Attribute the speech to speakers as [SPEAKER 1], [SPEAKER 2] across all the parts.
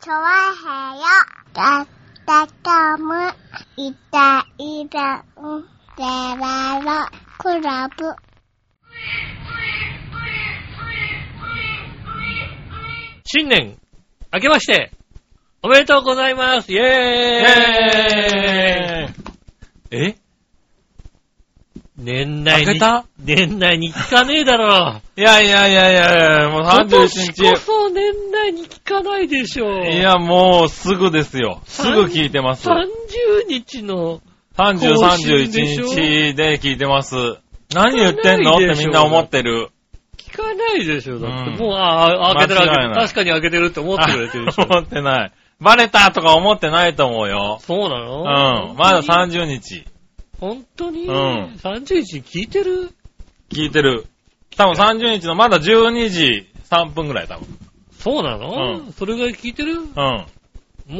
[SPEAKER 1] チョワヘヨだったかむいたいたんでららクラブ
[SPEAKER 2] 新年、明けまして、おめでとうございますイェーイえ年内に、
[SPEAKER 3] 明けた
[SPEAKER 2] 年内に聞かねえだろ。
[SPEAKER 3] いやいやいやいやいや、もう
[SPEAKER 2] 今年こ
[SPEAKER 3] 31
[SPEAKER 2] そ年内に聞かないでしょう。
[SPEAKER 3] 日。い、や、もうすぐですよ。すぐ聞いてます。
[SPEAKER 2] 30日の、
[SPEAKER 3] 30、
[SPEAKER 2] 更新でしょ
[SPEAKER 3] 31日で聞いてます。何言ってんのってみんな思ってる。
[SPEAKER 2] 聞かないでしょ。だって、
[SPEAKER 3] うん
[SPEAKER 2] もう、ああ、開けてる
[SPEAKER 3] 間
[SPEAKER 2] 開
[SPEAKER 3] 違
[SPEAKER 2] けて
[SPEAKER 3] いない
[SPEAKER 2] る。確かに開けてるって思ってくれてるで しょ。
[SPEAKER 3] 思ってない。バレたとか思ってないと思うよ。
[SPEAKER 2] そうな
[SPEAKER 3] う
[SPEAKER 2] の
[SPEAKER 3] ん。まだ30日。
[SPEAKER 2] 本当に、
[SPEAKER 3] うん
[SPEAKER 2] 30日に聞いてる
[SPEAKER 3] 聞いてる。多分30日のまだ12時3分ぐらい多分。
[SPEAKER 2] そうなの、
[SPEAKER 3] う
[SPEAKER 2] それぐらい聞いてる
[SPEAKER 3] うん。
[SPEAKER 2] も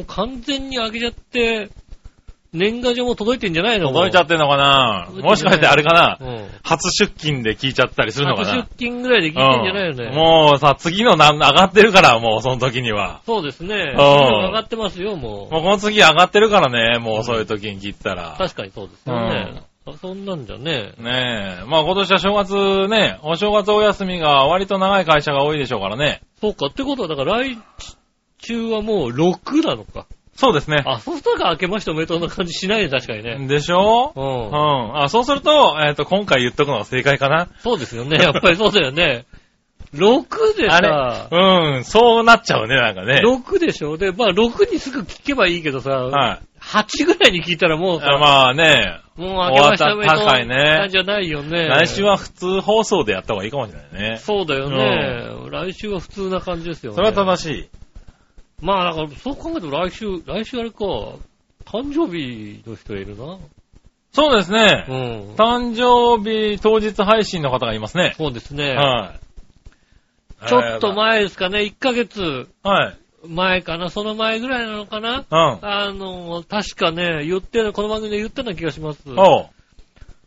[SPEAKER 2] う完全に開けちゃって、年賀状も届いてんじゃないの
[SPEAKER 3] 届いちゃってんのかな
[SPEAKER 2] 届いてない
[SPEAKER 3] もしかしてあれかな
[SPEAKER 2] うん。
[SPEAKER 3] 初出勤で聞いちゃったりするのか
[SPEAKER 2] 初
[SPEAKER 3] な
[SPEAKER 2] 出勤ぐらいで聞いてんじゃないよね。
[SPEAKER 3] うんもうさ、次の段上がってるから、もうその時には。
[SPEAKER 2] そうですね。上がってますよ、もう。
[SPEAKER 3] もうこの次上がってるからね、もうそういう時に聞いたら。
[SPEAKER 2] 確かにそうですよね。あそんなんじゃね。
[SPEAKER 3] ねえ。まあ今年は正月ね、お正月お休みが割と長い会社が多いでしょうからね。
[SPEAKER 2] そうか、ってことは、だから来中はもう6なのか。
[SPEAKER 3] そうですね。
[SPEAKER 2] あ、そうしたら明けましておめでとうな感じしないね、確かにね。
[SPEAKER 3] でしょ
[SPEAKER 2] う。
[SPEAKER 3] うんん。あ、そうすると、えっ、と、今回言っとくのが正解かな。
[SPEAKER 2] そうですよね。やっぱりそうだよね。6で
[SPEAKER 3] あ
[SPEAKER 2] さ、
[SPEAKER 3] れうん、そうなっちゃうね、なんかね。
[SPEAKER 2] 6でしょで、まあ6にすぐ聞けばいいけどさ、
[SPEAKER 3] はい。
[SPEAKER 2] 8ぐらいに聞いたらもうさ、
[SPEAKER 3] あまあね、
[SPEAKER 2] もう明けましておめでとう
[SPEAKER 3] 終わった高いね
[SPEAKER 2] なんじゃないよね。
[SPEAKER 3] 来週。は普通放送でやった方がいいかもしれないね。
[SPEAKER 2] そうだよね。来週は普通な感じですよね。
[SPEAKER 3] それは
[SPEAKER 2] し
[SPEAKER 3] 正しい。
[SPEAKER 2] い。まあだから、そう考えても来週、来週あれか、誕生日の人いるな。
[SPEAKER 3] そうですね。
[SPEAKER 2] うん。
[SPEAKER 3] 誕生日当日配信の方がいますね。
[SPEAKER 2] そうですね。
[SPEAKER 3] はい。
[SPEAKER 2] ちょっと前ですかね、1ヶ月
[SPEAKER 3] はい。
[SPEAKER 2] 前かな、その前ぐらいなのかな。
[SPEAKER 3] うん。
[SPEAKER 2] あの、確かね、言ってる、この番組で言ったような気がします。
[SPEAKER 3] おう。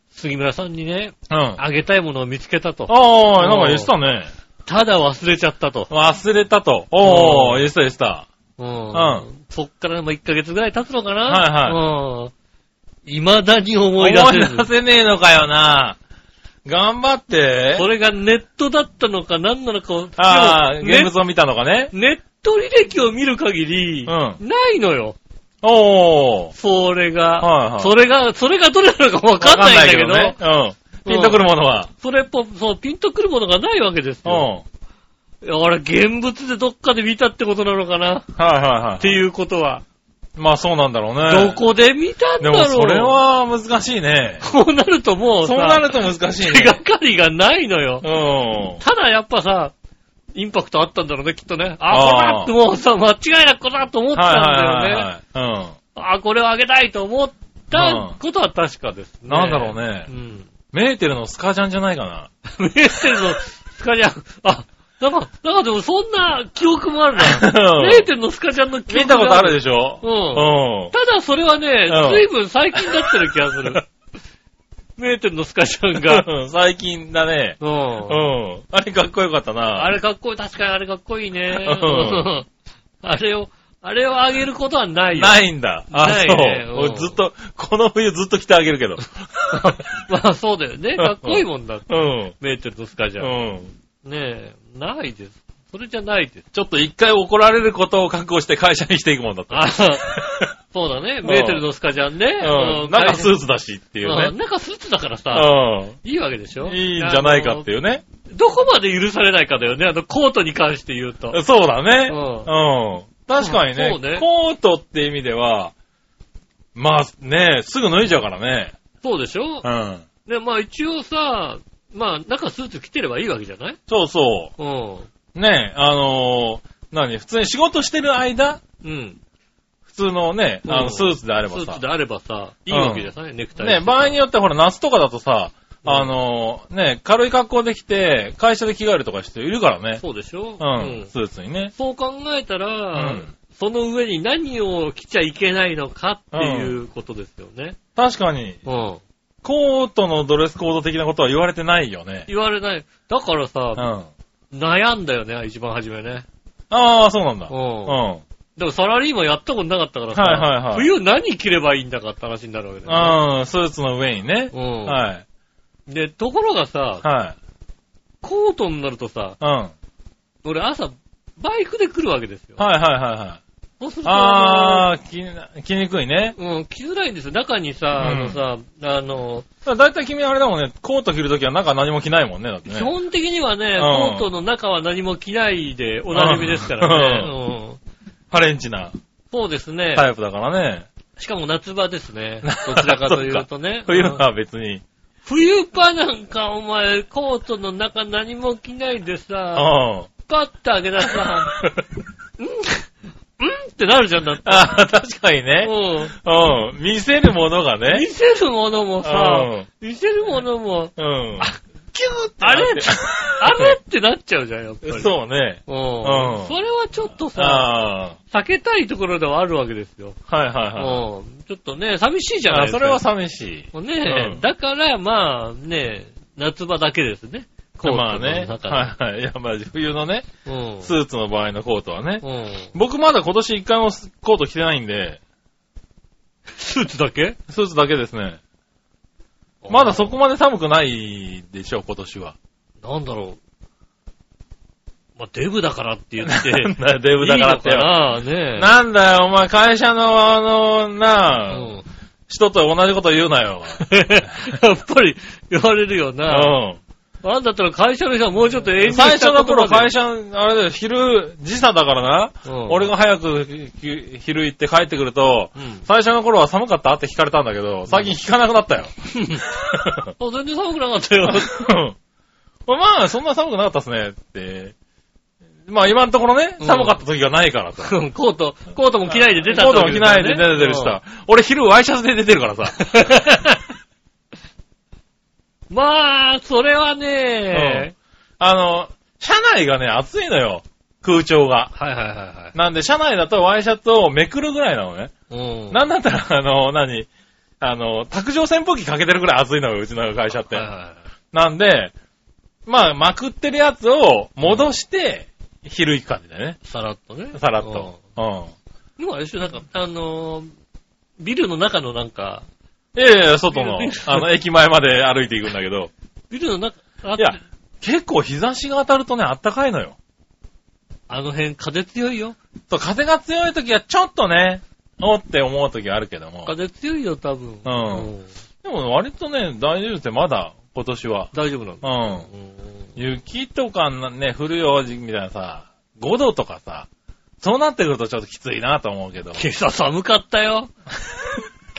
[SPEAKER 2] 杉村さんにね、
[SPEAKER 3] うん。
[SPEAKER 2] あげたいものを見つけたと。
[SPEAKER 3] おー、なんか言ってたね。
[SPEAKER 2] ただ忘れちゃったと。
[SPEAKER 3] 忘れたと。
[SPEAKER 2] う
[SPEAKER 3] おー、
[SPEAKER 2] ん
[SPEAKER 3] 言ってた言ってた。
[SPEAKER 2] うん。
[SPEAKER 3] う
[SPEAKER 2] そっからも1ヶ月ぐらい経つのかな
[SPEAKER 3] はい
[SPEAKER 2] はい。うん。未だに思い出せる。
[SPEAKER 3] 思い出せねえのかよな。頑張って
[SPEAKER 2] そ。れがネットだったのか何なのかを、
[SPEAKER 3] ああ、
[SPEAKER 2] でも
[SPEAKER 3] 現物を見たのかね。
[SPEAKER 2] ネネット履歴を見る限り、
[SPEAKER 3] うん
[SPEAKER 2] ないのよ。
[SPEAKER 3] おー。
[SPEAKER 2] それが、
[SPEAKER 3] はいはい
[SPEAKER 2] それが、それがどれなのかわかんないんだけど、
[SPEAKER 3] わかんないけどね。うん。ピンとくるものは。
[SPEAKER 2] それっぽ、そう、ピンとくるものがないわけです
[SPEAKER 3] うん。
[SPEAKER 2] よ。
[SPEAKER 3] はい
[SPEAKER 2] 俺、現物でどっかで見たってことなのかな
[SPEAKER 3] はいはい。
[SPEAKER 2] っていうことは。
[SPEAKER 3] まあそうなんだろうね。
[SPEAKER 2] どこで見たん
[SPEAKER 3] で
[SPEAKER 2] だ
[SPEAKER 3] も
[SPEAKER 2] ろう
[SPEAKER 3] それは難しいね。
[SPEAKER 2] こうなるともうさ、
[SPEAKER 3] そうなると難しい
[SPEAKER 2] 手が
[SPEAKER 3] ね。
[SPEAKER 2] かりがないのよ。
[SPEAKER 3] うん。
[SPEAKER 2] ただやっぱさ、インパクトあったんだろうね、きっとね。あ、これだ
[SPEAKER 3] あ
[SPEAKER 2] っ
[SPEAKER 3] ー
[SPEAKER 2] てもうさ、間違いなくこれだと思ったんだよね。
[SPEAKER 3] はいはいはいはい。うん。
[SPEAKER 2] あ、これをあげたいと思ったことは確かですね。
[SPEAKER 3] なんだろうね
[SPEAKER 2] うん。
[SPEAKER 3] メーテルのスカジャンじゃないかな。
[SPEAKER 2] メーテルのスカジャン、あ、なんか、なんかでもそんな記憶もあるな。
[SPEAKER 3] うん
[SPEAKER 2] メーテルのスカジャンの記憶
[SPEAKER 3] 見たことあるで
[SPEAKER 2] し
[SPEAKER 3] しょ
[SPEAKER 2] うん。
[SPEAKER 3] うん。
[SPEAKER 2] ただそれはね
[SPEAKER 3] う、ん
[SPEAKER 2] ずいぶん最近だってる気がす る。メーテルのスカジャンが。
[SPEAKER 3] が、 最近だね。
[SPEAKER 2] う。
[SPEAKER 3] うんん。あれかっこよかったな。
[SPEAKER 2] あれかっこいい、確かにあれかっこいいね
[SPEAKER 3] うん。
[SPEAKER 2] あれを、あれをあげることはないよ。い。
[SPEAKER 3] ないんだ。あ、
[SPEAKER 2] な
[SPEAKER 3] そ
[SPEAKER 2] いうねうん
[SPEAKER 3] 俺ずっと、この冬ずっと着てあげるけど。
[SPEAKER 2] まあそうだよね。かっこいいもんだ。
[SPEAKER 3] うん。
[SPEAKER 2] メーテルとスカジャ
[SPEAKER 3] う
[SPEAKER 2] ン。
[SPEAKER 3] ん。
[SPEAKER 2] ねえ、ないです。それじゃない です。
[SPEAKER 3] ちょっと一回怒られることを覚悟して会社にしていくもんだった。
[SPEAKER 2] あそうだね。
[SPEAKER 3] ん
[SPEAKER 2] メーテルのスカジャンね。
[SPEAKER 3] うん。なんかス
[SPEAKER 2] ツっ
[SPEAKER 3] ーツだしって
[SPEAKER 2] て
[SPEAKER 3] いうね。
[SPEAKER 2] なんかスーツだからさ、
[SPEAKER 3] う
[SPEAKER 2] いいわけでしょ
[SPEAKER 3] ん。いいんじゃないかって
[SPEAKER 2] いう。
[SPEAKER 3] いうね。
[SPEAKER 2] あのどこまで許されないかだよね。あの、コートに関して言うと。
[SPEAKER 3] そうだね。
[SPEAKER 2] う
[SPEAKER 3] うん。確かに
[SPEAKER 2] そうね
[SPEAKER 3] ね、コートって意味では、まあね、すぐ脱いじゃうからね。
[SPEAKER 2] そうでしょ
[SPEAKER 3] うん。
[SPEAKER 2] で、まあ一応さ、まあ中スーツ着てればいいわけじゃない
[SPEAKER 3] そうそ
[SPEAKER 2] うん。
[SPEAKER 3] う。ね、あのー、何、普通に仕事してる間、
[SPEAKER 2] うん。
[SPEAKER 3] 普通のね、あ
[SPEAKER 2] うん
[SPEAKER 3] の、スーツであれ
[SPEAKER 2] ス
[SPEAKER 3] ば
[SPEAKER 2] ー
[SPEAKER 3] さ
[SPEAKER 2] ツで。あればさ、いいわけじゃない、ネクタイしてさ。
[SPEAKER 3] ね、場合によってほら、夏とかだとさ、
[SPEAKER 2] うん
[SPEAKER 3] あのー、ね、軽い格好できて、会社で着替えるとかしているからね。
[SPEAKER 2] そうでしょ
[SPEAKER 3] うん、スーツにね。
[SPEAKER 2] そう考えたら、
[SPEAKER 3] うん
[SPEAKER 2] その上に何を着ちゃいけないのかっていうことですよね。
[SPEAKER 3] 確かに、
[SPEAKER 2] うん。
[SPEAKER 3] コートのドレスコード的なことは言われてないよね。
[SPEAKER 2] 言われない。だから
[SPEAKER 3] う
[SPEAKER 2] さ、
[SPEAKER 3] ん。
[SPEAKER 2] 悩んだよね、一番初めね。
[SPEAKER 3] ああ、そうなんだ。
[SPEAKER 2] う
[SPEAKER 3] うんん。
[SPEAKER 2] でもサラリーマンやったことなかったからさ、
[SPEAKER 3] はいはいはい
[SPEAKER 2] 冬何着ればいいんだかって話になるわけだよ、ね。
[SPEAKER 3] うん、スーツの上にね。
[SPEAKER 2] うん
[SPEAKER 3] はい。
[SPEAKER 2] で、ところがさ、
[SPEAKER 3] は
[SPEAKER 2] コートになるとさ、
[SPEAKER 3] い。うん。はい
[SPEAKER 2] 俺朝、バイクで来るわけですよ。
[SPEAKER 3] はいはいはい。
[SPEAKER 2] そうすると、
[SPEAKER 3] あー、着な着にくいね。
[SPEAKER 2] うん、着づらいんですよ。中にさ、あのさ、あの、
[SPEAKER 3] だだいたい君あれだもんね、コート着るときは中何も着ないもんね、だってね。
[SPEAKER 2] 基本的にはね、
[SPEAKER 3] う
[SPEAKER 2] コ
[SPEAKER 3] ん
[SPEAKER 2] ートの中は何も着ないでおなじみですからね。うん
[SPEAKER 3] ハレンチな
[SPEAKER 2] そうですね。
[SPEAKER 3] タイプだからね。
[SPEAKER 2] しかも夏場です ね。どちらかというとね。
[SPEAKER 3] 冬
[SPEAKER 2] うん
[SPEAKER 3] は別に。
[SPEAKER 2] 冬場なんかお前、コートの中何も着ないで
[SPEAKER 3] う
[SPEAKER 2] さ、
[SPEAKER 3] ん。
[SPEAKER 2] パッと開けたら さ、んんってなるじゃんだって。
[SPEAKER 3] あー、 確かにね。
[SPEAKER 2] うん
[SPEAKER 3] うん。見せるものが
[SPEAKER 2] 見
[SPEAKER 3] ね。
[SPEAKER 2] せるものもさ、見せるものも、
[SPEAKER 3] うん。
[SPEAKER 2] キューって
[SPEAKER 3] あ
[SPEAKER 2] あ
[SPEAKER 3] れ
[SPEAKER 2] れあれってなっちゃうじゃん、やっぱり。う。
[SPEAKER 3] そうね。
[SPEAKER 2] うん
[SPEAKER 3] うん。
[SPEAKER 2] それはちょっとさ、
[SPEAKER 3] あ
[SPEAKER 2] 避けたいところではあるわけですよ。
[SPEAKER 3] あ。はいは
[SPEAKER 2] う
[SPEAKER 3] いはい。
[SPEAKER 2] ん。ちょっとね、寂しいじゃない
[SPEAKER 3] あ
[SPEAKER 2] です
[SPEAKER 3] そ
[SPEAKER 2] か。
[SPEAKER 3] れは寂しい。
[SPEAKER 2] もうね、
[SPEAKER 3] うん
[SPEAKER 2] だから、まあね、夏場だけですね。コート
[SPEAKER 3] ま
[SPEAKER 2] の
[SPEAKER 3] あ
[SPEAKER 2] 中
[SPEAKER 3] ね。
[SPEAKER 2] で。
[SPEAKER 3] はいはい。いや、まあ冬のね、
[SPEAKER 2] うん。
[SPEAKER 3] スーツの場合のコートはね。
[SPEAKER 2] うん。
[SPEAKER 3] 僕まだ今年一回もスコート着てないんで、
[SPEAKER 2] スーツだけ
[SPEAKER 3] スーツだけですね。まだそこまで寒くないでしょ、今年 は。
[SPEAKER 2] なんだろう。まあ、デブだからって言って。いいの
[SPEAKER 3] だ よ、デブだからってよ。
[SPEAKER 2] かなね
[SPEAKER 3] なんだよ、お前会社のあの、
[SPEAKER 2] う
[SPEAKER 3] なあ、
[SPEAKER 2] ん。
[SPEAKER 3] 人と同じこと言うなよ。
[SPEAKER 2] やっぱり言われるよ
[SPEAKER 3] う
[SPEAKER 2] な。
[SPEAKER 3] ん。
[SPEAKER 2] あんだったら会社の人はもうちょっと遠慮
[SPEAKER 3] 最初の頃会
[SPEAKER 2] 社。
[SPEAKER 3] 社、あれだよ、昼、時差だからな。
[SPEAKER 2] うん
[SPEAKER 3] 俺が早くひ昼行って帰ってくると、
[SPEAKER 2] うん。
[SPEAKER 3] 最初の頃は寒かったって聞かれたんだけど、最近聞かなくなったよ。
[SPEAKER 2] あ全然寒くなかったよ。
[SPEAKER 3] まあ、そんな寒くなかったっすねって。まあ、今のところね、
[SPEAKER 2] うん
[SPEAKER 3] 寒かった時がないからさ。
[SPEAKER 2] うんコート、コートも着ないで出た
[SPEAKER 3] コートも着ないで出てるし
[SPEAKER 2] 人
[SPEAKER 3] さ。俺昼ワイシャツで出てるからさ。
[SPEAKER 2] まあ、それはね、
[SPEAKER 3] あの、車内がね、暑いのよ。空調が。
[SPEAKER 2] はいはいは
[SPEAKER 3] なんで、車内だとワイシャツをめくるぐらいなのね。
[SPEAKER 2] いはい。うん。
[SPEAKER 3] なんだったら、あの、何あの、卓上扇風機かけてるぐらい暑いのよ、うちの会社って。
[SPEAKER 2] はいはいはい
[SPEAKER 3] なんで、まあ、まくってるやつを戻して、昼行く感じだよね。
[SPEAKER 2] さらっとね。
[SPEAKER 3] さらっと。うん。
[SPEAKER 2] うん。でもあれでしょ、なんか、あのー、ビルの中のなんか、
[SPEAKER 3] いやいや、外の
[SPEAKER 2] ビルビ、ル
[SPEAKER 3] あの、駅前まで歩いていくんだけど。
[SPEAKER 2] ビルの中、あ
[SPEAKER 3] いや、結構日差しが当たるとね、あったかいのよ。
[SPEAKER 2] あの辺風強いよ。
[SPEAKER 3] そう、風が強い時はちょっとね、おって思う時はあるけども。
[SPEAKER 2] 風強いよ、多分。
[SPEAKER 3] うんでも割とね、大丈夫ってまだ、今年は。
[SPEAKER 2] 大丈夫なの
[SPEAKER 3] う。ん。雪とかね、降るよ、みたいなさ、5度とかさ、そうなってくるとちょっときついなと思うけど。
[SPEAKER 2] 今朝寒かった よ。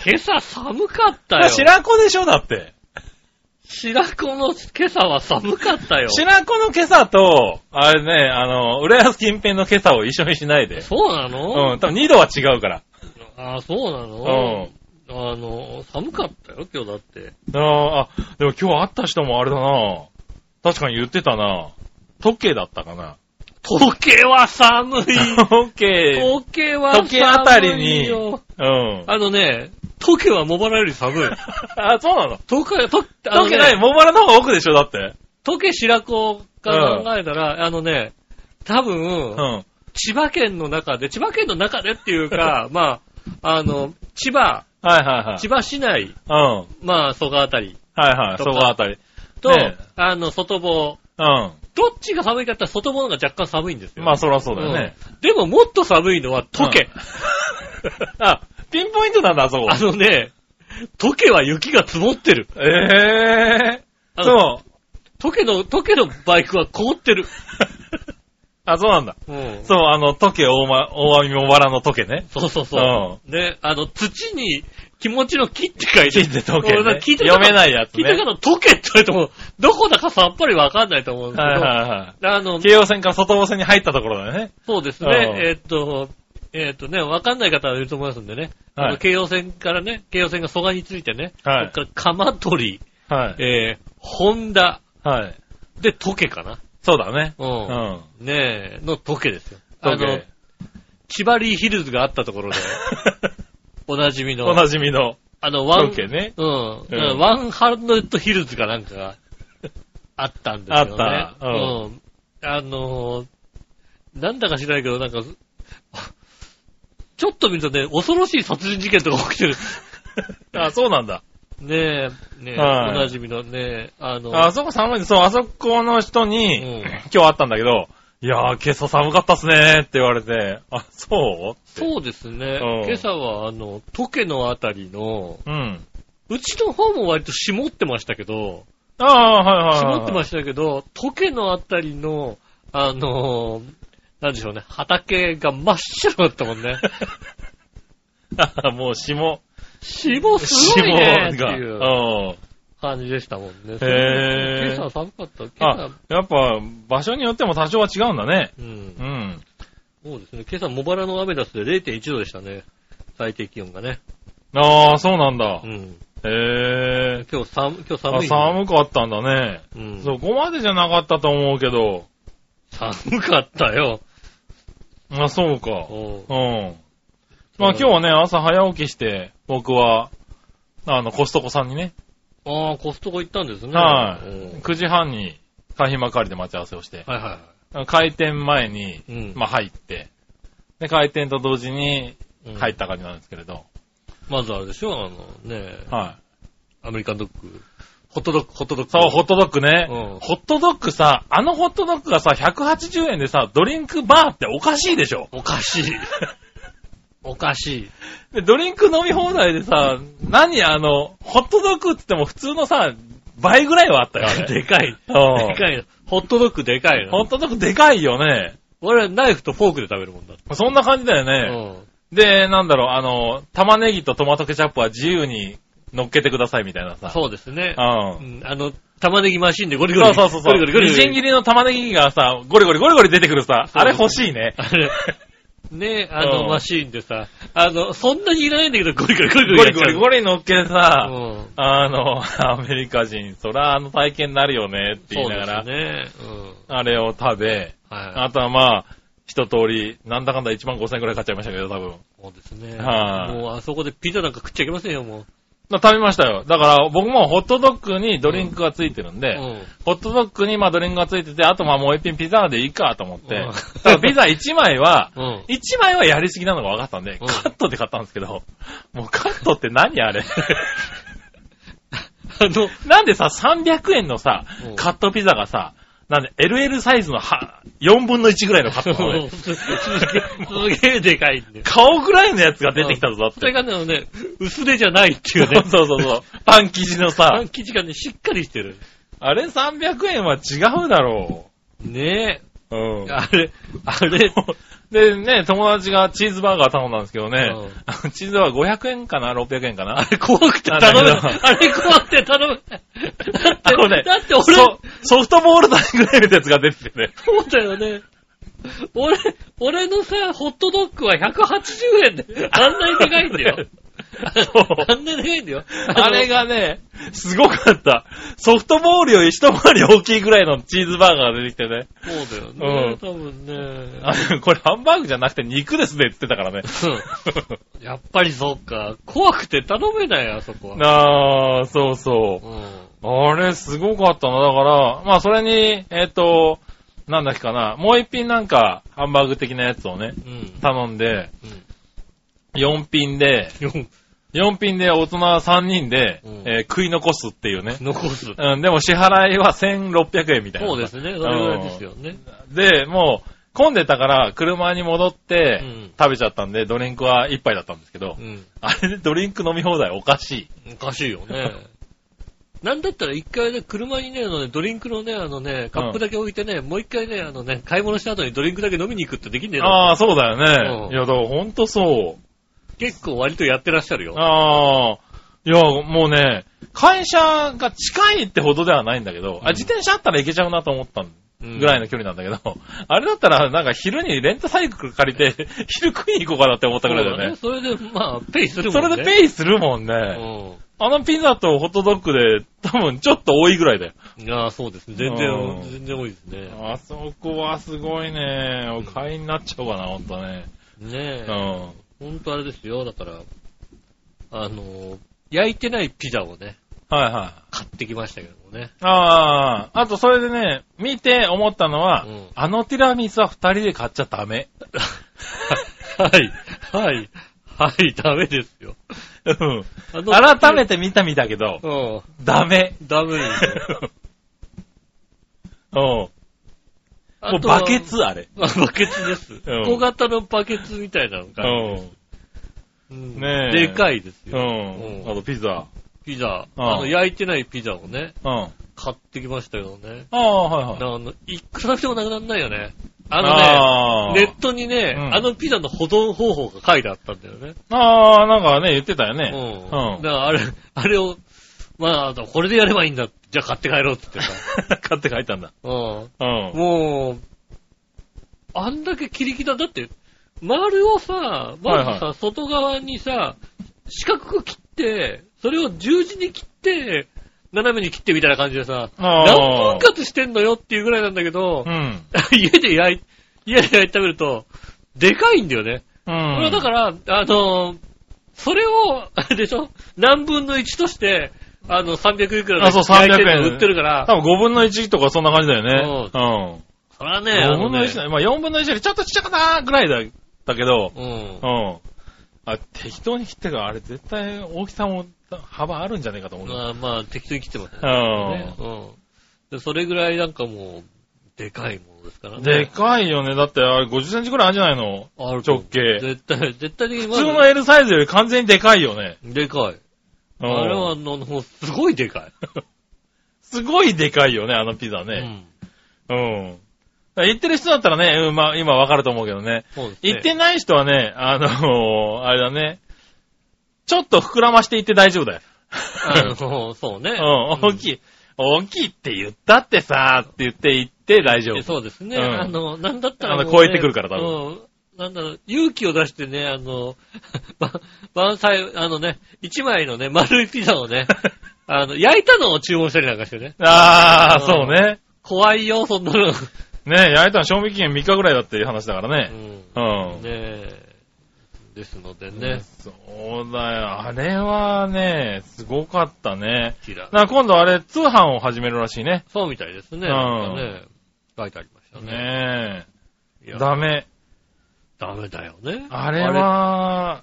[SPEAKER 2] 今朝寒かったよ。
[SPEAKER 3] 白子でしょだって。
[SPEAKER 2] 白子の今朝は寒かったよ。
[SPEAKER 3] 白子の今朝と、あれね、あの、浦安近辺の今朝を一緒にしないで。
[SPEAKER 2] そうな
[SPEAKER 3] う
[SPEAKER 2] の
[SPEAKER 3] ん、多分2度は違うから。
[SPEAKER 2] ああ、そうな
[SPEAKER 3] う
[SPEAKER 2] の
[SPEAKER 3] ん。
[SPEAKER 2] あの、寒かったよ、今日だって。
[SPEAKER 3] あーあ、でも今日会った人もあれだな確かに言ってたな時計だったかな。
[SPEAKER 2] 時計は寒い。
[SPEAKER 3] 時計。
[SPEAKER 2] 時計は寒いよ。
[SPEAKER 3] 時計あたりに。うん。
[SPEAKER 2] あのね、時計は茂原より寒い。
[SPEAKER 3] あ、そうなの
[SPEAKER 2] 時計、時計、あの
[SPEAKER 3] 時計ない、
[SPEAKER 2] ね、
[SPEAKER 3] 茂原の方が奥でしょだって。
[SPEAKER 2] 時計白子から考えたら、あのね、多分、
[SPEAKER 3] うん。
[SPEAKER 2] 千葉県の中で、千葉県の中でっていう か、まあ、あの、千葉、
[SPEAKER 3] はいはいはい。
[SPEAKER 2] 千葉市内、
[SPEAKER 3] うん。はい
[SPEAKER 2] まあ、蘇我あたり
[SPEAKER 3] はい。
[SPEAKER 2] と
[SPEAKER 3] そ
[SPEAKER 2] か
[SPEAKER 3] こあたり。
[SPEAKER 2] と、
[SPEAKER 3] ねえ
[SPEAKER 2] あの、外房、
[SPEAKER 3] うん。
[SPEAKER 2] どっちが寒いかって言ったら外房の方が若干寒いんですよ。
[SPEAKER 3] まあそらそうだよね。
[SPEAKER 2] うんでももっと寒いのは溶け。
[SPEAKER 3] あ、ピンポイントなんだ、あそ こ
[SPEAKER 2] あ。のね、溶けは雪が積もってる。
[SPEAKER 3] ええ
[SPEAKER 2] あの
[SPEAKER 3] そう。
[SPEAKER 2] 溶けの、溶けのバイクは凍って る。
[SPEAKER 3] あ、そうなんだ。
[SPEAKER 2] うん
[SPEAKER 3] そう、あの、時計大ま、大網茂原の時計ね。
[SPEAKER 2] そうそうそう。ね、あの、土に気持ちの木って書いて
[SPEAKER 3] 聞いて時計、
[SPEAKER 2] 俺
[SPEAKER 3] ね。
[SPEAKER 2] 聞いて
[SPEAKER 3] 読めないやつ
[SPEAKER 2] 聞
[SPEAKER 3] ね。
[SPEAKER 2] いた方、溶けって言われても、どこだかさっぱりわかんないと思うんですけど、
[SPEAKER 3] はいはいはい。
[SPEAKER 2] あの、
[SPEAKER 3] 京王線から外房線に入ったところだよね。
[SPEAKER 2] そうですね、
[SPEAKER 3] うん
[SPEAKER 2] えーっと、えーっとね、わかんない方はいると思いますんでね、
[SPEAKER 3] はい
[SPEAKER 2] あの京王線からね、京王線が蘇我についてね、
[SPEAKER 3] はい
[SPEAKER 2] そっから鎌取、
[SPEAKER 3] はい。
[SPEAKER 2] えー、ホンダ、
[SPEAKER 3] はい。
[SPEAKER 2] で、溶けかな。
[SPEAKER 3] そうだね。
[SPEAKER 2] う。
[SPEAKER 3] うんん。
[SPEAKER 2] ねえ、の溶けですよ。あ
[SPEAKER 3] 時
[SPEAKER 2] の
[SPEAKER 3] 計、。
[SPEAKER 2] 千葉リーヒルズがあったとこ ろで、おなじみの、
[SPEAKER 3] おなじみの
[SPEAKER 2] あの、ワン
[SPEAKER 3] 時、計ね。
[SPEAKER 2] うん。
[SPEAKER 3] うん
[SPEAKER 2] ワンハンドレッドヒルズかなんかがあったんですよね。
[SPEAKER 3] あった
[SPEAKER 2] う。
[SPEAKER 3] うん
[SPEAKER 2] あのーなんだか知らないけど、なんか、と見るとね、恐ろしい殺人事件とか起 きてる。
[SPEAKER 3] あ、そうなんだ。
[SPEAKER 2] ねえ、ねえ、
[SPEAKER 3] はい
[SPEAKER 2] おなじみのね、あの、
[SPEAKER 3] あそこ寒いんです。そう、あそこの人に、
[SPEAKER 2] うん
[SPEAKER 3] 今日会ったんだけど、いやー、今朝寒かったっすねーって言われて、あ、そうう。
[SPEAKER 2] そうですね、
[SPEAKER 3] うん
[SPEAKER 2] 今朝はあの、トケのあたりの、
[SPEAKER 3] うん。
[SPEAKER 2] うちの方も割と霜ってましたけど、
[SPEAKER 3] ああー、はいはいはい。
[SPEAKER 2] 絞ってま
[SPEAKER 3] し
[SPEAKER 2] したけど、トケのあたりの、あのーなんでしょうね、畑が真っ白だったもん ね。
[SPEAKER 3] た。 もう霜。
[SPEAKER 2] 霜すごいねって
[SPEAKER 3] 霜が。
[SPEAKER 2] いう
[SPEAKER 3] うん。
[SPEAKER 2] 感じでしたもんね。
[SPEAKER 3] へー
[SPEAKER 2] 今朝寒かった。今朝
[SPEAKER 3] あ、、やっぱ、場所によっても多少は違うんだね。
[SPEAKER 2] うん
[SPEAKER 3] う。ん。
[SPEAKER 2] そうですね。今朝、茂原のアメダスで0.1度でしたね。最低気温がね。
[SPEAKER 3] ああ、そうなんだ
[SPEAKER 2] う。ん。
[SPEAKER 3] へえ。
[SPEAKER 2] 今日寒、今日寒い
[SPEAKER 3] あ、
[SPEAKER 2] ね、
[SPEAKER 3] 寒かったんだね。
[SPEAKER 2] うん、
[SPEAKER 3] そこまでじゃなかったと思うけど。
[SPEAKER 2] 寒かったよ。
[SPEAKER 3] あ、そうか。
[SPEAKER 2] おう
[SPEAKER 3] うん。まあ今日はね、朝早起きして、僕は、あの、コストコさんにね、
[SPEAKER 2] ああ、コストコ行ったんですね。
[SPEAKER 3] はい
[SPEAKER 2] うん
[SPEAKER 3] 9時半に、開閉まかりで待ち合わせをして、
[SPEAKER 2] はいは
[SPEAKER 3] 開店前に、
[SPEAKER 2] い。うん。
[SPEAKER 3] まあ入って、で、開店と同時に
[SPEAKER 2] うん
[SPEAKER 3] 入っ。た感じなんですけれど、
[SPEAKER 2] まずあれでしょ、あのね、
[SPEAKER 3] はい。
[SPEAKER 2] アメリカンドッグ。ホットドッグ、ホットドッグ。
[SPEAKER 3] そう、ホットドッグね、
[SPEAKER 2] うん
[SPEAKER 3] ホットドッグさ、あのホットドッグがさ、180円でさ、ドリンクバーっておかしいでしょ。
[SPEAKER 2] おか しい。おかしい。
[SPEAKER 3] で、ドリンク飲み放題でさ、何あの、ホットドッグって言っても普通のさ、倍ぐらいはあったよ、あ れ。
[SPEAKER 2] でかい。
[SPEAKER 3] うん
[SPEAKER 2] でかいの。ホットドッグでかい
[SPEAKER 3] ホッ
[SPEAKER 2] の。
[SPEAKER 3] トドッグでかいよね。
[SPEAKER 2] 俺はナイフとフォークで食べるもんだって。
[SPEAKER 3] そんな感じだよ
[SPEAKER 2] うん。
[SPEAKER 3] ね。で、なんだろう、あの、玉ねぎとトマトケチャップは自由に乗っけてくださいみたいなさ。
[SPEAKER 2] そうですね。
[SPEAKER 3] う。
[SPEAKER 2] うんんあの、玉ねぎマシンでゴリゴ
[SPEAKER 3] そう
[SPEAKER 2] リ。
[SPEAKER 3] そうそうそ
[SPEAKER 2] ゴリゴリゴ
[SPEAKER 3] う。
[SPEAKER 2] リ
[SPEAKER 3] み
[SPEAKER 2] ゴリ。
[SPEAKER 3] じん切りの玉ねぎがさ、ゴリゴリゴリゴリ出てくるさ、
[SPEAKER 2] そう
[SPEAKER 3] あれ欲しいね。
[SPEAKER 2] あれ。ねあ
[SPEAKER 3] う
[SPEAKER 2] の
[SPEAKER 3] ん
[SPEAKER 2] マシーンでさ、あの、そんなにいらないんだけど、ゴリゴリゴリ
[SPEAKER 3] ゴ
[SPEAKER 2] ゴリ
[SPEAKER 3] リゴリ
[SPEAKER 2] リ。
[SPEAKER 3] ゴリ乗っけて
[SPEAKER 2] う
[SPEAKER 3] さ、
[SPEAKER 2] ん。
[SPEAKER 3] あの、アメリカ人、そらあの体験になるよねって言い
[SPEAKER 2] そう
[SPEAKER 3] な
[SPEAKER 2] で
[SPEAKER 3] が
[SPEAKER 2] す
[SPEAKER 3] ら、
[SPEAKER 2] ね。うん。
[SPEAKER 3] あれを食べ、
[SPEAKER 2] はい。
[SPEAKER 3] あとはまあ、一通り、なんだかんだ1万5千円くらい買っちゃいましたけど、多分。
[SPEAKER 2] そうですね。
[SPEAKER 3] はい
[SPEAKER 2] もうあそこでピザなんか食っちゃいけませんよ、もう。
[SPEAKER 3] まあ食べましたよ。だから僕もホットドッグにドリンクがついてるんで、
[SPEAKER 2] うん。
[SPEAKER 3] ホットドッグにまあドリンクがついてて、あとまあもう一品ピザでいいかと思って、
[SPEAKER 2] うん
[SPEAKER 3] だからピザ1枚は、
[SPEAKER 2] うん。
[SPEAKER 3] 1枚はやりすぎなのが分かったんで、
[SPEAKER 2] うん
[SPEAKER 3] カットで買ったんですけど、もうカットって何あれ
[SPEAKER 2] あの、
[SPEAKER 3] なんでさ、300円のさ
[SPEAKER 2] うん、
[SPEAKER 3] カットピザがさ、なんで LL サイズのは4分の1ぐらいのカットなの よ
[SPEAKER 2] すげえすげえでかいんで。
[SPEAKER 3] 顔ぐらいのやつが出てきたぞ、だっ
[SPEAKER 2] それが
[SPEAKER 3] て。
[SPEAKER 2] ねあのね、薄手じゃないってい
[SPEAKER 3] そう
[SPEAKER 2] ね。
[SPEAKER 3] うそうそう。パン生地の
[SPEAKER 2] パ
[SPEAKER 3] さ
[SPEAKER 2] ン、生地がね、しっかりしてる。
[SPEAKER 3] あれ300円は違うだろ
[SPEAKER 2] ね
[SPEAKER 3] う。うん
[SPEAKER 2] え。。あれ、あれ、
[SPEAKER 3] でね、友達がチーズバーガー頼んだんですけどね
[SPEAKER 2] うん、
[SPEAKER 3] あのチーズバーガー500円かな ?600 円かな
[SPEAKER 2] あ れ怖くて頼め
[SPEAKER 3] なんだ
[SPEAKER 2] な
[SPEAKER 3] け
[SPEAKER 2] い。
[SPEAKER 3] ど
[SPEAKER 2] あれ怖くて頼めない。だって
[SPEAKER 3] あのね
[SPEAKER 2] だって俺、
[SPEAKER 3] ソソフトボール大ぐらいのやつが出ててね。
[SPEAKER 2] そうだよね。俺、俺のさ、ホットドッグは180円で、あんなにでかいんだよ。あんなにでかいんだよ。
[SPEAKER 3] あれがね、すごかった。ソフトボールより一回り大きいぐらいのチーズバーガーが出てきてね。
[SPEAKER 2] あの。そうだよ
[SPEAKER 3] う
[SPEAKER 2] ね。
[SPEAKER 3] ん
[SPEAKER 2] 多分ね。
[SPEAKER 3] あこれハンバーグじゃなくて肉ですねって言ってたからね。
[SPEAKER 2] うん やっぱりそうか。怖くて頼めない、あそこは。
[SPEAKER 3] なあ、そうそうう。
[SPEAKER 2] ん。
[SPEAKER 3] あれすごかったな。だから、まあそれに、えっ、と、なんだっけかな。もう一品なんか、ハンバーグ的なやつをね、
[SPEAKER 2] うん。
[SPEAKER 3] 頼んで、4品で、
[SPEAKER 2] うん。
[SPEAKER 3] 4品で大人3人で、
[SPEAKER 2] うん
[SPEAKER 3] えー食い残すっていうね。
[SPEAKER 2] 残す。
[SPEAKER 3] うん、でも支払いは1600円みたいな。
[SPEAKER 2] そうですね。それぐらいですよね。
[SPEAKER 3] で、もう、混んでたから、車に戻って
[SPEAKER 2] うん、
[SPEAKER 3] 食べちゃったんで、ドリンクは1杯だったんですけど、
[SPEAKER 2] うん。
[SPEAKER 3] あれでドリンク飲み放題おかし
[SPEAKER 2] おかしいよね。 なんだったら一回ね、車にね、あのね、ドリンクのね、あのね、カップだけ置いてね、もう一回ね、あのね、買い物した後にドリンクだけ飲みに行くってできんね
[SPEAKER 3] い。
[SPEAKER 2] え
[SPEAKER 3] あ
[SPEAKER 2] の
[SPEAKER 3] あ、そうだよね。
[SPEAKER 2] うん
[SPEAKER 3] いや、だからほんとそ
[SPEAKER 2] 結構割とやってらっしゃる
[SPEAKER 3] う。
[SPEAKER 2] よ。
[SPEAKER 3] ああ、いや、もうね、会社が近いってほどではないんだけど、
[SPEAKER 2] うん
[SPEAKER 3] あ、自転車あったらいけちゃうなと思ったん
[SPEAKER 2] うん
[SPEAKER 3] ぐらいの距離なんだけど、 あれだったらなんか昼にレンタサイクル借りて、 昼食いに行こうかなって思ったぐらいだよね。
[SPEAKER 2] そうだねそれで、まあ、ペイする
[SPEAKER 3] そ
[SPEAKER 2] もんね。
[SPEAKER 3] れでペイするもんね。あのピザとホットドッグで多分ちょっと多いぐらいだよ。
[SPEAKER 2] うん。ああ、そうですね。全
[SPEAKER 3] う
[SPEAKER 2] 然、
[SPEAKER 3] ん
[SPEAKER 2] 全然多いですね。
[SPEAKER 3] あそこはすごいね。お買いになっちゃうかな、ほんとね。
[SPEAKER 2] ねえ。
[SPEAKER 3] うん。
[SPEAKER 2] ほんとあれですよ。だから、あの、焼いてないピザをね、
[SPEAKER 3] はいはい。
[SPEAKER 2] 買ってきましたけども ね。
[SPEAKER 3] ああ、あとそれでね、見て思ったのは、
[SPEAKER 2] うん
[SPEAKER 3] あのティラミスは二人で買っちゃダメ。
[SPEAKER 2] はい。はい。はい、ダメですよ。
[SPEAKER 3] うん。
[SPEAKER 2] あの
[SPEAKER 3] 改めて見た見たけど、
[SPEAKER 2] う
[SPEAKER 3] ダメ。
[SPEAKER 2] ん。ダメ ですよ。
[SPEAKER 3] うん。もう
[SPEAKER 2] あとは
[SPEAKER 3] バケツ、あれ。
[SPEAKER 2] まあバケツです。
[SPEAKER 3] ん
[SPEAKER 2] 小型のバケツみたいなの
[SPEAKER 3] う
[SPEAKER 2] が、
[SPEAKER 3] ん。
[SPEAKER 2] うん
[SPEAKER 3] ねえ
[SPEAKER 2] でかいです
[SPEAKER 3] う
[SPEAKER 2] よ。
[SPEAKER 3] ん。
[SPEAKER 2] うん
[SPEAKER 3] あとピザ。
[SPEAKER 2] ピザ。
[SPEAKER 3] うん
[SPEAKER 2] あの、焼いてないピザをね、
[SPEAKER 3] うん。あ
[SPEAKER 2] 買ってきましたけどね。
[SPEAKER 3] あ、はいはい。
[SPEAKER 2] あの、いくらでもなくならないよね。あ
[SPEAKER 3] あ
[SPEAKER 2] の
[SPEAKER 3] あ
[SPEAKER 2] ね、ネットにね、
[SPEAKER 3] うん
[SPEAKER 2] あのピザの保存方法が書いてあったんだよね。
[SPEAKER 3] ああ、なんかね、言ってたよ
[SPEAKER 2] う
[SPEAKER 3] ね。
[SPEAKER 2] ん。
[SPEAKER 3] う
[SPEAKER 2] だか
[SPEAKER 3] ん
[SPEAKER 2] らあれ、あれを、まあ、これでやればいいんだ。じゃあ買って帰ろうって言 ってさ。
[SPEAKER 3] 買って書いたんだ。
[SPEAKER 2] うん。
[SPEAKER 3] うん。
[SPEAKER 2] もう、あんだけ切り刻んだって、丸をさ、まずさ、
[SPEAKER 3] はいは
[SPEAKER 2] 外側にさ、四角く切って、それを十字に切って、斜めに切ってみたいな感じでさ、
[SPEAKER 3] あ
[SPEAKER 2] 何分割してんのよっていうぐらいなんだけど
[SPEAKER 3] う、ん。
[SPEAKER 2] 家で焼い、家で焼いて食べると、でかいんだよね。
[SPEAKER 3] う
[SPEAKER 2] これは
[SPEAKER 3] ん。
[SPEAKER 2] だから、あのーそれを、あれでしょ何分の1として、あの、300いくら
[SPEAKER 3] あそう300
[SPEAKER 2] 焼いてるの売ってるから、
[SPEAKER 3] 多分5分の1とかそんな感じだよね。うん。
[SPEAKER 2] それはね、あ
[SPEAKER 3] 4
[SPEAKER 2] の
[SPEAKER 3] 分の
[SPEAKER 2] ね
[SPEAKER 3] 1だまあ4分の1よりちょっとちっちゃかなぐらいだ、だけど、
[SPEAKER 2] うん
[SPEAKER 3] う。ん。あ、適当に切ってから、あれ絶対大きさも幅あるんじゃねえかと思う。
[SPEAKER 2] まあまあ、適当に切ってますね。ね
[SPEAKER 3] う
[SPEAKER 2] うん。で、それぐらいなんかもう、でかいものですから
[SPEAKER 3] ん。
[SPEAKER 2] ね。
[SPEAKER 3] でかいよね。だってあれ50センチぐらいあるんじゃないの
[SPEAKER 2] あると
[SPEAKER 3] 直径。
[SPEAKER 2] 絶対、絶対的に
[SPEAKER 3] 普通の L サイズより完全にでかいよね。
[SPEAKER 2] でかい。
[SPEAKER 3] う
[SPEAKER 2] あれは、あ
[SPEAKER 3] ん。
[SPEAKER 2] の、もうすごいでか
[SPEAKER 3] すごいでかいよね、あのピザ
[SPEAKER 2] い。
[SPEAKER 3] ね。うん。だから言ってる人だったらね、うん、まあ今わかると思うけどね。
[SPEAKER 2] うん。そうですね。
[SPEAKER 3] 言ってない人はね、あのーあれだね。ちょっと膨らましていって大丈夫だよ。
[SPEAKER 2] あの、そうね。
[SPEAKER 3] うん、大きい。大きいって言ったってさーって言って言って大丈
[SPEAKER 2] え
[SPEAKER 3] 夫。
[SPEAKER 2] そうですね。
[SPEAKER 3] うん
[SPEAKER 2] あの、なんだったら、
[SPEAKER 3] あの
[SPEAKER 2] もう
[SPEAKER 3] 超えてくるから多
[SPEAKER 2] うん。なんだろう、勇気を出してね、あの、 ば万歳、あのね、一枚のね、丸いピザを ね、あの、焼いたのを注文したりなんかしてね。
[SPEAKER 3] あ
[SPEAKER 2] う
[SPEAKER 3] ー、
[SPEAKER 2] ん
[SPEAKER 3] そうね。
[SPEAKER 2] 怖いよ、そんなの。
[SPEAKER 3] ね焼いたの賞味期限3日ぐらいだっていう話だから
[SPEAKER 2] う
[SPEAKER 3] ね。
[SPEAKER 2] んね
[SPEAKER 3] うん。
[SPEAKER 2] え。ですのでね、
[SPEAKER 3] そうだよ。あれはね、すごかったね。
[SPEAKER 2] キラー。
[SPEAKER 3] な、今度あれ、通販を始めるらしいね。
[SPEAKER 2] そうみたいですね。
[SPEAKER 3] ん
[SPEAKER 2] なんかね、書いてありましたね。
[SPEAKER 3] ね
[SPEAKER 2] い
[SPEAKER 3] え。
[SPEAKER 2] や
[SPEAKER 3] ダメ。
[SPEAKER 2] ダメだよね。
[SPEAKER 3] あれは、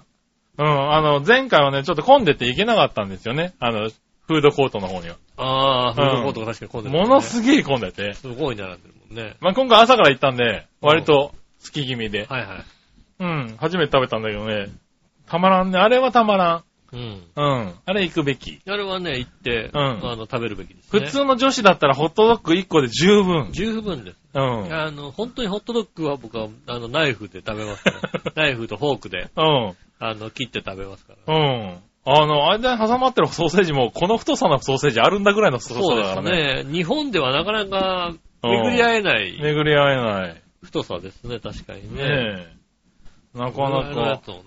[SPEAKER 3] うん、あの、前回はね、ちょっと混んでて行けなかったんですよね。あの、フードコートの方には。
[SPEAKER 2] あれ。ああ、フ
[SPEAKER 3] うん
[SPEAKER 2] ードコートが確かに混んでるね
[SPEAKER 3] ものすげえ混んでて。
[SPEAKER 2] すごい並んでるもんね。
[SPEAKER 3] まあ、今回朝から行ったんで、割と好き気味で。
[SPEAKER 2] はいはい。
[SPEAKER 3] うん、初めて食べたんだけどね。たまらんね。あれはたまらん。
[SPEAKER 2] うん。
[SPEAKER 3] うん。あれ行くべき。
[SPEAKER 2] あれはね、行って、
[SPEAKER 3] うん
[SPEAKER 2] あの、食べるべきですね。
[SPEAKER 3] 普通の女子だったらホットドッグ1個で十分。
[SPEAKER 2] 十分です。
[SPEAKER 3] うん。
[SPEAKER 2] あの、本当にホットドッグは僕は、あの、ナイフで食べます から。ナイフとフォークで、
[SPEAKER 3] うん。
[SPEAKER 2] あの、切って食べますから。
[SPEAKER 3] うん。あの、間に挟まってるソーセージも、この太さのソーセージあるんだぐらいの太さ
[SPEAKER 2] そう
[SPEAKER 3] だ
[SPEAKER 2] で
[SPEAKER 3] から
[SPEAKER 2] すね。
[SPEAKER 3] ね。
[SPEAKER 2] 日本ではなかなか
[SPEAKER 3] うん
[SPEAKER 2] 巡り合えない
[SPEAKER 3] 巡り合えない。
[SPEAKER 2] 太さですね、確かにね。
[SPEAKER 3] ねえ。な
[SPEAKER 2] こ
[SPEAKER 3] か
[SPEAKER 2] の
[SPEAKER 3] な
[SPEAKER 2] 間のや
[SPEAKER 3] か、
[SPEAKER 2] つをね、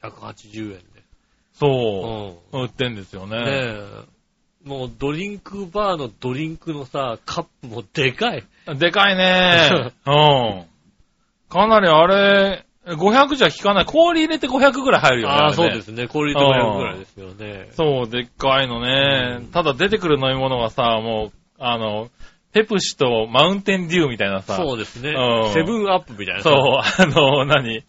[SPEAKER 2] 180円で。
[SPEAKER 3] そうう、売ってんですよ
[SPEAKER 2] ん。ね
[SPEAKER 3] ね。
[SPEAKER 2] え。もうドリンクバーのドリンクのさ、カップもでかい。
[SPEAKER 3] でか いねうん。かなりあれ、500じゃ効かない。氷入れて500ぐらい入るよね。
[SPEAKER 2] ああ、
[SPEAKER 3] れね
[SPEAKER 2] そうですね。氷とかやるぐらいですよね。
[SPEAKER 3] そう、でっかいのね。
[SPEAKER 2] うん
[SPEAKER 3] ただ出てくる飲み物がさ、もう、あの、ペプシとマウンテンデューみたいなさ。
[SPEAKER 2] そうですね
[SPEAKER 3] う。ん
[SPEAKER 2] セブンアップみたい な。
[SPEAKER 3] そう。あの、何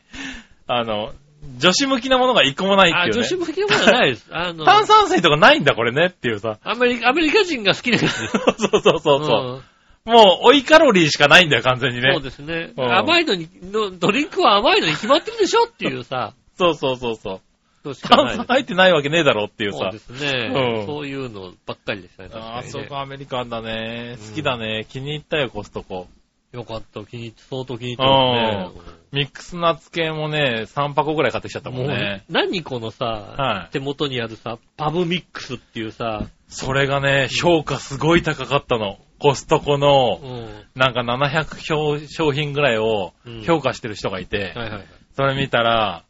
[SPEAKER 3] あの、女子向きなものが一個もない
[SPEAKER 2] あ、
[SPEAKER 3] ってい
[SPEAKER 2] 女
[SPEAKER 3] う、
[SPEAKER 2] 子
[SPEAKER 3] ね。
[SPEAKER 2] 向けのものじゃない です。あの、
[SPEAKER 3] 炭酸水とかないんだ、これねっていう さ。
[SPEAKER 2] アメリカ、アメリカ人が好きなやつです。
[SPEAKER 3] そうそうそうそう。
[SPEAKER 2] うん
[SPEAKER 3] もう、追いカロリーしかないんだよ、完全に
[SPEAKER 2] そう
[SPEAKER 3] ね。
[SPEAKER 2] ですね。
[SPEAKER 3] うん
[SPEAKER 2] 甘いのに、のドリンクは甘いのに決まってるでしょっていうさ、
[SPEAKER 3] そうそうそうそう。
[SPEAKER 2] そうしか
[SPEAKER 3] 炭
[SPEAKER 2] ない
[SPEAKER 3] 酸入ってないわけねえだろっていう
[SPEAKER 2] そう
[SPEAKER 3] さ
[SPEAKER 2] で。すね、
[SPEAKER 3] うん
[SPEAKER 2] そういうのばっかりでしたね、確かに、ね。
[SPEAKER 3] ああ、そうか、アメリカンだね。
[SPEAKER 2] うん
[SPEAKER 3] 好きだね。気に入ったよ、コストコ。
[SPEAKER 2] よかった、気に入って、相当気に入ってますね。
[SPEAKER 3] ミックスナッツ系もね、3箱ぐらい買ってきちゃったもんね。
[SPEAKER 2] 何このさ、
[SPEAKER 3] はい
[SPEAKER 2] 手元にあるさ、パブミックスっていうさ、
[SPEAKER 3] それがね、評価すごい高かったの。コストコ
[SPEAKER 2] う
[SPEAKER 3] の、
[SPEAKER 2] ん。
[SPEAKER 3] なんか700商商品ぐらいを
[SPEAKER 2] うん
[SPEAKER 3] 評価してる人がいて、
[SPEAKER 2] はいはい。
[SPEAKER 3] それ見たら、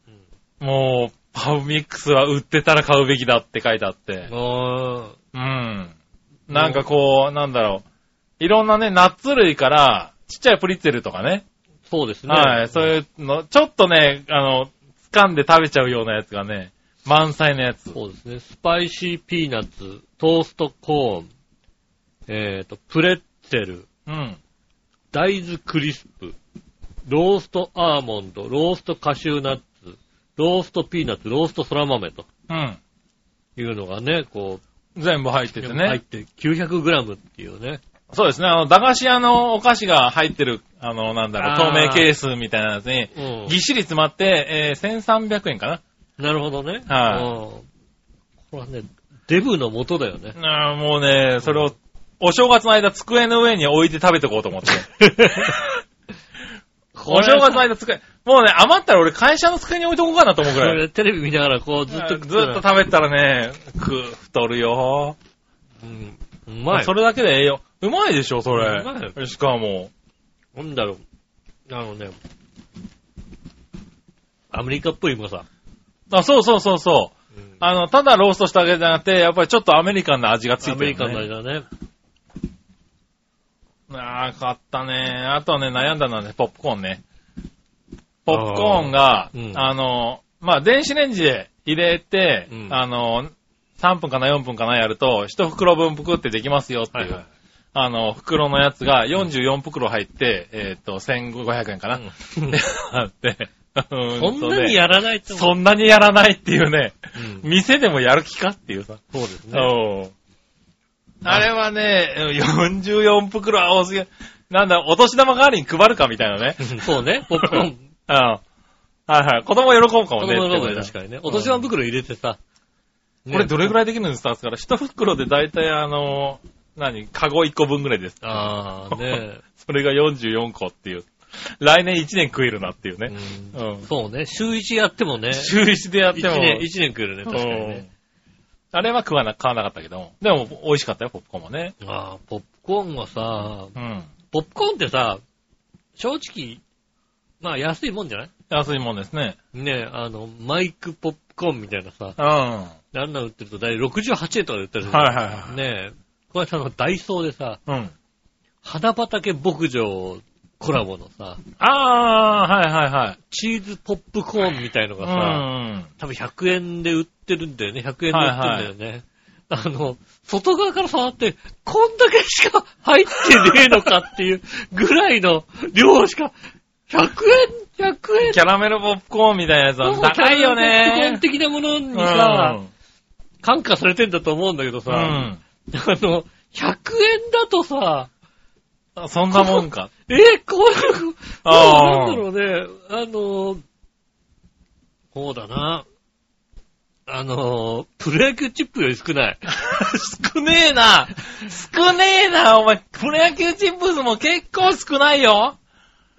[SPEAKER 3] もう、パブミックスは売ってたら買うべきだって書いてあって
[SPEAKER 2] う、ん。あ
[SPEAKER 3] うん。なんかこう、なんだろう。いろんなね、ナッツ類から、ちっちゃいプリッツェルとかね。
[SPEAKER 2] ーそうですね。
[SPEAKER 3] はい、そういうの、ちょっとね、あの、掴んで食べちゃうようなやつがね、満載のやつ。
[SPEAKER 2] そうですね。スパイシーピーナッツ、トーストコーン、えっ、と、プレッツェル、
[SPEAKER 3] うん。
[SPEAKER 2] 大豆クリスプ、ローストアーモンド、ローストカシューナッツ、ローストピーナッツ、ローストそら豆と
[SPEAKER 3] うん。
[SPEAKER 2] いうのがね、こう、
[SPEAKER 3] 全部入ってて
[SPEAKER 2] 入っ
[SPEAKER 3] ね。
[SPEAKER 2] て 900g っていうね。
[SPEAKER 3] そうですね。あの、駄菓子屋のお菓子が入ってる、あの、なんだろう、
[SPEAKER 2] あ
[SPEAKER 3] 透
[SPEAKER 2] ー
[SPEAKER 3] 明ケースみたいなやつに、
[SPEAKER 2] うん
[SPEAKER 3] ぎっしり詰まって、えー、1300円か
[SPEAKER 2] なるほどね。
[SPEAKER 3] はい
[SPEAKER 2] うんこれはね、デブの元だよ ね。
[SPEAKER 3] な。あーもうね、それを、お正月の間机の上に置いて食べてこうと思って。お正月の間机、もうね、余ったら俺会社の机に置いとこうかなと思うぐ
[SPEAKER 2] こ
[SPEAKER 3] らい。
[SPEAKER 2] れテレビ見ながらこうず
[SPEAKER 3] ず
[SPEAKER 2] っ
[SPEAKER 3] っ
[SPEAKER 2] と
[SPEAKER 3] と、
[SPEAKER 2] 食
[SPEAKER 3] ずっと食べてたらね、く、太るよ。
[SPEAKER 2] うん。うまい。
[SPEAKER 3] それだけで栄養。うまいでしょ、それ
[SPEAKER 2] うま。
[SPEAKER 3] しかも。
[SPEAKER 2] なんだろう。あのね、アメリカっぽいもさ。
[SPEAKER 3] あ、そうそうそうそ
[SPEAKER 2] う
[SPEAKER 3] う。
[SPEAKER 2] ん
[SPEAKER 3] あの、ただローストしただけじゃなくて、やっぱりちょっとアメリカンな味がついて
[SPEAKER 2] ア
[SPEAKER 3] る、ね。
[SPEAKER 2] メリカの味だね。
[SPEAKER 3] ああ、買ったね。あとね、悩んだのはね、ポップコーンね。ポップコーンが、あ,、
[SPEAKER 2] あーうん
[SPEAKER 3] の、まあ、電子レンジで入れて、
[SPEAKER 2] うん
[SPEAKER 3] あの、3分かな4分かなやると、1袋分ぷくってできますよっていう、
[SPEAKER 2] はいはい
[SPEAKER 3] あの、袋のやつが44袋入って、えっ、と、1500円かな。 あって、うん
[SPEAKER 2] そんなにやらないと
[SPEAKER 3] そ
[SPEAKER 2] 思う。
[SPEAKER 3] んなにやらないっていうね、
[SPEAKER 2] うん
[SPEAKER 3] 店でもやる気かっていうさ。
[SPEAKER 2] そうですね。
[SPEAKER 3] そう。あれはね、44袋は多すぎる。なんだ、お年玉代わりに配るかみたいなね。
[SPEAKER 2] そうね。ポッ プコーン。
[SPEAKER 3] うん。はいはい。子供喜ぶかも
[SPEAKER 2] 子
[SPEAKER 3] ね。
[SPEAKER 2] 供の
[SPEAKER 3] って
[SPEAKER 2] 頃
[SPEAKER 3] ことで
[SPEAKER 2] 確かにね。お年玉袋入れてさ。
[SPEAKER 3] これどれぐ
[SPEAKER 2] い
[SPEAKER 3] らいできるんですかって言ったら、一袋で大体あの、何、カゴ1個分ぐらいです。
[SPEAKER 2] ああ、 ね
[SPEAKER 3] それが44個っていう。来年1年食えるなっていう
[SPEAKER 2] え。
[SPEAKER 3] ね。
[SPEAKER 2] うん
[SPEAKER 3] うん。
[SPEAKER 2] そうね。週1やってもね。
[SPEAKER 3] 週1でやっても。
[SPEAKER 2] 1年、一年食えるね。確かにね。
[SPEAKER 3] あれは食わな、買わなかったけども。でも、美味しかったよ、ポップコーンもね。
[SPEAKER 2] ああ、ポップコーンはさ、
[SPEAKER 3] うん。
[SPEAKER 2] ポップコーンってさ、正直、まあ安いもんじゃない
[SPEAKER 3] 安いもんですね。
[SPEAKER 2] ねえ、あの、マイクポップコーンみたいなさ、
[SPEAKER 3] うん。は
[SPEAKER 2] あんなの売ってると大体68円とかで売ってる
[SPEAKER 3] い
[SPEAKER 2] じゃん
[SPEAKER 3] はいは
[SPEAKER 2] ねえ、これさ、あのダイソーでさ、
[SPEAKER 3] い。うん。
[SPEAKER 2] 花畑牧場コラボのさ、
[SPEAKER 3] あー、はいはいはい。
[SPEAKER 2] チーズポップコーンみたいの
[SPEAKER 3] う
[SPEAKER 2] がさ、
[SPEAKER 3] ん。
[SPEAKER 2] 多分100円で売ってるんだよね。100円で売ってるんだよね。あの、外側から触って、こんだけしか入ってねえのかっていうぐらいの量しか、100円、100円
[SPEAKER 3] キャラメルポップコーンみたいなやつは高いよ
[SPEAKER 2] 基本
[SPEAKER 3] ね。
[SPEAKER 2] 的なものにさ、感化されてんだと思うんだけど
[SPEAKER 3] う
[SPEAKER 2] さ、
[SPEAKER 3] ん。うん。
[SPEAKER 2] あの、100円だとさ、
[SPEAKER 3] あそんなもんか。
[SPEAKER 2] えー、こういう、
[SPEAKER 3] あ
[SPEAKER 2] な
[SPEAKER 3] ー
[SPEAKER 2] んだろうね、あの、こうだな、あの、プロ野球チップより少 ない。
[SPEAKER 3] 少ねえな。少ねえな、お前。プロ野球チップスも結構少ないよ。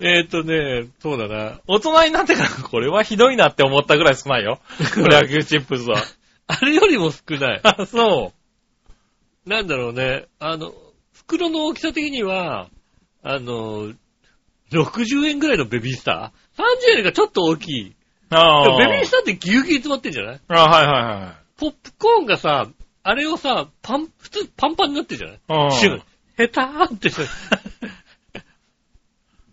[SPEAKER 2] えっ、とね、そうだな。
[SPEAKER 3] 大人になってから、これはひどいなって思ったぐらい少ない よ。プロ野球チップスは。
[SPEAKER 2] あれよりも少ない。
[SPEAKER 3] あ、そう。
[SPEAKER 2] なんだろうね、あの、袋の大きさ的には、あの、60円ぐらいのベビースター ?30 円がちょっと大きい。
[SPEAKER 3] あ
[SPEAKER 2] でも
[SPEAKER 3] あ。
[SPEAKER 2] ベビースターってギュウギュウ詰まってんじゃない
[SPEAKER 3] あは
[SPEAKER 2] ポップコーンがさ、あれをさ、パン、普通パンパンになってるじゃない
[SPEAKER 3] いはいはい。
[SPEAKER 2] シュン。下手ーって さ、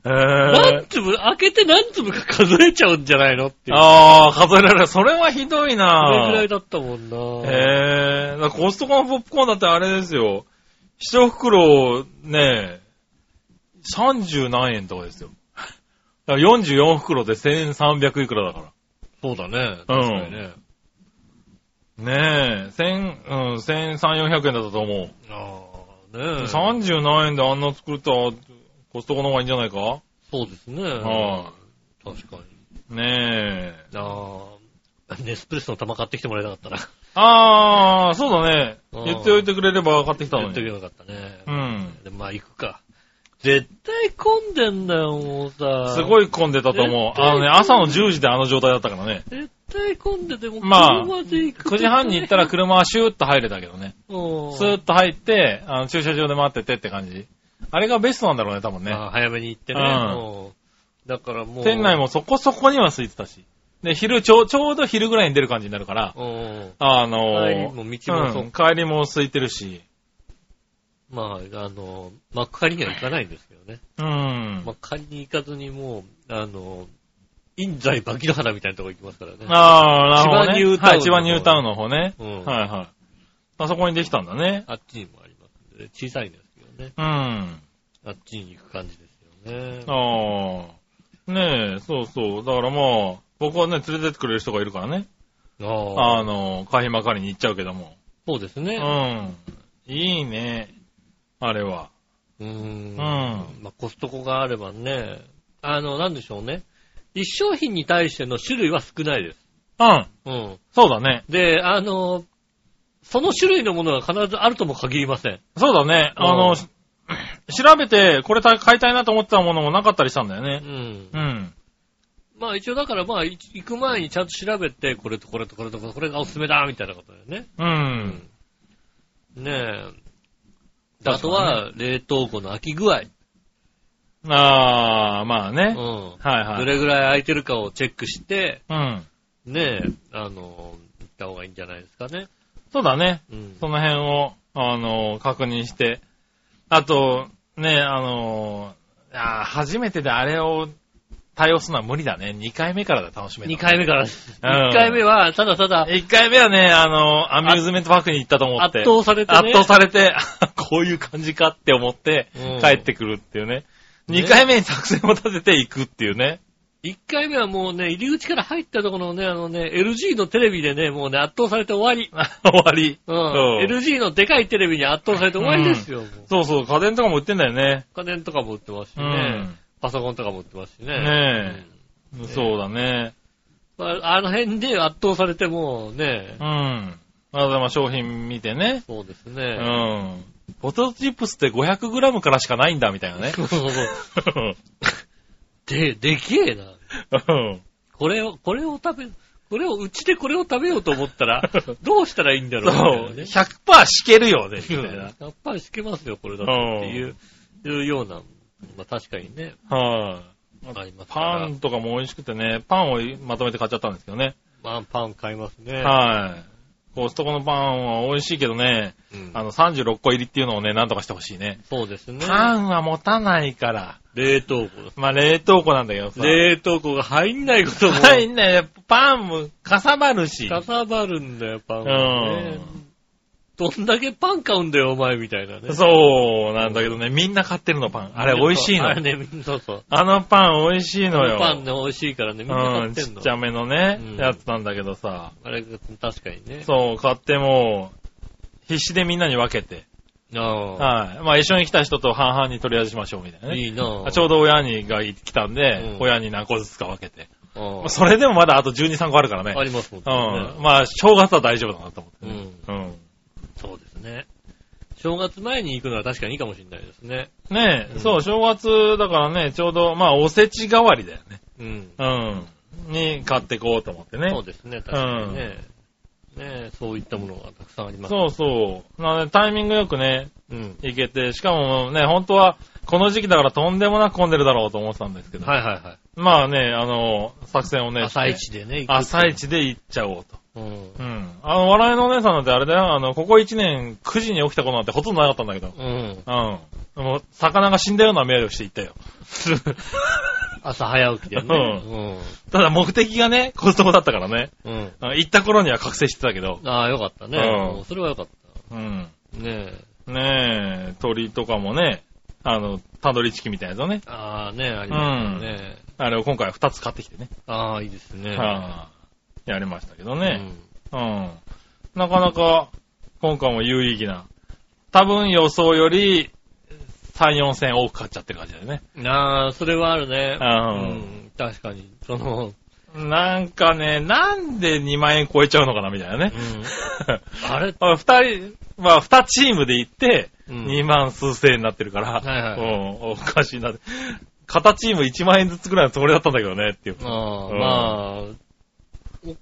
[SPEAKER 3] へ
[SPEAKER 2] 何粒、開けて何粒か数えちゃうんじゃないのって
[SPEAKER 3] え。
[SPEAKER 2] いう。あ
[SPEAKER 3] ああ、数えられる。それはひどい
[SPEAKER 2] それ
[SPEAKER 3] な
[SPEAKER 2] ぐらいだったもんな
[SPEAKER 3] へえ。だからコストコのポップコーンだってあれですよ。一袋、ねえ、30何円とかですよ。だから44袋で1300いくらだか
[SPEAKER 2] そうだね。確
[SPEAKER 3] う
[SPEAKER 2] か
[SPEAKER 3] ん
[SPEAKER 2] にね。
[SPEAKER 3] ら。ねえ、1000、うん、1300、400円だったと思う。
[SPEAKER 2] ああ、ねえ。
[SPEAKER 3] 30何円であんな作ったら、コストコの方がいいんじゃないか
[SPEAKER 2] そうですね。
[SPEAKER 3] は
[SPEAKER 2] 確かに。
[SPEAKER 3] ねえ。
[SPEAKER 2] ああ、ネスプレッソの玉買ってきてもらえなかったな。
[SPEAKER 3] あー、そうだね。
[SPEAKER 2] うん
[SPEAKER 3] 言っておいてくれれば買ってきたの
[SPEAKER 2] 言って
[SPEAKER 3] に。
[SPEAKER 2] けばよかったね。
[SPEAKER 3] うん。
[SPEAKER 2] でまあ行くか。絶対混んでんだよ、もうさ。
[SPEAKER 3] す
[SPEAKER 2] い。
[SPEAKER 3] ごい混んでたと思う。あのね、朝の10時であの状態だったからね。
[SPEAKER 2] 絶対混んでても、
[SPEAKER 3] まあ
[SPEAKER 2] 車で行くと
[SPEAKER 3] 9時半に行ったら車はシューッと入れたけどね。
[SPEAKER 2] うん
[SPEAKER 3] スーッと入って、あの、駐車場で待っててって感じ。あれがベストなんだろうね、多分ね。
[SPEAKER 2] まあ早めに行ってね。
[SPEAKER 3] うん
[SPEAKER 2] うんだからもう。
[SPEAKER 3] 店内もそこそこには空いてたし。で、昼、ちょう、ちょうど昼ぐらいに出る感じになるから、
[SPEAKER 2] うん。
[SPEAKER 3] あの
[SPEAKER 2] 帰りも道もそう
[SPEAKER 3] うん帰りも空いてるし、
[SPEAKER 2] まあ、あの、幕張には行かないんですけどね。
[SPEAKER 3] うん。
[SPEAKER 2] 幕張に行かずにもう、あの、印西牧の原みたいなとこ行きますからね。
[SPEAKER 3] ああ、なるほど、ね。
[SPEAKER 2] 千葉ニュータウンの方
[SPEAKER 3] はい、千葉ニュータウン
[SPEAKER 2] うん
[SPEAKER 3] の方ね。はいはい。あそこにできたんだね。
[SPEAKER 2] あっちにもありますんで、ね、小さいんですけどね。
[SPEAKER 3] うん。あ
[SPEAKER 2] あっちに行く感じですよね。
[SPEAKER 3] あ。ねえ、そうそう。だからまあ、僕ここはね、連れてってくれる人がいるからね。
[SPEAKER 2] ああ。
[SPEAKER 3] あの、カヒマカリに行っちゃうけども。
[SPEAKER 2] そうです
[SPEAKER 3] う
[SPEAKER 2] ね。
[SPEAKER 3] ん。いいね。あれは。
[SPEAKER 2] うーん。
[SPEAKER 3] うん
[SPEAKER 2] まあ、コストコがあればね、あの、なんでしょうね。一商品に対しての種類は少ないです。
[SPEAKER 3] うん。
[SPEAKER 2] うん。
[SPEAKER 3] そうだね。
[SPEAKER 2] で、あの、その種類のものが必ずあるとも限りません。
[SPEAKER 3] そうだね。あ
[SPEAKER 2] う
[SPEAKER 3] の、
[SPEAKER 2] ん
[SPEAKER 3] し調べて、これた買いたいなと思ってたものもなかったりしたんだよ
[SPEAKER 2] う
[SPEAKER 3] ね。
[SPEAKER 2] ん。
[SPEAKER 3] うん。
[SPEAKER 2] まあ一応だからまあい行く前にちゃんと調べて、これとこれとこれとこれこれがおすすめだみたいなことだよね。
[SPEAKER 3] うん。
[SPEAKER 2] ねえ。であとは冷凍庫の空き具合。
[SPEAKER 3] あー、まあ
[SPEAKER 2] う
[SPEAKER 3] ね。
[SPEAKER 2] ん。
[SPEAKER 3] はいは
[SPEAKER 2] ど
[SPEAKER 3] い。
[SPEAKER 2] れぐらい空いてるかをチェックして、
[SPEAKER 3] うん。
[SPEAKER 2] ねえ、あの、行った方がいいんじゃないですかね。
[SPEAKER 3] そうだね。
[SPEAKER 2] うん。
[SPEAKER 3] その辺を、あの、確認して。あと、ね、あの、あー初めてであれを対応するのは無理だね。2回目からだ、楽しめる
[SPEAKER 2] 2
[SPEAKER 3] の。
[SPEAKER 2] 回目からです。
[SPEAKER 3] うん
[SPEAKER 2] 1回目は、ただただ、
[SPEAKER 3] 1回目はね、あの、アミューズメントパークに行ったと思って。
[SPEAKER 2] 圧倒されてね。
[SPEAKER 3] 圧倒されて、 あこういう感じかって思って
[SPEAKER 2] うん
[SPEAKER 3] 帰ってくるっていうね。
[SPEAKER 2] ね
[SPEAKER 3] 二2回目に作戦を立てていくっていうね。
[SPEAKER 2] 1回目はもうね、入り口から入ったところのね、あのね、LG のテレビでね、もうね、圧倒されて終わり。
[SPEAKER 3] 終わり。
[SPEAKER 2] うん。
[SPEAKER 3] うん
[SPEAKER 2] LG のでかいテレビに圧倒されて終わりですよ。もう
[SPEAKER 3] そうそう、家電とかも売ってんだよね。
[SPEAKER 2] 家電とかも売ってますし
[SPEAKER 3] う
[SPEAKER 2] ね。
[SPEAKER 3] ん。
[SPEAKER 2] パソコンとかも売ってますしね。
[SPEAKER 3] ねそうだね。
[SPEAKER 2] うんまあ、あの辺で圧倒されてもうね、
[SPEAKER 3] うん。まずまあ商品見てね。
[SPEAKER 2] そうです
[SPEAKER 3] う
[SPEAKER 2] ね。
[SPEAKER 3] ん。ポテトチップスって 500g からしかないんだみたいなね。
[SPEAKER 2] そうそうそう で、でけえな。
[SPEAKER 3] うん
[SPEAKER 2] これを、これを食べ、これを、うちでこれを食べようと思った ら、どうしたらいいんだ
[SPEAKER 3] そ
[SPEAKER 2] ろう
[SPEAKER 3] う。
[SPEAKER 2] みたいなね。
[SPEAKER 3] 100%敷けるよね、みた
[SPEAKER 2] うん
[SPEAKER 3] いな。
[SPEAKER 2] やっぱりつけますよ、これだとっていう、いうような、まあ確かにね、
[SPEAKER 3] はい、
[SPEAKER 2] ありますから。
[SPEAKER 3] パンとかも美味しくてね、パンをまとめて買っちゃったんですけどね。
[SPEAKER 2] まあパン買いますね。
[SPEAKER 3] はい。コストコのパンは美味しいけどね、
[SPEAKER 2] うん
[SPEAKER 3] あの36個入りっていうのをね、なんとかしてほしいね。
[SPEAKER 2] そうですね。
[SPEAKER 3] パンは持たないから。
[SPEAKER 2] 冷凍庫
[SPEAKER 3] まあ冷凍庫なんだけどさ。
[SPEAKER 2] 冷凍庫が入んないことも、
[SPEAKER 3] はい、ね、パンもかさばるし。
[SPEAKER 2] かさばるんだよ、パンはね。どんだけパン買うんだよ、お前、みたいなね。
[SPEAKER 3] そうなんだけどね、みんな買ってるのパン。あれ美味しいの
[SPEAKER 2] あ。れね、みんなそうそう。
[SPEAKER 3] あのパン美味しいのよ。
[SPEAKER 2] パンね、美味しいからね、みんな買
[SPEAKER 3] う
[SPEAKER 2] っ
[SPEAKER 3] ん、
[SPEAKER 2] て
[SPEAKER 3] ち
[SPEAKER 2] んの。
[SPEAKER 3] っちゃめのね
[SPEAKER 2] うん、
[SPEAKER 3] やつなんだけどさ。
[SPEAKER 2] あれ、確かにね。
[SPEAKER 3] そう、買っても、必死でみんなに分けて。
[SPEAKER 2] あ
[SPEAKER 3] はい。まあ一緒に来た人と半々に取り味しましょうみたいな
[SPEAKER 2] あ、
[SPEAKER 3] ね。
[SPEAKER 2] いいな
[SPEAKER 3] あちょうど親にが来たんで、
[SPEAKER 2] うん
[SPEAKER 3] 親に何個ずつか分けて。
[SPEAKER 2] あ
[SPEAKER 3] まあそれでもまだあと12、3個あるから
[SPEAKER 2] ああ
[SPEAKER 3] ね。
[SPEAKER 2] りますもん
[SPEAKER 3] う
[SPEAKER 2] ね。
[SPEAKER 3] ん。まあ、正月は大丈夫だなと思って、ね。うん。
[SPEAKER 2] そうですね。正月前に行くのは確かにいいかもしれないですね。
[SPEAKER 3] ねえ、
[SPEAKER 2] うん
[SPEAKER 3] そう、正月だからね、ちょうど、まあ、おせち代わりだよね。
[SPEAKER 2] うん。
[SPEAKER 3] うん。に買ってこうと思ってね。
[SPEAKER 2] そうですね、確かにね。ねえそういったものがたくさんあります。
[SPEAKER 3] そうそう。なので、タイミングよくね、
[SPEAKER 2] うん。
[SPEAKER 3] 行けて、しかもね、本当は、この時期だからとんでもなく混んでるだろうと思ってたんですけど。
[SPEAKER 2] はいはいはい。
[SPEAKER 3] まあね、あの、作戦をね。
[SPEAKER 2] 朝
[SPEAKER 3] して。
[SPEAKER 2] 一でね、行く
[SPEAKER 3] 朝。一で行っちゃおうと。
[SPEAKER 2] うん。
[SPEAKER 3] うん。あの、笑いのお姉さんなんてあれだよ。あの、ここ1年9時に起きたことなんてほとんどなかったんだけど。
[SPEAKER 2] うん。
[SPEAKER 3] うん。もう、魚が死んだような目をして行ったよ。
[SPEAKER 2] 朝早起きでね。
[SPEAKER 3] ただ目的がね、コストコだったからね。
[SPEAKER 2] うん。うん。
[SPEAKER 3] あ行った頃には覚醒してたけど。
[SPEAKER 2] ああ、よかったね。
[SPEAKER 3] うん
[SPEAKER 2] うんそれはよかっ
[SPEAKER 3] うん。
[SPEAKER 2] た。ねえ。
[SPEAKER 3] ねえ、鳥とかもね、あの、タンドリーチキンみたいなやつをね。
[SPEAKER 2] ああ、ねえ、ありましたね。
[SPEAKER 3] あれを今回は2つ買ってきてね。
[SPEAKER 2] ああ、いいですね。
[SPEAKER 3] はあ、やりましたけど
[SPEAKER 2] う
[SPEAKER 3] ね。
[SPEAKER 2] ん。
[SPEAKER 3] うん。なかなか、今回も有意義な。多分予想より、3、4千多く買っちゃってる感じだよね。
[SPEAKER 2] ああ、それはあるね。
[SPEAKER 3] うん
[SPEAKER 2] うん。確かに。その、
[SPEAKER 3] なんかね、なんで2万円超えちゃうのかなみたいなね。
[SPEAKER 2] あれ
[SPEAKER 3] あ 二人、まあ、二チームで行って、
[SPEAKER 2] うん
[SPEAKER 3] 2万数千円になってるから、
[SPEAKER 2] はい
[SPEAKER 3] うん、おかしいなって。片チーム1万円ずつぐらいのつもりだったんだけどね、っていう。
[SPEAKER 2] ああ、
[SPEAKER 3] うん
[SPEAKER 2] まあ、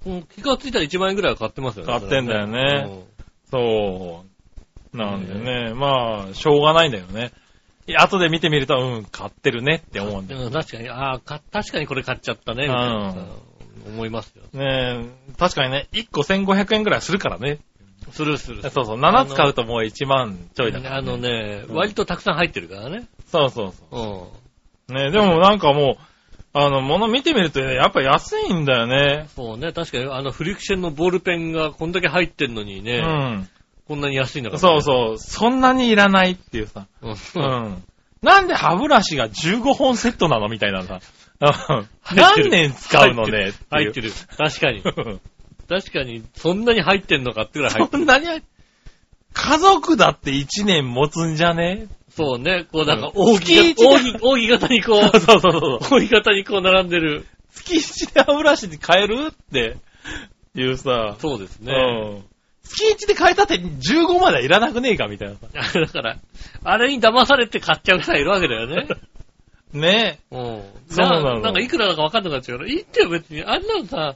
[SPEAKER 2] お気がついたら1万円ぐらいは買ってますよね。
[SPEAKER 3] 買ってんだよね
[SPEAKER 2] それは。
[SPEAKER 3] そう。なんでね、まあ、しょうがないんだよね。いや後で見てみると、うん、買ってるねって思うんだ
[SPEAKER 2] で
[SPEAKER 3] よ。
[SPEAKER 2] も確かに、ああ、か確かにこれ買っちゃったね、みたいなさ思いますよ。
[SPEAKER 3] ねえ、確かにね、1個1500円ぐらいするからね。
[SPEAKER 2] するする。
[SPEAKER 3] そうそう、7つ買うともう1万ちょいだから、
[SPEAKER 2] あのね、
[SPEAKER 3] うん
[SPEAKER 2] 割とたくさん入ってるからね。
[SPEAKER 3] そうそうそ
[SPEAKER 2] うん。
[SPEAKER 3] う。ねえでもなんかもう、あの、物見てみるとね、やっぱ安いんだよね。
[SPEAKER 2] そうね、確かにあのフリクションのボールペンがこんだけ入ってんのに
[SPEAKER 3] う
[SPEAKER 2] ね、
[SPEAKER 3] ん。
[SPEAKER 2] こんなに安いんだから、
[SPEAKER 3] そうそう。そんなにいらないっていうさ。
[SPEAKER 2] うん。
[SPEAKER 3] うん。なんで歯ブラシが15本セットなのみた いなさ。うん
[SPEAKER 2] 入ってる
[SPEAKER 3] 何年使うのね
[SPEAKER 2] 入って
[SPEAKER 3] る。
[SPEAKER 2] る。確かに。
[SPEAKER 3] うん
[SPEAKER 2] 確かに、そんなに入ってんのかってぐらい入って
[SPEAKER 3] そ
[SPEAKER 2] る。
[SPEAKER 3] んなに入っ家族だって1年持つんじゃね
[SPEAKER 2] そうね。こうなんか、
[SPEAKER 3] うん
[SPEAKER 2] 扇形、
[SPEAKER 3] 月一
[SPEAKER 2] 扇 扇形にこう、
[SPEAKER 3] そうそうそうそう。
[SPEAKER 2] 扇形にこう並んでる。
[SPEAKER 3] 月1で歯ブラシで変えるっていうさ。
[SPEAKER 2] そうですね。
[SPEAKER 3] うん月1で変えたって15まではいらなくねえかみたいなさ。
[SPEAKER 2] あ れだから、あれに騙されて買っちゃう人がいるわけだよね。
[SPEAKER 3] ね
[SPEAKER 2] うん。
[SPEAKER 3] そうなの
[SPEAKER 2] なんかいくらだかわかんなくなっちゃうから、いいってよ別に。あんなのさ、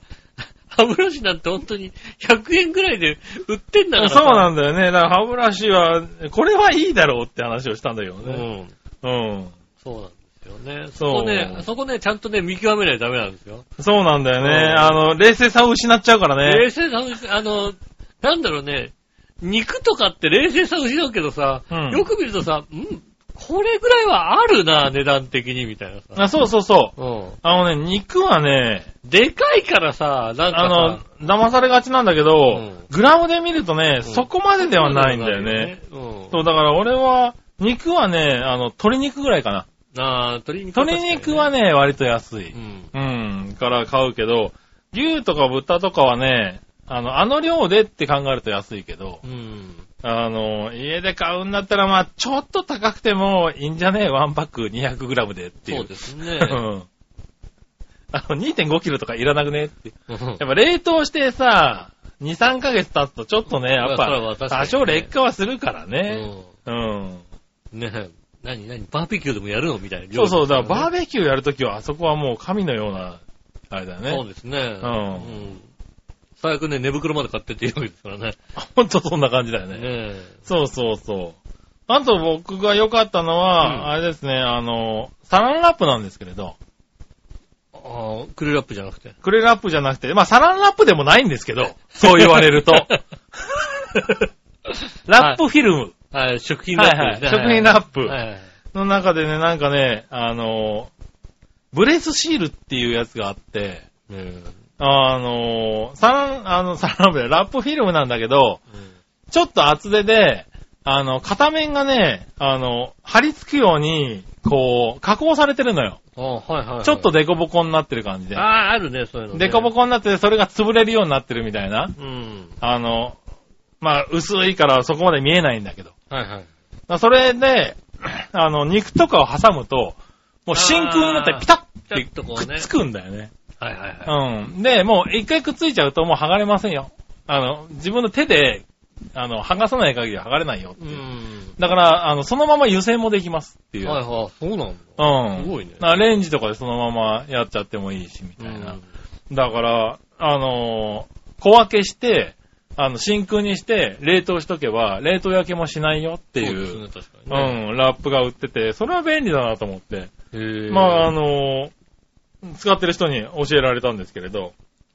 [SPEAKER 2] 歯ブラシなんて本当に100円ぐらいで売ってんだからさ。
[SPEAKER 3] そうなんだよね。だから歯ブラシは、これはいいだろうって話をしたんだけど
[SPEAKER 2] う
[SPEAKER 3] ね。
[SPEAKER 2] ん。
[SPEAKER 3] うん。
[SPEAKER 2] そうなんですよね。そ
[SPEAKER 3] そう
[SPEAKER 2] こね、そこね、ちゃんとね、見極めないとダメなんですよ。
[SPEAKER 3] そうなんだよね。
[SPEAKER 2] うん
[SPEAKER 3] あの、冷静さを失っちゃうからね
[SPEAKER 2] 冷。静さを失、あの、なんだろうね、肉とかって冷静さを失うけどさ、
[SPEAKER 3] うん
[SPEAKER 2] よく見るとさ、うん、これぐらいはあるな、値段的に、みたいなさ。
[SPEAKER 3] あそうそうそう。
[SPEAKER 2] うん。
[SPEAKER 3] あのね、肉はね、
[SPEAKER 2] でかいからさ、なんかさ
[SPEAKER 3] あの、騙されがちなんだけど、
[SPEAKER 2] うん
[SPEAKER 3] グラムで見るとね、そこまでではないんだよね。。
[SPEAKER 2] うん。
[SPEAKER 3] そう、だから俺は、肉はね、あの、鶏肉ぐらいかな。
[SPEAKER 2] ああ、鶏肉、
[SPEAKER 3] 鶏肉は
[SPEAKER 2] ね、
[SPEAKER 3] ね、割と安い。
[SPEAKER 2] うん。
[SPEAKER 3] うん、から買うけど、牛とか豚とかはね、あの、あの量でって考えると安いけど
[SPEAKER 2] う、ん。
[SPEAKER 3] あの、家で買うんだったら、まあちょっと高くてもいいんじゃねえワンパック 200g でって いう。
[SPEAKER 2] そうですね。
[SPEAKER 3] うん。あの、2.5キロとかいらなくねって。
[SPEAKER 2] うん
[SPEAKER 3] やっぱ冷凍してさ、2、3ヶ月経つとちょっとね、やっ
[SPEAKER 2] まあそれは
[SPEAKER 3] ぱ、
[SPEAKER 2] 確かにね
[SPEAKER 3] 多少劣化はするからね。うん。
[SPEAKER 2] うんねえ。何何バーベキューでもやるのみたいな。
[SPEAKER 3] そうそう、だからバー
[SPEAKER 2] ベ
[SPEAKER 3] ベキューやるときはあそこはもう神のような、あれだよね。
[SPEAKER 2] そうですね。
[SPEAKER 3] うん
[SPEAKER 2] ん最悪ね、寝袋まで買ってって言うわけですからね。
[SPEAKER 3] ほんとそんな感じだよ
[SPEAKER 2] ね
[SPEAKER 3] ね。
[SPEAKER 2] え。
[SPEAKER 3] そうそうそう。あと僕が良かったのは、
[SPEAKER 2] うん
[SPEAKER 3] あれですね、あの、サランラップなんですけれど、
[SPEAKER 2] ああ、クルーラップじゃなくて。
[SPEAKER 3] クレラップじゃなくて、まあサランラップでもないんです けど、そう言われると。ラップフィルム
[SPEAKER 2] はい、食品ラップですね。
[SPEAKER 3] はいはい食品ラップ
[SPEAKER 2] はいはい
[SPEAKER 3] の中でね、なんかね、あの、ブレスシールっていうやつがあって、
[SPEAKER 2] うん
[SPEAKER 3] あの、サラン、あの、サランラップでラップフィルムなんだけど、ちょっと厚手で、あの、片面がね、あの、貼り付くように、こう、加工されてるのよ。
[SPEAKER 2] ああはいはいはい。
[SPEAKER 3] ちょっとデコボコになってる感じで
[SPEAKER 2] あ。あ、あるね、そういうのね。
[SPEAKER 3] デコボコになってて、それが潰れるようになってるみたいな。
[SPEAKER 2] うん。
[SPEAKER 3] あの、まあ、薄いからそこまで見えないんだけど。
[SPEAKER 2] はいはい。
[SPEAKER 3] まあそれで、あの、肉とかを挟むと、もう真空になってピタッて
[SPEAKER 2] ピタッとこ
[SPEAKER 3] く
[SPEAKER 2] うね
[SPEAKER 3] っつくんだよね。
[SPEAKER 2] はいはいはい。
[SPEAKER 3] うん。で、もう一回くっついちゃうともう剥がれませんよ。あの、自分の手で、あの、剥がさない限りは剥がれないよって
[SPEAKER 2] う
[SPEAKER 3] いう。
[SPEAKER 2] ん。
[SPEAKER 3] だから、あの、そのまま湯煎もできますっていう。
[SPEAKER 2] はいはい、そうなんだ。
[SPEAKER 3] うん。
[SPEAKER 2] すごいね
[SPEAKER 3] なレンジとかでそのままやっちゃってもいいし、みたいな。だから、あのー小分けして、あの、真空にして、冷凍しとけば、冷凍焼けもしないよってい、
[SPEAKER 2] そううですね、確
[SPEAKER 3] う
[SPEAKER 2] かにね。
[SPEAKER 3] ん、ラップが売ってて、それは便利だなと思って、
[SPEAKER 2] へー
[SPEAKER 3] まあ、あのー使ってる人に教えられたんですけれど、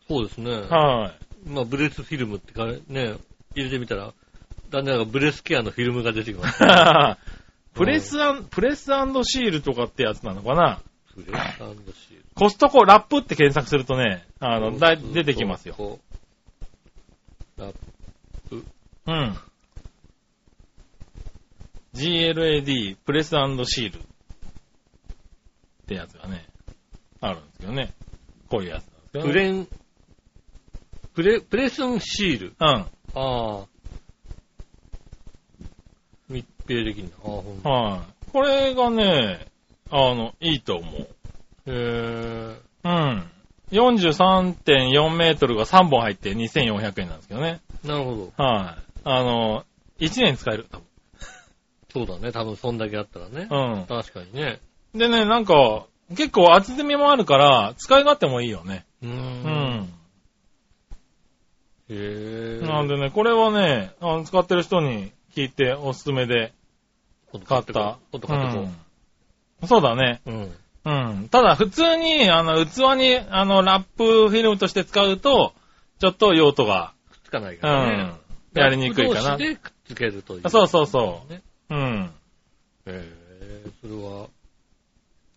[SPEAKER 2] そうですね。
[SPEAKER 3] はい。
[SPEAKER 2] まあ、ブレスフィルムってかね、入れてみたら、だんだんなんかブレスケアのフィルムが出てき ます。
[SPEAKER 3] プレスアン、プレスシールとかってやつなのかな
[SPEAKER 2] ブレスアンドシール。
[SPEAKER 3] コストコラップって検索するとね、あの、だい
[SPEAKER 2] そう
[SPEAKER 3] 出てきますよ。
[SPEAKER 2] こうラッ
[SPEAKER 3] うん。GLAD、プレスシールってやつがね、あるんですけどね。こういうやつなんですけど、
[SPEAKER 2] プ
[SPEAKER 3] ね。
[SPEAKER 2] レン、プレ、プレスンシール。
[SPEAKER 3] うん。
[SPEAKER 2] ああ。密閉できるんだ。ああ、ほんと。
[SPEAKER 3] はい。これがね、あの、いいと思う。
[SPEAKER 2] へえ。
[SPEAKER 3] うん。43.4メートルが3本入って2400円なんですけどね。
[SPEAKER 2] なるほど。
[SPEAKER 3] はい。あの、1年使える。多
[SPEAKER 2] そうだね。多分そんだけあったらね。
[SPEAKER 3] 分
[SPEAKER 2] 確かにね。
[SPEAKER 3] うん。でね、なんか、結構厚みもあるから、使い勝手もいいよね。
[SPEAKER 2] うー。
[SPEAKER 3] うんん
[SPEAKER 2] へえ。
[SPEAKER 3] なんでね、これはね、あの使ってる人に聞いておすすめで
[SPEAKER 2] 今度
[SPEAKER 3] 買
[SPEAKER 2] 買
[SPEAKER 3] っ
[SPEAKER 2] ってこう
[SPEAKER 3] た。
[SPEAKER 2] 今度買ってこ
[SPEAKER 3] うんそうだね。
[SPEAKER 2] う。うん。
[SPEAKER 3] うん。ただ普通に、あの、器に、あの、ラップフィルムとして使うと、ちょっと用途が、
[SPEAKER 2] くっつかないか
[SPEAKER 3] う
[SPEAKER 2] らね。
[SPEAKER 3] ん。やりにくいか
[SPEAKER 2] ラッ
[SPEAKER 3] な
[SPEAKER 2] プ同。士でくっつけるという。
[SPEAKER 3] そうそうそう
[SPEAKER 2] ね。
[SPEAKER 3] うん。
[SPEAKER 2] えー、それは、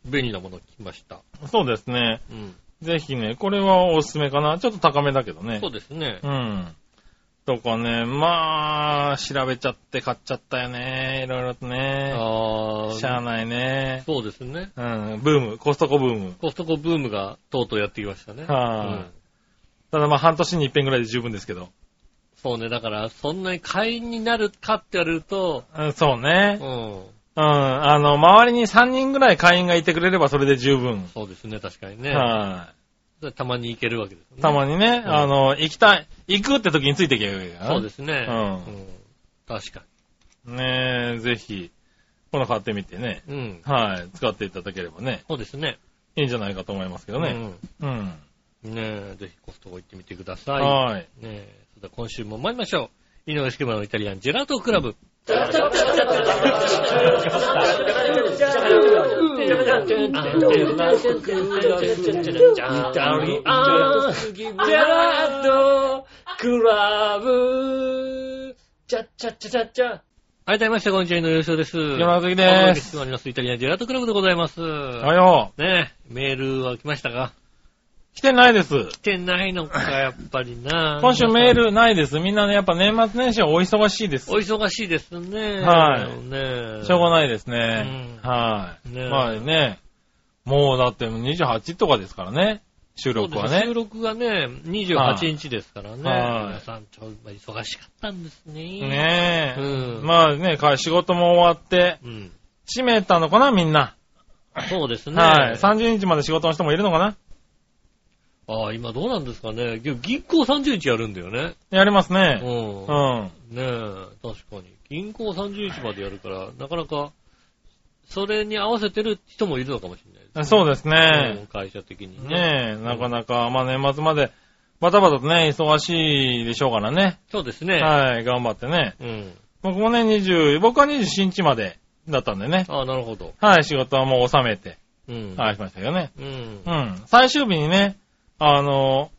[SPEAKER 2] 便利なものを聞きました。
[SPEAKER 3] そうですね。
[SPEAKER 2] うん。
[SPEAKER 3] ぜひね、これはおすすめかな。ちょっと高めだけどね
[SPEAKER 2] そう。ですね
[SPEAKER 3] う。ん。とかね、まあ、調べちゃって買っちゃったよね。いろいろとね。
[SPEAKER 2] あ
[SPEAKER 3] しゃあ
[SPEAKER 2] あ、
[SPEAKER 3] ないね。
[SPEAKER 2] そうですね。
[SPEAKER 3] うん、ブーム、コストコブーム。
[SPEAKER 2] コストコブームがとうとうやってきましたね。
[SPEAKER 3] はい
[SPEAKER 2] うん
[SPEAKER 3] ただまあ半年に一遍ぐらいで十分ですけど。
[SPEAKER 2] そうね、だから、そんなに会員になるかって言われると、
[SPEAKER 3] うん、そう
[SPEAKER 2] う
[SPEAKER 3] ね。
[SPEAKER 2] ん、
[SPEAKER 3] うん、あの、周りに3人ぐらい会員がいてくれればそれで十分。
[SPEAKER 2] そうですね、確かにね。
[SPEAKER 3] は
[SPEAKER 2] たまに行けるわけです、
[SPEAKER 3] い。
[SPEAKER 2] ね。
[SPEAKER 3] たまにね、
[SPEAKER 2] うん
[SPEAKER 3] あの、行きたい、行くって時についていけばいいから。
[SPEAKER 2] そうですね。
[SPEAKER 3] うん
[SPEAKER 2] 確か
[SPEAKER 3] ねえ、ぜひ、この買ってみてね。
[SPEAKER 2] に。うん。
[SPEAKER 3] はい。使っていただければね、
[SPEAKER 2] そうですね。
[SPEAKER 3] いいんじゃないかと思いますけどね。
[SPEAKER 2] う
[SPEAKER 3] うん。
[SPEAKER 2] ん。ねえ、ぜひコストコ行ってみてください。
[SPEAKER 3] はい。
[SPEAKER 2] ねえ、それでは今週も参りましょう。井上式場のイタリアンジェラートクラブ。はい、どうもみなさんこんにちは、井上洋です。
[SPEAKER 3] 山崎
[SPEAKER 2] お届
[SPEAKER 3] で
[SPEAKER 2] けし
[SPEAKER 3] す。
[SPEAKER 2] ております。イタリアンジェラートクラブでございます。
[SPEAKER 3] はよ
[SPEAKER 2] ねえ、メールは来ましたか
[SPEAKER 3] う。来てないです。
[SPEAKER 2] 来てないのか、やっぱりな。
[SPEAKER 3] 今週メールないです。みんなね、やっぱ年末年始はお忙しいです。
[SPEAKER 2] お忙しいですね。
[SPEAKER 3] はい
[SPEAKER 2] ねえ
[SPEAKER 3] しょうがないですね。
[SPEAKER 2] う
[SPEAKER 3] はい。
[SPEAKER 2] ねえ
[SPEAKER 3] まあね、もうだって28とかですからね、収
[SPEAKER 2] そう
[SPEAKER 3] 録
[SPEAKER 2] です
[SPEAKER 3] は
[SPEAKER 2] ね。収
[SPEAKER 3] ね。
[SPEAKER 2] 録がね、28日ですからね。
[SPEAKER 3] はい
[SPEAKER 2] 皆さん、ちょっと忙しかったんですね。
[SPEAKER 3] ねえ。
[SPEAKER 2] うん
[SPEAKER 3] まあね、か仕事も終わって、
[SPEAKER 2] うん。
[SPEAKER 3] 閉めたのかな、みんな。
[SPEAKER 2] そうですね。
[SPEAKER 3] はい。30日まで仕事の人もいるのかな
[SPEAKER 2] ああ、今どうなんですかね。でも銀行30日やるんだよね。
[SPEAKER 3] やります
[SPEAKER 2] う。
[SPEAKER 3] ね。うんん。
[SPEAKER 2] ねえ、確かに。銀行30日までやるから、なかなか、それに合わせてる人もいるのかもしれないです
[SPEAKER 3] そうです
[SPEAKER 2] う
[SPEAKER 3] ね
[SPEAKER 2] ん。会社的にね。
[SPEAKER 3] ねえ、なかなか、まあ年末まで、バタバタとね、忙しいでしょうからね。
[SPEAKER 2] そうですね。
[SPEAKER 3] はい、頑張ってね。
[SPEAKER 2] うん。
[SPEAKER 3] 僕もね、20、僕は27日までだったんでね。
[SPEAKER 2] ああ、なるほど。
[SPEAKER 3] はい、仕事はもう収めて、
[SPEAKER 2] うん。
[SPEAKER 3] はい、しましたけどね。
[SPEAKER 2] うん
[SPEAKER 3] う。ん。最終日にね、あの、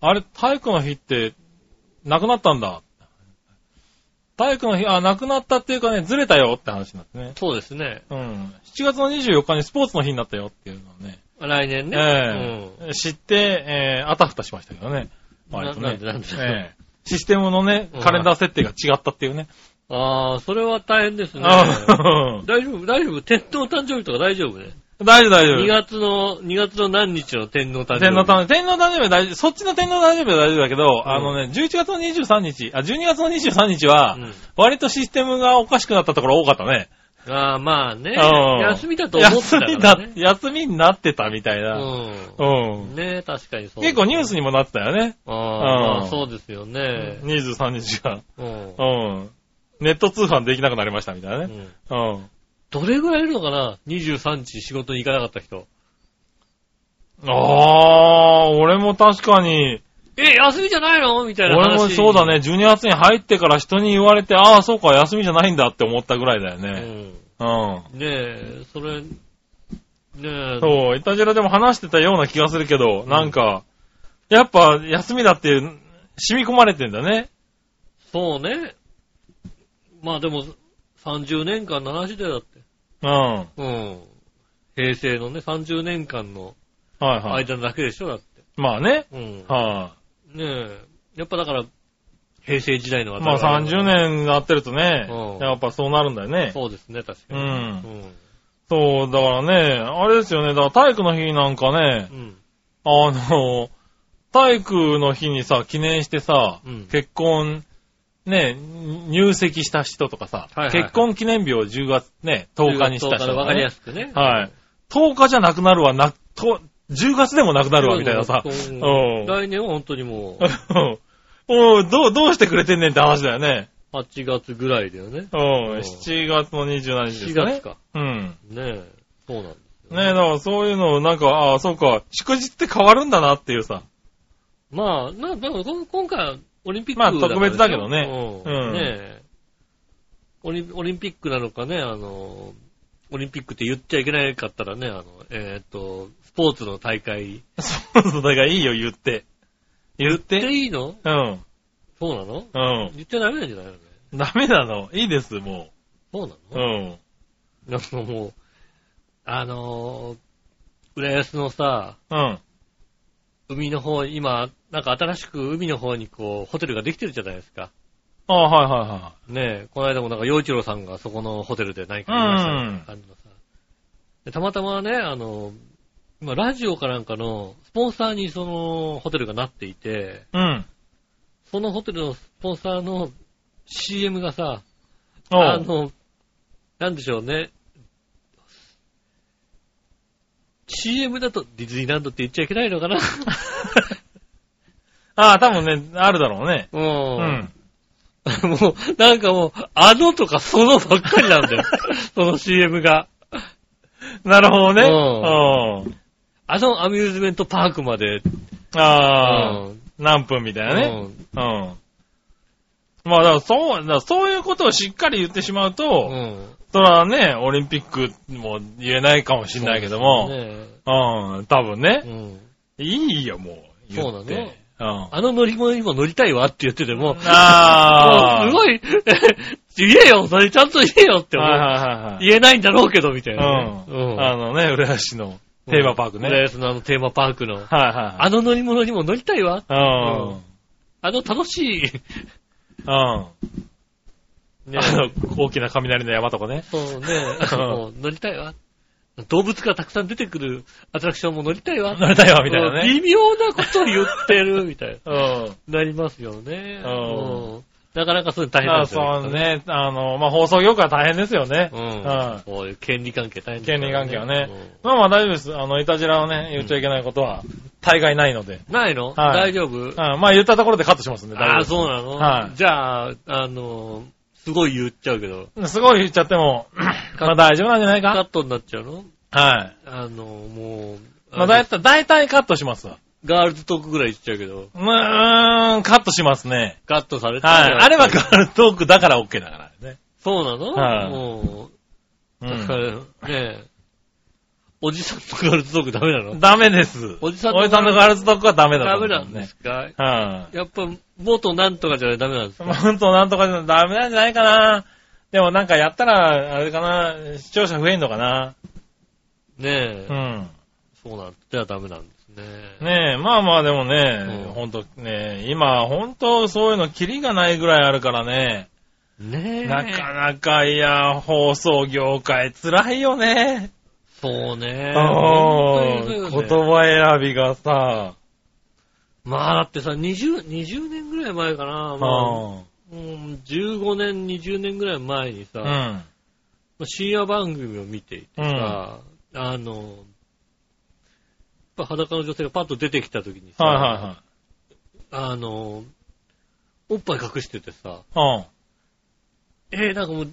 [SPEAKER 3] あれ、体育の日って、なくなったんだ。体育の日、あ、なくなったっていうかね、ずれたよって話になってね。
[SPEAKER 2] そうですね。
[SPEAKER 3] うん。7月の24日にスポーツの日になったよっていうのをね、
[SPEAKER 2] 来年ね。
[SPEAKER 3] ええ知って、えーあたふたしましたけどね。割とね
[SPEAKER 2] なんでなんで
[SPEAKER 3] ええシステムのね
[SPEAKER 2] うん、
[SPEAKER 3] カレンダー設定が違ったっていうね。
[SPEAKER 2] うん。ああ、それは大変 ですね。
[SPEAKER 3] あ
[SPEAKER 2] 大丈夫、大丈夫。天皇誕生日とか大丈夫ね。
[SPEAKER 3] 大丈夫、大丈
[SPEAKER 2] 2
[SPEAKER 3] 夫。
[SPEAKER 2] 月の、2月の何日の天皇誕生日。
[SPEAKER 3] 天皇誕生日、天皇誕生日は大丈夫、そっちの天皇誕生日は大丈夫だけど、あのね、11月の23日、あ、12月の23日は、
[SPEAKER 2] うん
[SPEAKER 3] 割とシステムがおかしくなったところ多かったね。
[SPEAKER 2] ああ、まあね。
[SPEAKER 3] うん
[SPEAKER 2] 休みだと思ってたからね
[SPEAKER 3] 休み。だ、休みになってたみたいな。う
[SPEAKER 2] うん。
[SPEAKER 3] ん。
[SPEAKER 2] ね確かにそう。
[SPEAKER 3] 結構ニュースにもなってたよね。
[SPEAKER 2] あー
[SPEAKER 3] うん
[SPEAKER 2] まあ、そうですよね。
[SPEAKER 3] 23日が。
[SPEAKER 2] うん。
[SPEAKER 3] うん。ネット通販できなくなりましたみたいな
[SPEAKER 2] うん
[SPEAKER 3] ね。うん。
[SPEAKER 2] どれぐらいいるのかな ?23 日仕事に行かなかった人。
[SPEAKER 3] ああ、俺も確かに、
[SPEAKER 2] え、休みじゃないのみたいな話。
[SPEAKER 3] 俺もそうだ。ね、12月に入ってから人に言われて、ああ、そうか、休みじゃないんだって思ったぐらいだよ
[SPEAKER 2] う
[SPEAKER 3] ね。
[SPEAKER 2] ん。
[SPEAKER 3] うん。
[SPEAKER 2] ねえ、それ、ねえ、
[SPEAKER 3] そう、イタジラでも話してたような気がするけど、なんか、やっぱ休みだっていう、染み込まれてんだね。
[SPEAKER 2] そうね。まあでも、30年間の話だよ、だって。
[SPEAKER 3] うん。は
[SPEAKER 2] うん。平成のね、30年間の
[SPEAKER 3] いはい。
[SPEAKER 2] 間だけでしょ、だって。
[SPEAKER 3] まあね。
[SPEAKER 2] うん。
[SPEAKER 3] は
[SPEAKER 2] ねえ。やっぱだから、平成時代の
[SPEAKER 3] い。
[SPEAKER 2] 話
[SPEAKER 3] まあ30。年なってるとね
[SPEAKER 2] うん、
[SPEAKER 3] やっぱそうなるんだよね。
[SPEAKER 2] そうですね、確か
[SPEAKER 3] う
[SPEAKER 2] に。
[SPEAKER 3] ん。
[SPEAKER 2] うん。
[SPEAKER 3] そう、だからね、あれですよね、だから体育の日なんかね
[SPEAKER 2] う、ん。
[SPEAKER 3] あの、体育の日にさ、記念してさ、
[SPEAKER 2] うん
[SPEAKER 3] 結婚、ね、入籍した人とかさ、
[SPEAKER 2] はいはいはい
[SPEAKER 3] 結婚記念日を10月ね、10日にした人
[SPEAKER 2] 10日で
[SPEAKER 3] と
[SPEAKER 2] わ
[SPEAKER 3] か、
[SPEAKER 2] かりや
[SPEAKER 3] ね。
[SPEAKER 2] すくね。
[SPEAKER 3] はい。10日じゃなくなるわ、な、と、10月でもなくなるわ、みたいなさ。
[SPEAKER 2] う
[SPEAKER 3] うんん。
[SPEAKER 2] 来年は本当にも
[SPEAKER 3] おうどう、どうしてくれてんねんって話だよね。
[SPEAKER 2] う、8月ぐらいだよね。
[SPEAKER 3] うん。7月の27
[SPEAKER 2] 4
[SPEAKER 3] 日ですかね
[SPEAKER 2] 月。か。
[SPEAKER 3] うん。
[SPEAKER 2] ねえ。そうなんですよ
[SPEAKER 3] ねえ、だからそういうのを、なんか、ああ、そうか、祝日って変わるんだなっていうさ。
[SPEAKER 2] まあ、な、でもこ今回はオリンピック
[SPEAKER 3] まあ特別だけどね
[SPEAKER 2] う。
[SPEAKER 3] うんん
[SPEAKER 2] ねえオリン。オリンピックなのかね、あの、オリンピックって言っちゃいけないかったらね、あの、えーっ、と、スポーツの大会。
[SPEAKER 3] そうそう、だからいいよ、言って。言っ
[SPEAKER 2] で
[SPEAKER 3] て。
[SPEAKER 2] いいの
[SPEAKER 3] うん。
[SPEAKER 2] そうなの
[SPEAKER 3] うん。
[SPEAKER 2] 言っちゃダメなんじゃないのね。
[SPEAKER 3] ダメなの。いいです、も
[SPEAKER 2] そうな
[SPEAKER 3] う。う
[SPEAKER 2] の、
[SPEAKER 3] ん。
[SPEAKER 2] なんかもう、あのー、浦安のさ、
[SPEAKER 3] うん。
[SPEAKER 2] 海の方、今、なんか新しく海の方にこう、ホテルができてるじゃないですか。
[SPEAKER 3] ああ、はいはいは
[SPEAKER 2] ねえ、この間もなんか、洋一郎さんがそこのホテルで何かやりましたみたいな感じのさ。でたまたまね、あの、今、ラジオかなんかの、スポンサーにその、ホテルがなっていて、
[SPEAKER 3] い。うん。
[SPEAKER 2] そのホテルのスポンサーの CM がさ、
[SPEAKER 3] お
[SPEAKER 2] あ
[SPEAKER 3] う
[SPEAKER 2] の、なんでしょうね。CM だとディズニーランドって言っちゃいけないの かな
[SPEAKER 3] ああ、多分ね、あるだろうね。
[SPEAKER 2] う。
[SPEAKER 3] うんん。
[SPEAKER 2] もう、なんかもう、あのとかそのばっかりなんだよ。その CM が。
[SPEAKER 3] なるほどね。
[SPEAKER 2] う
[SPEAKER 3] うん。
[SPEAKER 2] あのアミューズメントパークまで。
[SPEAKER 3] ああ、
[SPEAKER 2] うん
[SPEAKER 3] 何分みたいなね。うん。まあ、だからそう、だからそういうことをしっかり言ってしまう
[SPEAKER 2] う
[SPEAKER 3] と、
[SPEAKER 2] ん。
[SPEAKER 3] それはね、オリンピックも言えないかもしれないけども、
[SPEAKER 2] ね
[SPEAKER 3] うん、多分ね
[SPEAKER 2] え、うん
[SPEAKER 3] いいよ、もう。言って
[SPEAKER 2] そうなの。
[SPEAKER 3] うん。
[SPEAKER 2] あの乗り物にも乗りたいわって言ってても、
[SPEAKER 3] あ
[SPEAKER 2] も
[SPEAKER 3] あ。
[SPEAKER 2] うすごい、 言えよ、それちゃんと言えよって思う。
[SPEAKER 3] はいはいはいはい。
[SPEAKER 2] 言えないんだろうけど、みたいなね。
[SPEAKER 3] うん。あのね、浦安市のテーマパークね。
[SPEAKER 2] 浦安のあのテーマパークの。
[SPEAKER 3] はいはいはい。
[SPEAKER 2] あの乗り物にも乗りたいわ。
[SPEAKER 3] うん。
[SPEAKER 2] うんあの楽しい。
[SPEAKER 3] うん。
[SPEAKER 2] ね
[SPEAKER 3] あの、大きな雷の山とかね。
[SPEAKER 2] そうね。もう乗りたいわ。動物がたくさん出てくるアトラクションも乗りたいわ。
[SPEAKER 3] 乗れたよ、みたいな
[SPEAKER 2] うん
[SPEAKER 3] ね。
[SPEAKER 2] 微妙なことを言って る、みたい
[SPEAKER 3] うん。
[SPEAKER 2] な。なりますよね。
[SPEAKER 3] うん
[SPEAKER 2] うんなかなかそういうの大変なん
[SPEAKER 3] あ
[SPEAKER 2] ですよ。
[SPEAKER 3] そう。ね、あの、まあ、放送業界は大変ですよね。
[SPEAKER 2] う
[SPEAKER 3] うん
[SPEAKER 2] ん。そういう権利関係大変です
[SPEAKER 3] 権利関係はね
[SPEAKER 2] うん。
[SPEAKER 3] まあまあ大丈夫です。あの、いたじらをね、言っちゃいけないことは、大概ないので。
[SPEAKER 2] ないの
[SPEAKER 3] は
[SPEAKER 2] 大
[SPEAKER 3] い
[SPEAKER 2] 丈夫
[SPEAKER 3] うんまあ言ったところでカットしますんで、大
[SPEAKER 2] ああ、
[SPEAKER 3] 丈
[SPEAKER 2] そうなの
[SPEAKER 3] はい
[SPEAKER 2] じゃあ、あの、すごい言っちゃうけど、
[SPEAKER 3] 夫。すごい言っちゃっても、まあ大丈夫なんじゃない
[SPEAKER 2] カ
[SPEAKER 3] か
[SPEAKER 2] ットになっちゃうの
[SPEAKER 3] はい。
[SPEAKER 2] あの、もう、
[SPEAKER 3] まあ
[SPEAKER 2] あの
[SPEAKER 3] 大体、大体カットしますわ。
[SPEAKER 2] ガールズトークぐらい言っちゃうけど、
[SPEAKER 3] うーん、カットしますね。
[SPEAKER 2] カットされて
[SPEAKER 3] はい。あれは
[SPEAKER 2] か
[SPEAKER 3] ガールトークだから OK だからね。
[SPEAKER 2] そうなの、
[SPEAKER 3] はい
[SPEAKER 2] もう、
[SPEAKER 3] う
[SPEAKER 2] だか
[SPEAKER 3] ん。
[SPEAKER 2] ら、ねえ、おじさんとガールズトークダメなの
[SPEAKER 3] ダメです。
[SPEAKER 2] おじさんと
[SPEAKER 3] おじさんのガールズトークはダメだ
[SPEAKER 2] ダ
[SPEAKER 3] と思
[SPEAKER 2] メ
[SPEAKER 3] う
[SPEAKER 2] なん
[SPEAKER 3] ね
[SPEAKER 2] ですか
[SPEAKER 3] はい。
[SPEAKER 2] やっぱ、元なんとかじゃダメなんですか
[SPEAKER 3] まあほんとなんとかじゃダメなんじゃないかな。でもなんかやったら、あれかな、視聴者増えんのかな。
[SPEAKER 2] ねえ、
[SPEAKER 3] うん。
[SPEAKER 2] そうなんじゃあダメなんですね。
[SPEAKER 3] ねえ、まあまあでもね
[SPEAKER 2] うん、
[SPEAKER 3] ほんとね、今ほんとそういうのキリがないぐらいあるからね。
[SPEAKER 2] ねえ。
[SPEAKER 3] なかなか、いや、放送業界辛いよね。
[SPEAKER 2] そうね。
[SPEAKER 3] うん
[SPEAKER 2] 本当に
[SPEAKER 3] 言
[SPEAKER 2] そうよね
[SPEAKER 3] 葉選びがさ、
[SPEAKER 2] まあだってさ、20、20年ぐらい前かな。まあ、
[SPEAKER 3] う
[SPEAKER 2] うん、15年、20年ぐらい前にさ、
[SPEAKER 3] ん。
[SPEAKER 2] 深夜番組を見ていてさ、あの、やっぱ裸の女性がパッと出てきた時にさ、
[SPEAKER 3] はいは
[SPEAKER 2] あの、おっぱい隠しててさ、
[SPEAKER 3] いはい。
[SPEAKER 2] えー、なんかもう、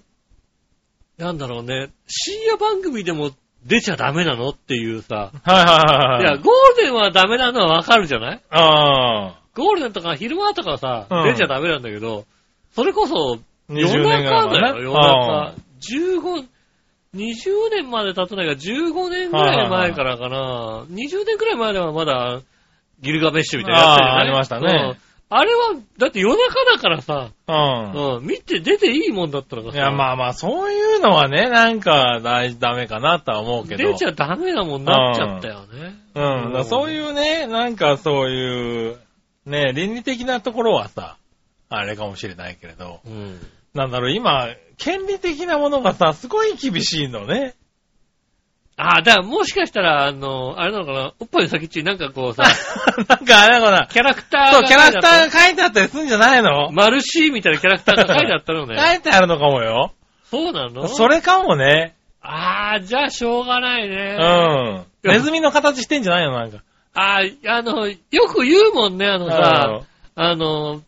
[SPEAKER 2] なんだろうね、深夜番組でも出ちゃダメなのっていうさ、
[SPEAKER 3] うん。はいはいはいいはい。
[SPEAKER 2] や、ゴールデンはダメなのはわかるじゃない
[SPEAKER 3] ああ。
[SPEAKER 2] ゴールデンとか昼間とかはさ、
[SPEAKER 3] うん
[SPEAKER 2] 出ちゃダメなんだけど、それこそ
[SPEAKER 3] 20
[SPEAKER 2] 夜
[SPEAKER 3] 年ぐらい
[SPEAKER 2] 中だ
[SPEAKER 3] 前だ
[SPEAKER 2] よ、
[SPEAKER 3] ね
[SPEAKER 2] 夜
[SPEAKER 3] あ
[SPEAKER 2] 中。15、20年まで経たないから、15年ぐらい前からかな。20年ぐらい前ではまだ、ギルガメッシュみたいなやつじゃない
[SPEAKER 3] あーありましたね
[SPEAKER 2] うんあれは、だって夜中だからさ、
[SPEAKER 3] あうん。
[SPEAKER 2] うん、見て出ていいもんだったのか
[SPEAKER 3] い
[SPEAKER 2] さ。
[SPEAKER 3] や、まあまあ、そういうのはね、なんか、大ダメかなとは思うけど。
[SPEAKER 2] 出ちゃダメなもんなっちゃったよね。
[SPEAKER 3] うん。だからそういうね、なんかそういう、ね、倫理的なところはさ、あれかもしれないけれど、
[SPEAKER 2] うん。
[SPEAKER 3] なんだろう、今、権利的なものがさ、すごい厳しいのね。
[SPEAKER 2] ああ、だからもしかしたら、あの、あれなのかな、おっぱいの先っちになんかこう さ、
[SPEAKER 3] なんかあれだから、
[SPEAKER 2] キャラクター
[SPEAKER 3] そう、
[SPEAKER 2] が
[SPEAKER 3] キャラクターが書いてあったりするんじゃないの
[SPEAKER 2] マルシーみたいなキャラクターが書いてあった のね。
[SPEAKER 3] 書いてあるのかもよ。
[SPEAKER 2] そうなの
[SPEAKER 3] それかもね。
[SPEAKER 2] ああ、じゃあしょうがないうね。
[SPEAKER 3] ん。ネズミの形してんじゃないのなんか。
[SPEAKER 2] ああ、あの、よく言うもんね、あのさ、あの、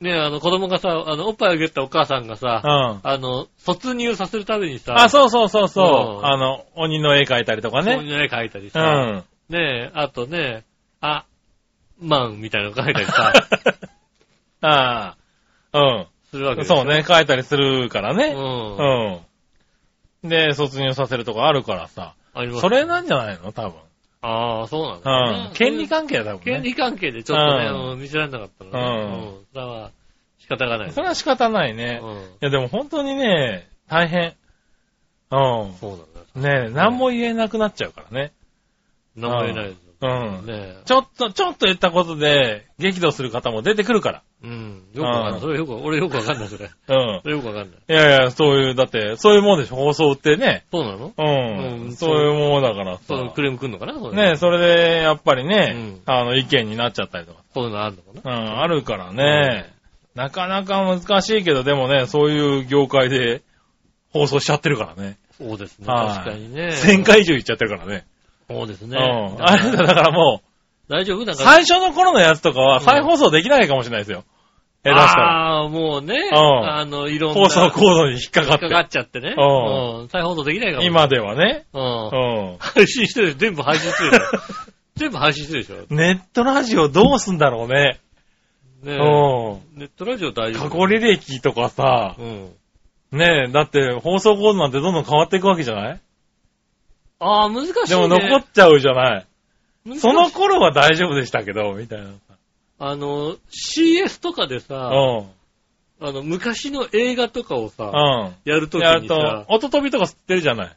[SPEAKER 2] ね、あの子供がさ、あの、おっぱいあげたお母さんが
[SPEAKER 3] う
[SPEAKER 2] さ、
[SPEAKER 3] ん。うん。
[SPEAKER 2] あの、卒乳させるためにさ、
[SPEAKER 3] あ、そうそうそう
[SPEAKER 2] う
[SPEAKER 3] そ
[SPEAKER 2] ん
[SPEAKER 3] う。あの、鬼の絵描いたりとか
[SPEAKER 2] そう
[SPEAKER 3] ね。
[SPEAKER 2] いう絵描いたり
[SPEAKER 3] う
[SPEAKER 2] さ、
[SPEAKER 3] ん。
[SPEAKER 2] ねあとね、あ、マンみたいなの描いたり さ、
[SPEAKER 3] ああ。
[SPEAKER 2] するわ
[SPEAKER 3] う
[SPEAKER 2] け
[SPEAKER 3] ん。
[SPEAKER 2] でしょ
[SPEAKER 3] そう。ね、書いたりするから
[SPEAKER 2] う。
[SPEAKER 3] ね。うんん。で、卒業させるとかあるからさ。
[SPEAKER 2] あります
[SPEAKER 3] それなんじゃないの多分。
[SPEAKER 2] ああ、そうなんだ、
[SPEAKER 3] う
[SPEAKER 2] ね
[SPEAKER 3] ん。。権利関係だ、多分
[SPEAKER 2] 権
[SPEAKER 3] ね。
[SPEAKER 2] 利関係でちょっとね、
[SPEAKER 3] うん
[SPEAKER 2] うん見せられなかったのね。
[SPEAKER 3] うん
[SPEAKER 2] うん。それは仕方がない。
[SPEAKER 3] それは仕方ないね。い
[SPEAKER 2] うん。
[SPEAKER 3] や、でも本当にね、大変。う
[SPEAKER 2] そうなんだ。
[SPEAKER 3] ん。ねえ、何も言えなくなっちゃうからね。
[SPEAKER 2] 何も言えないですよ。
[SPEAKER 3] ううん。
[SPEAKER 2] ね
[SPEAKER 3] ちょっと、ちょっと言ったことで、激怒する方も出てくるか
[SPEAKER 2] うん。よくわかんない。それよく、俺よくわかんない、それ。
[SPEAKER 3] ら。
[SPEAKER 2] それよくわかんない。
[SPEAKER 3] うん。いやいや、そういう、だって、そういうもんでしょ、放送ってね。
[SPEAKER 2] そうなの
[SPEAKER 3] う。
[SPEAKER 2] うんん
[SPEAKER 3] そういうもんだから
[SPEAKER 2] そういう
[SPEAKER 3] さ
[SPEAKER 2] ク。レームくんのかなそういうの
[SPEAKER 3] ねそれで、やっぱりね、
[SPEAKER 2] う
[SPEAKER 3] あの、意見になっちゃったりとか。
[SPEAKER 2] そういうのあるのかな
[SPEAKER 3] うん、あるからね。なかなか難しいけど、でもね、そういう業界で放送しちゃってるからね。
[SPEAKER 2] そうですね。
[SPEAKER 3] はい
[SPEAKER 2] 確かにね。
[SPEAKER 3] 1000回以上言っちゃってるからね。
[SPEAKER 2] そうですね。
[SPEAKER 3] うん。
[SPEAKER 2] だか
[SPEAKER 3] あ
[SPEAKER 2] ら
[SPEAKER 3] れだからも
[SPEAKER 2] 大丈夫だ
[SPEAKER 3] う、
[SPEAKER 2] から。
[SPEAKER 3] 最初の頃のやつとかは再放送できないかもしれないですよ。下手したら。
[SPEAKER 2] ああー、もうね。
[SPEAKER 3] うん
[SPEAKER 2] あの、いろんな。
[SPEAKER 3] 放送コードに引っかか
[SPEAKER 2] 引
[SPEAKER 3] っ。
[SPEAKER 2] っかかってちゃってね。
[SPEAKER 3] うん
[SPEAKER 2] うん。再放送できないかも。。
[SPEAKER 3] 今ではね。
[SPEAKER 2] うん
[SPEAKER 3] う。ん。
[SPEAKER 2] 配信してるよ全部配信してるでしょ 全部配信してるでしょ
[SPEAKER 3] ネットラジオどうすんだろうね。
[SPEAKER 2] ね
[SPEAKER 3] う
[SPEAKER 2] ネットラジオ大
[SPEAKER 3] ん。
[SPEAKER 2] 丈
[SPEAKER 3] 過
[SPEAKER 2] 夫。
[SPEAKER 3] 去履歴とかさ、
[SPEAKER 2] うん。
[SPEAKER 3] ねえ、だって放送コードなんてどんどん変わっていくわけじゃない
[SPEAKER 2] ああ、難しいね。
[SPEAKER 3] でも残っちゃうじゃない。
[SPEAKER 2] 難しい
[SPEAKER 3] その頃は大丈夫でしたけど、みたいな。
[SPEAKER 2] あの、CS とかでさ、
[SPEAKER 3] うん。
[SPEAKER 2] あの、昔の映画とかをさ、
[SPEAKER 3] う
[SPEAKER 2] やると
[SPEAKER 3] ん。
[SPEAKER 2] き
[SPEAKER 3] やる
[SPEAKER 2] に
[SPEAKER 3] と
[SPEAKER 2] さ、、
[SPEAKER 3] 音飛びとか吸ってるじゃない。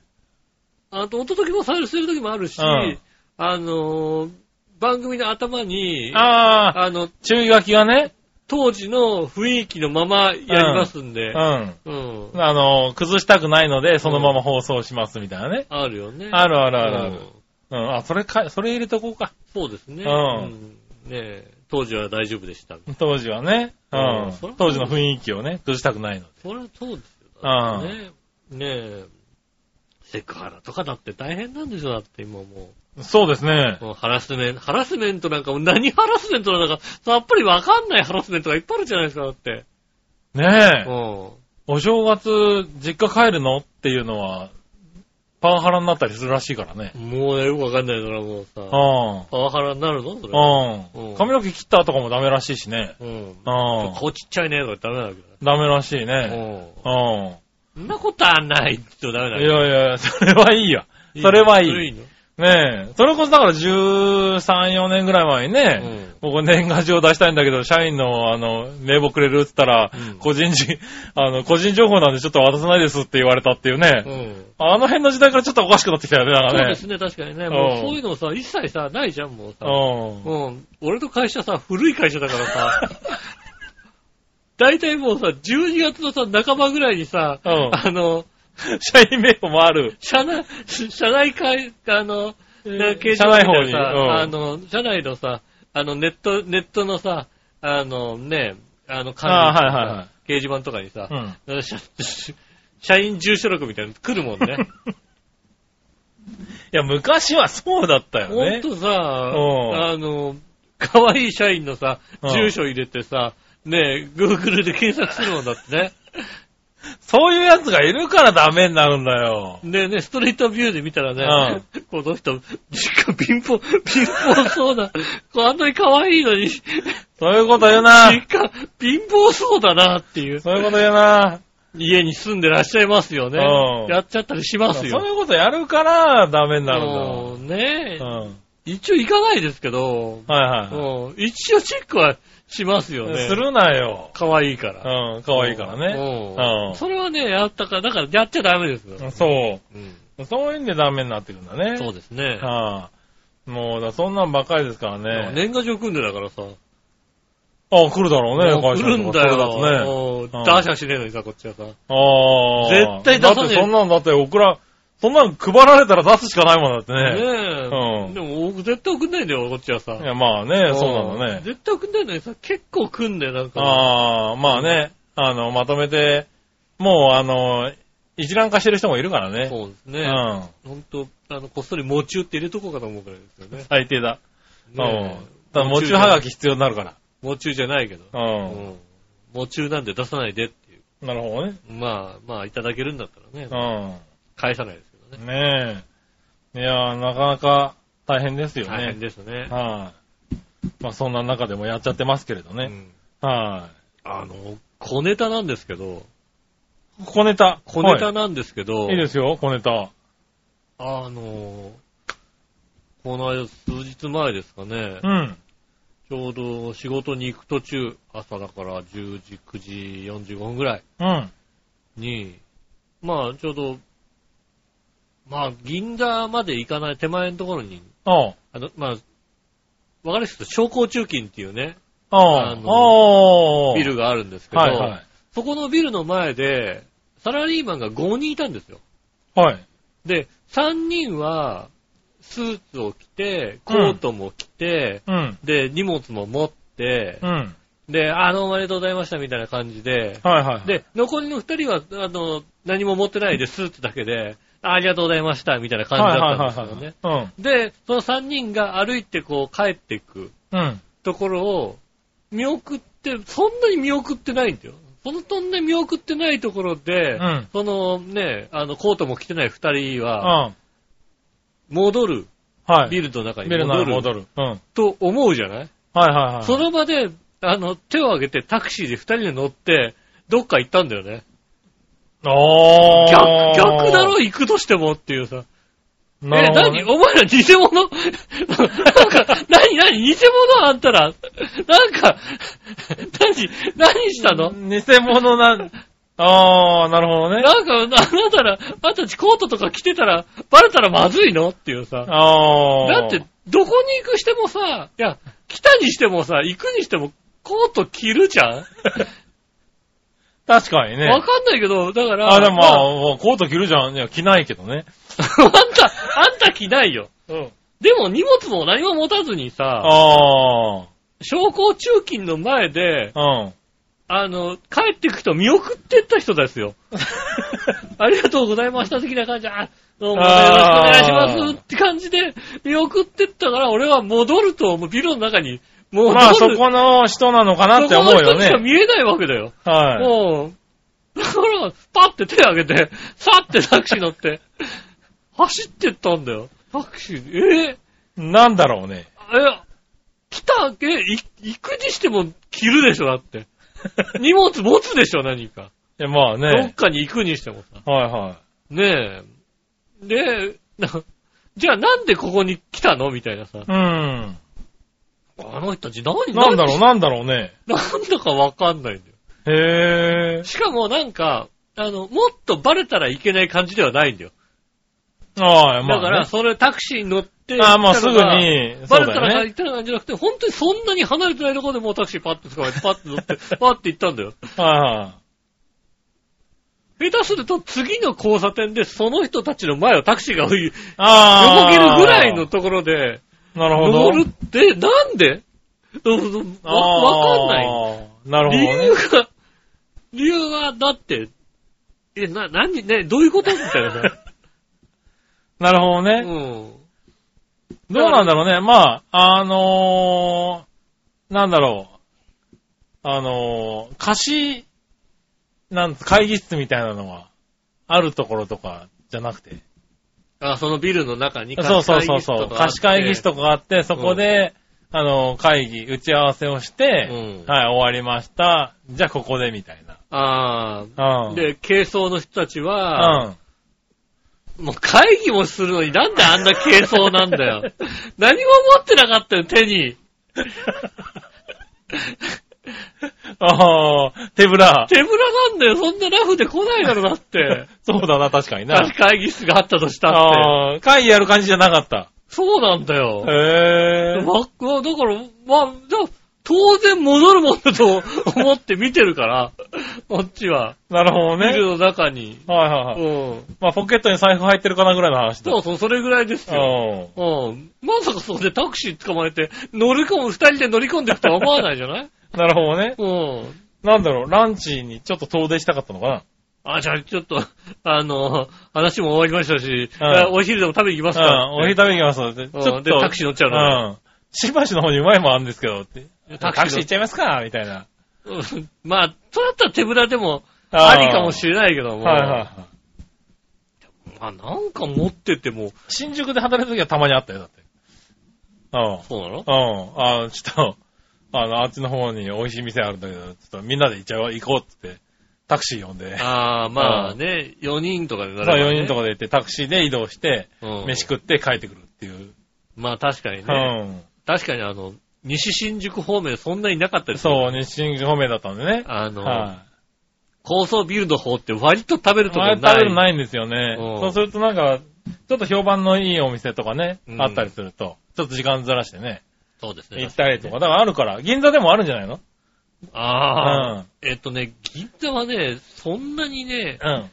[SPEAKER 2] あと、おとときも再生するときもあるし、
[SPEAKER 3] うん
[SPEAKER 2] あの、番組の頭に、
[SPEAKER 3] ああ、
[SPEAKER 2] あの、
[SPEAKER 3] 注意書きがね。
[SPEAKER 2] 当時の雰囲気のままやりますん
[SPEAKER 3] う
[SPEAKER 2] で
[SPEAKER 3] ん。、あ
[SPEAKER 2] うん。
[SPEAKER 3] の、崩したくないので、そのまま放送します、みたいなね。
[SPEAKER 2] あるよね。
[SPEAKER 3] あるあるあるあ
[SPEAKER 2] う
[SPEAKER 3] る
[SPEAKER 2] ん。
[SPEAKER 3] うん。あ、それか、それ入れとこうか。
[SPEAKER 2] そうですね。
[SPEAKER 3] うん
[SPEAKER 2] うんねえ当時は大丈夫でした。
[SPEAKER 3] 当時はね。う
[SPEAKER 2] うん
[SPEAKER 3] ん
[SPEAKER 2] そりゃ。
[SPEAKER 3] 当時の雰囲気をね、崩したくないので。
[SPEAKER 2] それはそうですよ。
[SPEAKER 3] うん
[SPEAKER 2] だってねねえ、セクハラとかだって大変なんでしょだって今も
[SPEAKER 3] そうですね
[SPEAKER 2] う。。もうハラスメント、ハラスメントなんかもう何ハラスメントなのか、さっぱりわかんないハラスメントがいっぱいあるじゃないですか、だって。
[SPEAKER 3] ね
[SPEAKER 2] う
[SPEAKER 3] え。
[SPEAKER 2] ん。
[SPEAKER 3] お正月、実家帰るのっていうのは、パワハラになったりするらしいからね。
[SPEAKER 2] もうね、よくわかんないからもうさ、
[SPEAKER 3] う
[SPEAKER 2] パワハラになるのそれ。
[SPEAKER 3] ん。
[SPEAKER 2] う
[SPEAKER 3] うんん。髪の毛切ったとかもダメらしいしね。
[SPEAKER 2] うん。
[SPEAKER 3] うん。
[SPEAKER 2] 顔ちっちゃいねとかダメだけ
[SPEAKER 3] ダメらしい
[SPEAKER 2] ど
[SPEAKER 3] ね。
[SPEAKER 2] ね。うん。
[SPEAKER 3] うん。
[SPEAKER 2] そんなことはないとダメだ
[SPEAKER 3] い
[SPEAKER 2] けど。
[SPEAKER 3] やいや、それはいいよ。それはいい
[SPEAKER 2] それいいの
[SPEAKER 3] ねえ。それこそだから13、4年ぐらい前にね、僕年賀状出したいんだけど、社員の、あの、名簿くれるって言ったら、
[SPEAKER 2] うん
[SPEAKER 3] 個人じ、あの、個人情報なんでちょっと渡さないですって言われたっていうね。
[SPEAKER 2] うん。
[SPEAKER 3] あの辺の時代からちょっとおかしくなってきたよね、だか
[SPEAKER 2] そう
[SPEAKER 3] ら
[SPEAKER 2] で
[SPEAKER 3] ね。
[SPEAKER 2] すね、確かにね。もううんそういうのさ、一切さ、ないじゃん、もうさ。
[SPEAKER 3] う
[SPEAKER 2] うん。俺の会社さ、古い会社だからさ、 大体もうさ、12月のさ、半ばぐらいにさ、
[SPEAKER 3] うん
[SPEAKER 2] あの、
[SPEAKER 3] ん。社員名簿もある。
[SPEAKER 2] 社内、社内会、あの、掲示
[SPEAKER 3] 社内
[SPEAKER 2] 板
[SPEAKER 3] 法
[SPEAKER 2] みたい
[SPEAKER 3] に。
[SPEAKER 2] なさ、
[SPEAKER 3] うん
[SPEAKER 2] あの、社内のさ、あの、ネット、ネットのさ、あのね、あの、管理
[SPEAKER 3] あ
[SPEAKER 2] のさ
[SPEAKER 3] はいはいはい
[SPEAKER 2] 掲示板とかにさ、
[SPEAKER 3] うん。
[SPEAKER 2] 社 社員住所録みたいなの来るもんね。
[SPEAKER 3] いや、昔はそうだったよ
[SPEAKER 2] ほん
[SPEAKER 3] ね。
[SPEAKER 2] とさ、
[SPEAKER 3] ん
[SPEAKER 2] あの、可愛い社員のさ、
[SPEAKER 3] うん
[SPEAKER 2] 住所入れてさ、ねえ、Google で検索するもんだってね。
[SPEAKER 3] そういうやつがいるからダメになるんだよ。
[SPEAKER 2] でね、ストリートビューで見たらね、この人、実家貧乏、貧乏そうな、あんなに可愛いのに、実
[SPEAKER 3] そういうこと言うな。
[SPEAKER 2] 家貧乏そうだなっていう、
[SPEAKER 3] そういうこと言うな。
[SPEAKER 2] 家に住んでらっしゃいますよね。
[SPEAKER 3] うん
[SPEAKER 2] やっちゃったりします
[SPEAKER 3] そう
[SPEAKER 2] よ。
[SPEAKER 3] いうことやるからダメになるんだわ
[SPEAKER 2] うんねえ、
[SPEAKER 3] うん。
[SPEAKER 2] 一応行かないですけど、
[SPEAKER 3] はいは
[SPEAKER 2] うん一応チェックはします
[SPEAKER 3] い
[SPEAKER 2] よ
[SPEAKER 3] はい。
[SPEAKER 2] ね。
[SPEAKER 3] するなよ。
[SPEAKER 2] 可愛いから。
[SPEAKER 3] うん、可愛いから
[SPEAKER 2] うん
[SPEAKER 3] ね。
[SPEAKER 2] それはね、やったから、だからやっちゃダメですよ
[SPEAKER 3] う。ん。そ
[SPEAKER 2] うん
[SPEAKER 3] う。そういうんでダメになってるんだね。
[SPEAKER 2] そうですね。
[SPEAKER 3] はいもう、だそんなんばっかりですからね。
[SPEAKER 2] 年賀状組んでだからさ。
[SPEAKER 3] あ、来るだろうね、
[SPEAKER 2] もう
[SPEAKER 3] 会社
[SPEAKER 2] 来るん
[SPEAKER 3] の
[SPEAKER 2] だ
[SPEAKER 3] とこだとね。
[SPEAKER 2] よ。
[SPEAKER 3] うん
[SPEAKER 2] ダーシャしねえのにさ、こっちはさ。
[SPEAKER 3] ああ。
[SPEAKER 2] 絶対出さねえ
[SPEAKER 3] だってそんなんだって送ら、そんなん配られたら出すしかないもんだって
[SPEAKER 2] ね
[SPEAKER 3] ね。
[SPEAKER 2] え。
[SPEAKER 3] うん
[SPEAKER 2] でも、絶対送んないんだよ、こっちはさ
[SPEAKER 3] い。や、まあね、そうなんだね。
[SPEAKER 2] 絶対送んないのにさ、結構組んで、なんか。
[SPEAKER 3] ああ、まあね、あの、まとめて、もう、あの、一覧化してる人もいるからね。
[SPEAKER 2] そうです
[SPEAKER 3] う
[SPEAKER 2] ね。
[SPEAKER 3] ん。
[SPEAKER 2] ほんと、あの、こっそり喪中って入れとこうかと思うくらいですよね。
[SPEAKER 3] 最低だ。
[SPEAKER 2] ね
[SPEAKER 3] うん
[SPEAKER 2] え。
[SPEAKER 3] ただ、もちはがき必要になるから。
[SPEAKER 2] 喪中じゃないけど。
[SPEAKER 3] う
[SPEAKER 2] うん喪中なんで出さないでっていう。
[SPEAKER 3] ん。なるほどね。
[SPEAKER 2] まあ、まあ、いただけるんだったらね、
[SPEAKER 3] う
[SPEAKER 2] 返さないですけどね。
[SPEAKER 3] ん。ねえ。いやー、なかなか大変ですよね。
[SPEAKER 2] 大変ですね。
[SPEAKER 3] はい。まあ、そんな中でもやっちゃってますけれど
[SPEAKER 2] う
[SPEAKER 3] ね。
[SPEAKER 2] ん
[SPEAKER 3] は
[SPEAKER 2] あの、小ネタなんですけど、
[SPEAKER 3] い。小ネタ。
[SPEAKER 2] 小ネタ
[SPEAKER 3] は
[SPEAKER 2] なんですけど、
[SPEAKER 3] いいいですよ、小ネタ。
[SPEAKER 2] あの、この間、数日前ですかね
[SPEAKER 3] う、ん。
[SPEAKER 2] ちょうど仕事に行く途中、朝だから10時、9時45分ぐらい
[SPEAKER 3] うん。
[SPEAKER 2] に、まあ、ちょうど、まあ、銀座まで行かない手前のところに、
[SPEAKER 3] ああ。
[SPEAKER 2] あの、まあ、わかりやすく言うと、商工中金っていうね、
[SPEAKER 3] ああ、あ
[SPEAKER 2] あの
[SPEAKER 3] あ。
[SPEAKER 2] ビルがあるんですけど、
[SPEAKER 3] はいは
[SPEAKER 2] そこのビルの前で、サラリーマンが5人いたんですよ。
[SPEAKER 3] い。はい。
[SPEAKER 2] で、3人は、スーツを着て、コートも着て、
[SPEAKER 3] うん。
[SPEAKER 2] で、荷物も持って
[SPEAKER 3] う、ん。
[SPEAKER 2] で、あ、どうもありがとうございましたみたいな感じで、
[SPEAKER 3] はいはい。、
[SPEAKER 2] で、残りの2人は、あの、何も持ってないで、スーツだけで、あありがとうございましたみたいな感
[SPEAKER 3] は
[SPEAKER 2] じ
[SPEAKER 3] いは
[SPEAKER 2] だ
[SPEAKER 3] い
[SPEAKER 2] ったんですよね。
[SPEAKER 3] はいはい。
[SPEAKER 2] で、その3人が歩いてこう帰っていく
[SPEAKER 3] うん。うん。
[SPEAKER 2] ところを、見送って、そんなに見送ってないんだよ。そのそんなに見送ってないところで、
[SPEAKER 3] うん
[SPEAKER 2] そのね、あの、コートも着てない2人
[SPEAKER 3] うん。
[SPEAKER 2] は、
[SPEAKER 3] は
[SPEAKER 2] 戻る、
[SPEAKER 3] い。
[SPEAKER 2] ビ
[SPEAKER 3] ル、
[SPEAKER 2] ルの中に
[SPEAKER 3] ビルな
[SPEAKER 2] 戻
[SPEAKER 3] ら
[SPEAKER 2] る
[SPEAKER 3] 戻る。うん。はい
[SPEAKER 2] と思うじゃない
[SPEAKER 3] はいはい。
[SPEAKER 2] その場で、あの、手を挙げてタクシーで2人で乗って、どっか行ったんだよね。
[SPEAKER 3] あ
[SPEAKER 2] 逆
[SPEAKER 3] あ。、
[SPEAKER 2] 逆だろ、行くとしてもっていうさ。え、
[SPEAKER 3] なるほどね
[SPEAKER 2] 何お前ら偽物 なんか、何何偽物あんたらなんか、何何したの
[SPEAKER 3] 偽物な、ああ、なるほどね。
[SPEAKER 2] なんか、あなたら、あんたたちコートとか着てたら、バレたらまずいのっていうさ。
[SPEAKER 3] ああ。
[SPEAKER 2] だって、、どこに行くしてもさ、いや、来たにしてもさ、行くにしても、コート着るじゃんわ、
[SPEAKER 3] 確かにね。
[SPEAKER 2] かんないけど、だから、
[SPEAKER 3] あ、でもま
[SPEAKER 2] ま
[SPEAKER 3] あ、もうコート着るじゃん。いや、着ないけどね。
[SPEAKER 2] ああんた、あんた着ないよ。
[SPEAKER 3] うん。
[SPEAKER 2] でも荷物も何も持たずにさ、
[SPEAKER 3] あ
[SPEAKER 2] 商工中金の前で、
[SPEAKER 3] あ。うん。
[SPEAKER 2] あの、帰ってくと見送ってった人です よ。ありがとうございました的な感じで、あ、どうもよろしくお願いしますって感じで見送ってったから、俺は戻ると、もうビルの中に、もう
[SPEAKER 3] まあ、そこの人なのかなって思う
[SPEAKER 2] そこ
[SPEAKER 3] よ
[SPEAKER 2] の人しか
[SPEAKER 3] ね。
[SPEAKER 2] 見えないわけだよ。
[SPEAKER 3] はい。
[SPEAKER 2] もう、だから、パッて手挙げて、さってタクシー乗って、走ってったんだよ。タクシーで、えー
[SPEAKER 3] なんだろうね。
[SPEAKER 2] え、来た、え、い行くにしても着るでしょ、だ って。荷物持つでしょ、何か。
[SPEAKER 3] いや、まあ
[SPEAKER 2] どっ
[SPEAKER 3] ね。
[SPEAKER 2] かに行くにしてもさ。
[SPEAKER 3] はいは
[SPEAKER 2] ねえ。で、な、じゃあなんでここに来たのみたいなさ
[SPEAKER 3] い。。うん。
[SPEAKER 2] あの人たち何、
[SPEAKER 3] なんだろう、
[SPEAKER 2] う
[SPEAKER 3] なんだろうね。
[SPEAKER 2] なんだかわかんないんだよ。
[SPEAKER 3] へえ。
[SPEAKER 2] しかもなんか、あの、もっとバレたらいけない感じではないんだよ。
[SPEAKER 3] ああ、
[SPEAKER 2] だ
[SPEAKER 3] まあね。
[SPEAKER 2] から、それタクシーに乗って、
[SPEAKER 3] ああ、まあ
[SPEAKER 2] 来
[SPEAKER 3] す
[SPEAKER 2] た
[SPEAKER 3] ぐ
[SPEAKER 2] のが
[SPEAKER 3] に、そ
[SPEAKER 2] バレ
[SPEAKER 3] う
[SPEAKER 2] た
[SPEAKER 3] だ
[SPEAKER 2] ら
[SPEAKER 3] よ
[SPEAKER 2] 行
[SPEAKER 3] ね。
[SPEAKER 2] ったら感じじゃなくて、本当にそんなに離れてないところでもうタクシーパッと捕まえ て、パッと乗って、パッて行ったんだよ。
[SPEAKER 3] はいはい。
[SPEAKER 2] 下手すると次の交差点でその人たちの前をタクシーが追い横
[SPEAKER 3] ああ。
[SPEAKER 2] 切るぐらいのところで
[SPEAKER 3] なるほど。
[SPEAKER 2] 乗るって、なんで どうぞ
[SPEAKER 3] あ
[SPEAKER 2] わわかんない。
[SPEAKER 3] い。なる
[SPEAKER 2] 理
[SPEAKER 3] ほどね
[SPEAKER 2] 由。が、理由が、だって、え、な、何、ね、どういうことみたいなさ。
[SPEAKER 3] なる
[SPEAKER 2] う
[SPEAKER 3] ほど ね。
[SPEAKER 2] ん。
[SPEAKER 3] どうなんだろうね。まあ、あのー、なんだろう。あのー、貸し、なん会議室みたいなのがあるところとかじゃなくて。
[SPEAKER 2] あ、そのビルの中に
[SPEAKER 3] そうそうそうそ
[SPEAKER 2] とかあっ
[SPEAKER 3] う。
[SPEAKER 2] て
[SPEAKER 3] 貸し会議室とかがあって、そこで、あのー、会議、打ち合わせをして、
[SPEAKER 2] うん
[SPEAKER 3] はい、終わりました。じゃあここでみたい
[SPEAKER 2] あ
[SPEAKER 3] な。う
[SPEAKER 2] あ。
[SPEAKER 3] ん。
[SPEAKER 2] で、軽装の人たち
[SPEAKER 3] うん。
[SPEAKER 2] は、
[SPEAKER 3] あ
[SPEAKER 2] もう会議もするのになんであんな軽装なんだ よ。何も持ってなかったよ、手に。
[SPEAKER 3] あー、手ぶら。
[SPEAKER 2] 手ぶらなんだよ。そんなラフで来ないだろ、だって。
[SPEAKER 3] そうだな、確かに な。
[SPEAKER 2] 会会議室があったとしたって。
[SPEAKER 3] ああ、会議やる感じじゃなかった。
[SPEAKER 2] そうなんだよ。
[SPEAKER 3] へえ。
[SPEAKER 2] まあだから、まあ、じゃあ当然戻るもんだ と思って見てるから、こっちは。
[SPEAKER 3] なるほど
[SPEAKER 2] ビ
[SPEAKER 3] ね。
[SPEAKER 2] ルの中に。
[SPEAKER 3] はいは
[SPEAKER 2] う
[SPEAKER 3] いはい。
[SPEAKER 2] ん。
[SPEAKER 3] まあ、ポケットに財布入ってるかなぐらいの話だ。
[SPEAKER 2] そうそう、それぐらいですよ。
[SPEAKER 3] う
[SPEAKER 2] うん。まさかそこでタクシー捕まえて、乗り込む、二人で乗り込んでいくとは思わないじゃない
[SPEAKER 3] ん。なるほどね。
[SPEAKER 2] うん。
[SPEAKER 3] なんだろう、ランチにちょっと遠出したかったのかな。
[SPEAKER 2] あ、じゃあちょっと、あの、話も終わりましたし、
[SPEAKER 3] うん
[SPEAKER 2] いやお昼でも食べに行きますから。
[SPEAKER 3] うん、お昼食べに行きますって。
[SPEAKER 2] うん
[SPEAKER 3] ちょっ
[SPEAKER 2] で
[SPEAKER 3] と。
[SPEAKER 2] タクシー乗っちゃうの
[SPEAKER 3] うん。新橋の方にうまいもんあるんですけどって。
[SPEAKER 2] タ
[SPEAKER 3] タ
[SPEAKER 2] クシー乗っ
[SPEAKER 3] クシー行っちゃいますかみたいな。
[SPEAKER 2] うんまあ、そうだったら手ぶらでも
[SPEAKER 3] あ
[SPEAKER 2] あ
[SPEAKER 3] ー
[SPEAKER 2] りかもしれないけども、
[SPEAKER 3] はいはいはい。
[SPEAKER 2] まあなんか持ってても、
[SPEAKER 3] 新宿で働いた時はたまにあったよ、だって。うん。
[SPEAKER 2] そうなの
[SPEAKER 3] うん。あの、ちょっと、あの、あっちの方に美味しい店あるんだけど、ちょっとみんなで行っちゃおう、行こうって言って、タクシー呼んで、
[SPEAKER 2] ああ、まあね、4人とかでな
[SPEAKER 3] まあ4人と
[SPEAKER 2] か、
[SPEAKER 3] かで行ってタクシーで移動して、
[SPEAKER 2] うん
[SPEAKER 3] 飯食って帰ってくるっていう。
[SPEAKER 2] まあ確かに
[SPEAKER 3] う
[SPEAKER 2] ね、
[SPEAKER 3] ん。
[SPEAKER 2] 確かにあの、西新宿方面そんなになかったですよ
[SPEAKER 3] そう、西新宿方面だったんでね。
[SPEAKER 2] あの、
[SPEAKER 3] は
[SPEAKER 2] 高層ビルの方って割と食べる
[SPEAKER 3] い。
[SPEAKER 2] とこな
[SPEAKER 3] 前
[SPEAKER 2] い。
[SPEAKER 3] 食べるのないんですよね。
[SPEAKER 2] うん
[SPEAKER 3] そうするとなんか、ちょっと評判のいいお店とかね
[SPEAKER 2] う、ん
[SPEAKER 3] あったりすると、ちょっと時間ずらしてね、
[SPEAKER 2] そうですね。
[SPEAKER 3] 行ったりとか。だからあるから、銀座でもあるんじゃないの
[SPEAKER 2] ああ、
[SPEAKER 3] うん
[SPEAKER 2] えっとね、銀座はね、そんなにね、
[SPEAKER 3] うん。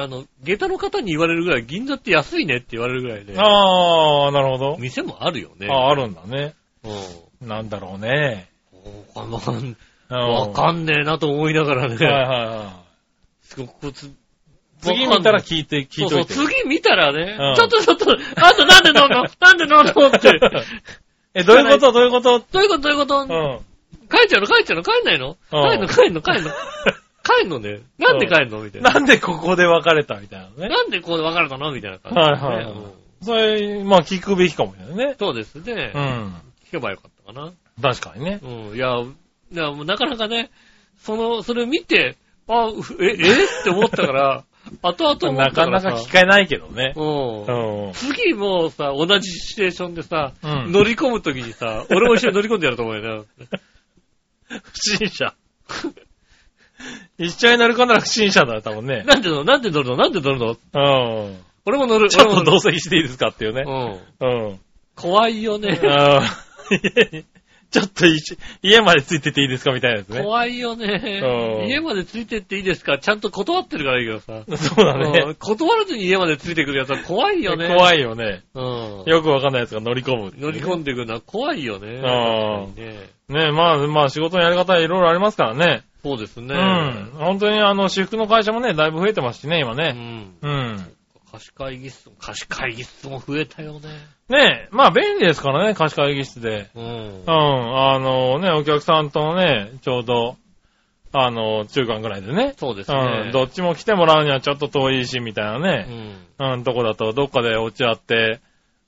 [SPEAKER 2] あの、下駄の方に言われるぐらい、銀座って安いねって言われるぐらいで、
[SPEAKER 3] ああ、なるほど。
[SPEAKER 2] 店もあるよね。
[SPEAKER 3] ああー、あるんだね。
[SPEAKER 2] うん。
[SPEAKER 3] なんだろうね。
[SPEAKER 2] わかん
[SPEAKER 3] うん
[SPEAKER 2] わかんねえなと思いながら
[SPEAKER 3] はいは
[SPEAKER 2] ね、
[SPEAKER 3] いはい。
[SPEAKER 2] すごくつ
[SPEAKER 3] 次見たら聞いて、聞
[SPEAKER 2] そ
[SPEAKER 3] いうと
[SPEAKER 2] そ、
[SPEAKER 3] いうて。
[SPEAKER 2] 次見たらね、
[SPEAKER 3] うん
[SPEAKER 2] ちょっとちょっと、あとなんで飲ん だなんで飲んだって。
[SPEAKER 3] え、どういうことどういうこと
[SPEAKER 2] どういうことどういうこと、
[SPEAKER 3] うん。
[SPEAKER 2] 帰っちゃうの帰っちゃうの帰んないの帰んの帰んの帰ん の帰んのね。なんで帰んのみたいな。
[SPEAKER 3] なんでここで別れたみたいなね。
[SPEAKER 2] なんでこう別れたのみたいな感
[SPEAKER 3] はいはいはい
[SPEAKER 2] うん
[SPEAKER 3] それ、まあ聞くべきかもしれないね。
[SPEAKER 2] そうですね。
[SPEAKER 3] うん。
[SPEAKER 2] 聞けばよかったかな。
[SPEAKER 3] 確かにね。
[SPEAKER 2] うん。いや、いやもうなかなかね、その、それを見て、あ、うえ、えって思った から、後々思っ
[SPEAKER 3] な
[SPEAKER 2] たか
[SPEAKER 3] からな
[SPEAKER 2] さ。
[SPEAKER 3] か聞かないけどね。
[SPEAKER 2] うん
[SPEAKER 3] う。ん。
[SPEAKER 2] 次もうさ、同じシチュエーションでさ、
[SPEAKER 3] うん
[SPEAKER 2] 乗り込むときにさ、俺も一緒に乗り込んでやると思うよね。
[SPEAKER 3] 不審者。一緒に乗り込んだら不審者だったもんね。
[SPEAKER 2] なんで乗るのなんで乗るのなんで乗るの
[SPEAKER 3] うん。
[SPEAKER 2] 俺も乗る。
[SPEAKER 3] ちょっと同
[SPEAKER 2] う
[SPEAKER 3] 席していいですかっていうね。
[SPEAKER 2] うん。
[SPEAKER 3] うん。
[SPEAKER 2] 怖いよね。
[SPEAKER 3] あー ちょっと一家までついてていいですかみたいなやつね。
[SPEAKER 2] 怖いよね
[SPEAKER 3] う。ん
[SPEAKER 2] 家までついてっていいですかちゃんと断ってるからいいけどさ。
[SPEAKER 3] そうだ
[SPEAKER 2] う
[SPEAKER 3] ね
[SPEAKER 2] ん。断らずに家までついてくるやつは怖いよね。
[SPEAKER 3] 怖いよね。
[SPEAKER 2] うん。
[SPEAKER 3] よくわかんないやつが乗り込むっていうね、
[SPEAKER 2] 乗り込んでくるのは怖いよね。
[SPEAKER 3] あー
[SPEAKER 2] 確かにね
[SPEAKER 3] ねまあまあ仕事のやり方はいろいろありますからね。
[SPEAKER 2] そうですね。
[SPEAKER 3] うん。本当にあの、私服の会社もね、だいぶ増えてますしね、今
[SPEAKER 2] う
[SPEAKER 3] ね。
[SPEAKER 2] ん。
[SPEAKER 3] うん。
[SPEAKER 2] 貸し会議室、貸し会議室も増えたよね。
[SPEAKER 3] ねまあ便利ですからね、貸し会議室で。
[SPEAKER 2] うん
[SPEAKER 3] うん。。あのね、お客さんとのね、ちょうど、あの、中間ぐらいでね。
[SPEAKER 2] そうです
[SPEAKER 3] う
[SPEAKER 2] ね
[SPEAKER 3] ん。。どっちも来てもらうにはちょっと遠いし、みたいな
[SPEAKER 2] う
[SPEAKER 3] ね。
[SPEAKER 2] ん。
[SPEAKER 3] うん、とこだと、どっかで落ち合って、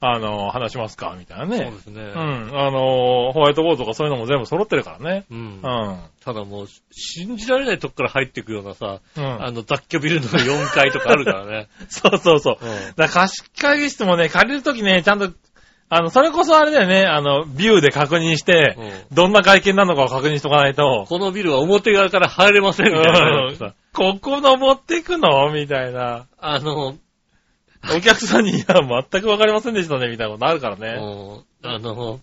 [SPEAKER 3] あの、話しますか、みたいな
[SPEAKER 2] そう
[SPEAKER 3] ね
[SPEAKER 2] で。すね
[SPEAKER 3] う。ん。あの、ホワイトボードとかそういうのも全部揃ってるからね。
[SPEAKER 2] うん
[SPEAKER 3] う。ん。
[SPEAKER 2] ただもう、し信じられないとこから入っていくようなさ、
[SPEAKER 3] うん。
[SPEAKER 2] あの雑居ビルの4階とかあるから ね。
[SPEAKER 3] そうそうそう。
[SPEAKER 2] うん
[SPEAKER 3] だから貸し会議室もね、借りるときね、ちゃんと、あの、それこそあれだよね、あの、ビューで確認して、
[SPEAKER 2] う
[SPEAKER 3] どんな外見なのかを確認しとかないと、
[SPEAKER 2] このビルは表側から入れま せんみたいな
[SPEAKER 3] うん
[SPEAKER 2] さ。
[SPEAKER 3] ここ登っていくのみたいな。
[SPEAKER 2] あの、
[SPEAKER 3] お客さんに、いや、全くわかりませんでしたね、みたいなことあるからね。
[SPEAKER 2] うんあの、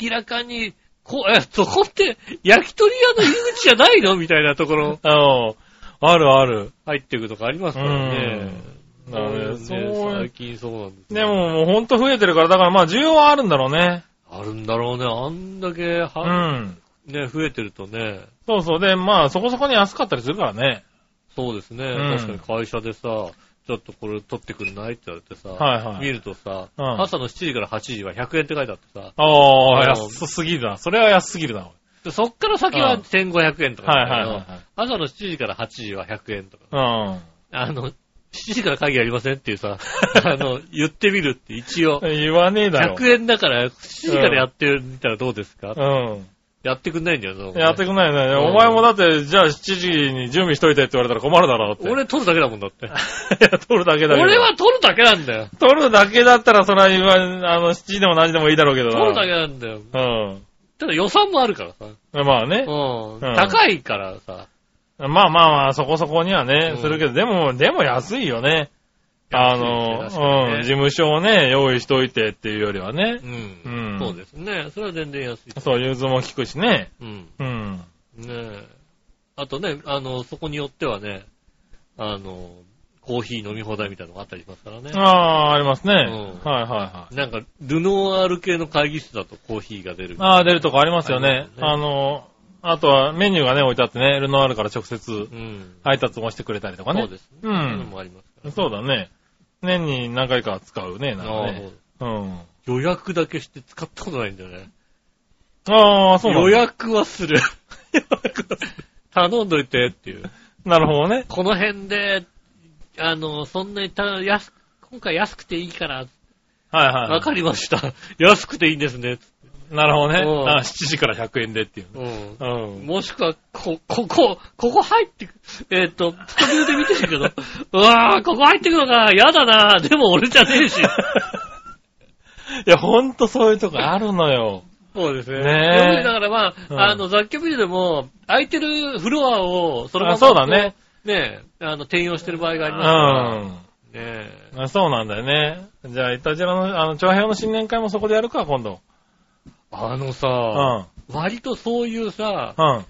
[SPEAKER 2] 明らかに、こえ、そこって焼き鳥屋の入り口じゃないのみたいなところ
[SPEAKER 3] うん。あるある。
[SPEAKER 2] 入っていくとかありますからね。
[SPEAKER 3] うんだからね
[SPEAKER 2] ね
[SPEAKER 3] そう
[SPEAKER 2] 最近そうなんですよ
[SPEAKER 3] でも、もうほんと増えてるから、だからまあ、需要はあるんだろうね。
[SPEAKER 2] あるんだろうね。あんだけ
[SPEAKER 3] う
[SPEAKER 2] は、
[SPEAKER 3] ん。
[SPEAKER 2] ね、増えてるとね。
[SPEAKER 3] そうそう。で、まあ、そこそこに安かったりするからね。
[SPEAKER 2] そうですね。
[SPEAKER 3] うん
[SPEAKER 2] 確かに会社でさ、ちょっとこれ取ってくれないって言われてさ、
[SPEAKER 3] はいはい
[SPEAKER 2] 見るとさ、
[SPEAKER 3] うん
[SPEAKER 2] 朝の7時から8時は100円って書いてあってさ、
[SPEAKER 3] ああ、
[SPEAKER 2] あの
[SPEAKER 3] 安すぎるな。それは安すぎるな。
[SPEAKER 2] でそっから先
[SPEAKER 3] う
[SPEAKER 2] は
[SPEAKER 3] ん
[SPEAKER 2] 1500円とかなんだけど
[SPEAKER 3] はいはいはいはい
[SPEAKER 2] 朝の7時から8時は100円とか、
[SPEAKER 3] うん。
[SPEAKER 2] あの、7時から会議ありませんっていう さ、あの、言ってみるって一応、
[SPEAKER 3] 言わねえだろ。
[SPEAKER 2] 100円だから7時からやってみたらどうですか、
[SPEAKER 3] うん。
[SPEAKER 2] やってくんないんだよ、その
[SPEAKER 3] やってくんないよね。
[SPEAKER 2] うん
[SPEAKER 3] お前もだって、じゃあ7時に準備しといてって言われたら困るだろうって。 い
[SPEAKER 2] 俺取るだけだもんだって。
[SPEAKER 3] や、取るだけだけど。
[SPEAKER 2] 俺は取るだけなんだよ。
[SPEAKER 3] 取るだけだったら、それは言わん、あの、7時でも何時でもいいだろうけどな。
[SPEAKER 2] 取るだけなんだよ。ただ予算もあるからさ。
[SPEAKER 3] うん。まあね。
[SPEAKER 2] うん。
[SPEAKER 3] うん
[SPEAKER 2] 高いからさ。
[SPEAKER 3] まあまあまあ、そこそこにはね、
[SPEAKER 2] うん
[SPEAKER 3] するけど、でも、でも安いよね。あ
[SPEAKER 2] 安い
[SPEAKER 3] の、
[SPEAKER 2] ですね確かにね
[SPEAKER 3] うん、事務所をね、用意しといてっていうよりはね
[SPEAKER 2] う、ん。
[SPEAKER 3] うん
[SPEAKER 2] そうですね。それは全然安い。
[SPEAKER 3] そう、融通も効くしね。
[SPEAKER 2] うん。
[SPEAKER 3] うん。
[SPEAKER 2] ねえ。あとね、あの、そこによってはね、あの、コーヒー飲み放題みたいなのがあったりしますからね
[SPEAKER 3] あ。あ、ありますね。
[SPEAKER 2] うん
[SPEAKER 3] はいはいはい。
[SPEAKER 2] なんか、ルノワール系の会議室だとコーヒーが出る。
[SPEAKER 3] ああ、出るとこありますよね。
[SPEAKER 2] あ
[SPEAKER 3] あの、あとはメニューがね、置いてあってね、ルノアールから直接
[SPEAKER 2] うん。
[SPEAKER 3] 挨拶もしてくれたりとかね。
[SPEAKER 2] そうですね。
[SPEAKER 3] うん
[SPEAKER 2] そういうのもありますから。
[SPEAKER 3] そうだね。年に何回か使うね、なんか
[SPEAKER 2] ああ
[SPEAKER 3] ね。うん。
[SPEAKER 2] そう予約だけして使ったことないんだよね。
[SPEAKER 3] ああ、そうなんだ
[SPEAKER 2] 予約はする。 頼んどいてっていう。
[SPEAKER 3] なるほどね。
[SPEAKER 2] この辺で、あの、そんなにた安く、今回安くていいから、
[SPEAKER 3] はいはい。
[SPEAKER 2] わかりました。 安くていいんですね。
[SPEAKER 3] なるほどね。
[SPEAKER 2] うん
[SPEAKER 3] ああ7時から100円でっていうね。
[SPEAKER 2] うん
[SPEAKER 3] う。ん。
[SPEAKER 2] もしくは、こ、ここ、ここ入ってく、えっ、と、スタジオで見てるけど、 うわー、ここ入ってくのか、やだなでも俺じゃねえし。
[SPEAKER 3] いや、ほんとそういうとこあるのよ。
[SPEAKER 2] そうですね。
[SPEAKER 3] ねえ
[SPEAKER 2] 要するにだからまあ、
[SPEAKER 3] うん
[SPEAKER 2] あの、雑居ビルでも、空いてるフロアを、そのまま
[SPEAKER 3] あそうだね
[SPEAKER 2] こう。ねえ、あの、転用してる場合があり
[SPEAKER 3] う
[SPEAKER 2] ま
[SPEAKER 3] ん。
[SPEAKER 2] すから。ねえ。
[SPEAKER 3] あそうなんだよね。じゃあ、いたじらの、あの、長編の新年会もそこでやるか、今度。
[SPEAKER 2] あの
[SPEAKER 3] う
[SPEAKER 2] さ、
[SPEAKER 3] ん。
[SPEAKER 2] 割とそういうさ、
[SPEAKER 3] うん。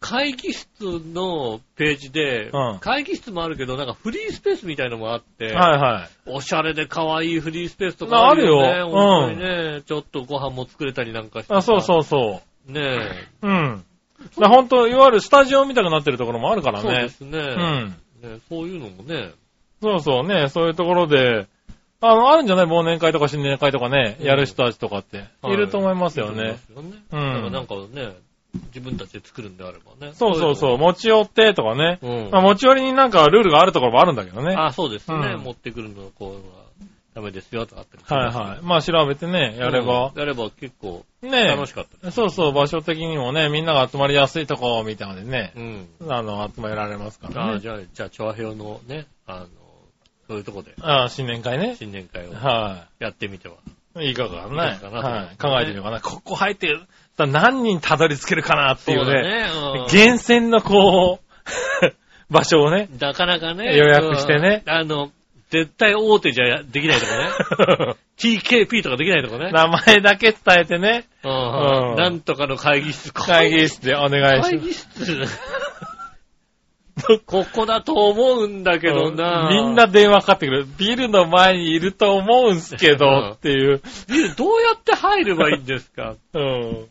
[SPEAKER 2] 会議室のページで
[SPEAKER 3] うん、
[SPEAKER 2] 会議室もあるけど、なんかフリースペースみたいのもあって、
[SPEAKER 3] はいはい。
[SPEAKER 2] おしゃれで可愛いフリースペースと
[SPEAKER 3] ま
[SPEAKER 2] か
[SPEAKER 3] あ
[SPEAKER 2] あるよね。
[SPEAKER 3] あるよ
[SPEAKER 2] 本当にね、ちょっとご飯も作れたりなんかしてさ。
[SPEAKER 3] あ、そうそうそう。
[SPEAKER 2] う。ね
[SPEAKER 3] うん。だ本当いわゆるスタジオみたくなってるところもあるか
[SPEAKER 2] え。
[SPEAKER 3] ら
[SPEAKER 2] そうで
[SPEAKER 3] ね。
[SPEAKER 2] す
[SPEAKER 3] う
[SPEAKER 2] ね。
[SPEAKER 3] ん。
[SPEAKER 2] ねそういうのもね。
[SPEAKER 3] そうそうね、そういうところで、あの、あるんじゃない忘年会とか新年会とかね、
[SPEAKER 2] うん
[SPEAKER 3] やる人たちとかって、いると思いますよ
[SPEAKER 2] いい
[SPEAKER 3] ね。
[SPEAKER 2] と思います
[SPEAKER 3] う
[SPEAKER 2] よね。だから
[SPEAKER 3] ん
[SPEAKER 2] なんかね、自分たちで作るんであればね。
[SPEAKER 3] そうそうそう、
[SPEAKER 2] い
[SPEAKER 3] 持ち寄ってとかね。
[SPEAKER 2] うのも。
[SPEAKER 3] まあ、持ち寄りになんかルールがあるところもあるんだけど
[SPEAKER 2] う
[SPEAKER 3] ね。
[SPEAKER 2] ん。
[SPEAKER 3] は
[SPEAKER 2] あ、そうですね。
[SPEAKER 3] うん
[SPEAKER 2] 持ってくるのはこういうのはダメですよとかあったり
[SPEAKER 3] いはい。まあ、調べてね、やれば。
[SPEAKER 2] うんやれば結構
[SPEAKER 3] ね
[SPEAKER 2] 楽しかったです。
[SPEAKER 3] そうそう、場所的にもね、みんなが集まりやすいとこみたいなのでね、
[SPEAKER 2] うん。
[SPEAKER 3] あの、集められますか
[SPEAKER 2] あ
[SPEAKER 3] ら
[SPEAKER 2] あ
[SPEAKER 3] ね。
[SPEAKER 2] じゃあ、じゃあ、調和表のね、あの、そういうとこで
[SPEAKER 3] ああ、新年会ね。
[SPEAKER 2] 新年会を
[SPEAKER 3] は
[SPEAKER 2] やってみては。
[SPEAKER 3] い。いかが
[SPEAKER 2] い
[SPEAKER 3] ね
[SPEAKER 2] い。かがかな
[SPEAKER 3] はい。考えてみようかな。ここ入って、何人たどり着けるかなっていうね。
[SPEAKER 2] そうだね。
[SPEAKER 3] 厳選のこう、 場所を ね。
[SPEAKER 2] うんなかなかね。
[SPEAKER 3] 予約してね
[SPEAKER 2] うん。あの、絶対大手じゃできないとかね。TKP とかできないとかね。
[SPEAKER 3] 名前だけ伝えてね、
[SPEAKER 2] うん
[SPEAKER 3] うん
[SPEAKER 2] なんとかの会議室。
[SPEAKER 3] 会議室でお願いし
[SPEAKER 2] 会
[SPEAKER 3] ます。
[SPEAKER 2] 議室。 ここだと思うんだけどな。
[SPEAKER 3] みんな、電話かかってくる。ビルの前にいると思うんすけど、っていう。
[SPEAKER 2] どうやって入ればいいんですか
[SPEAKER 3] うん。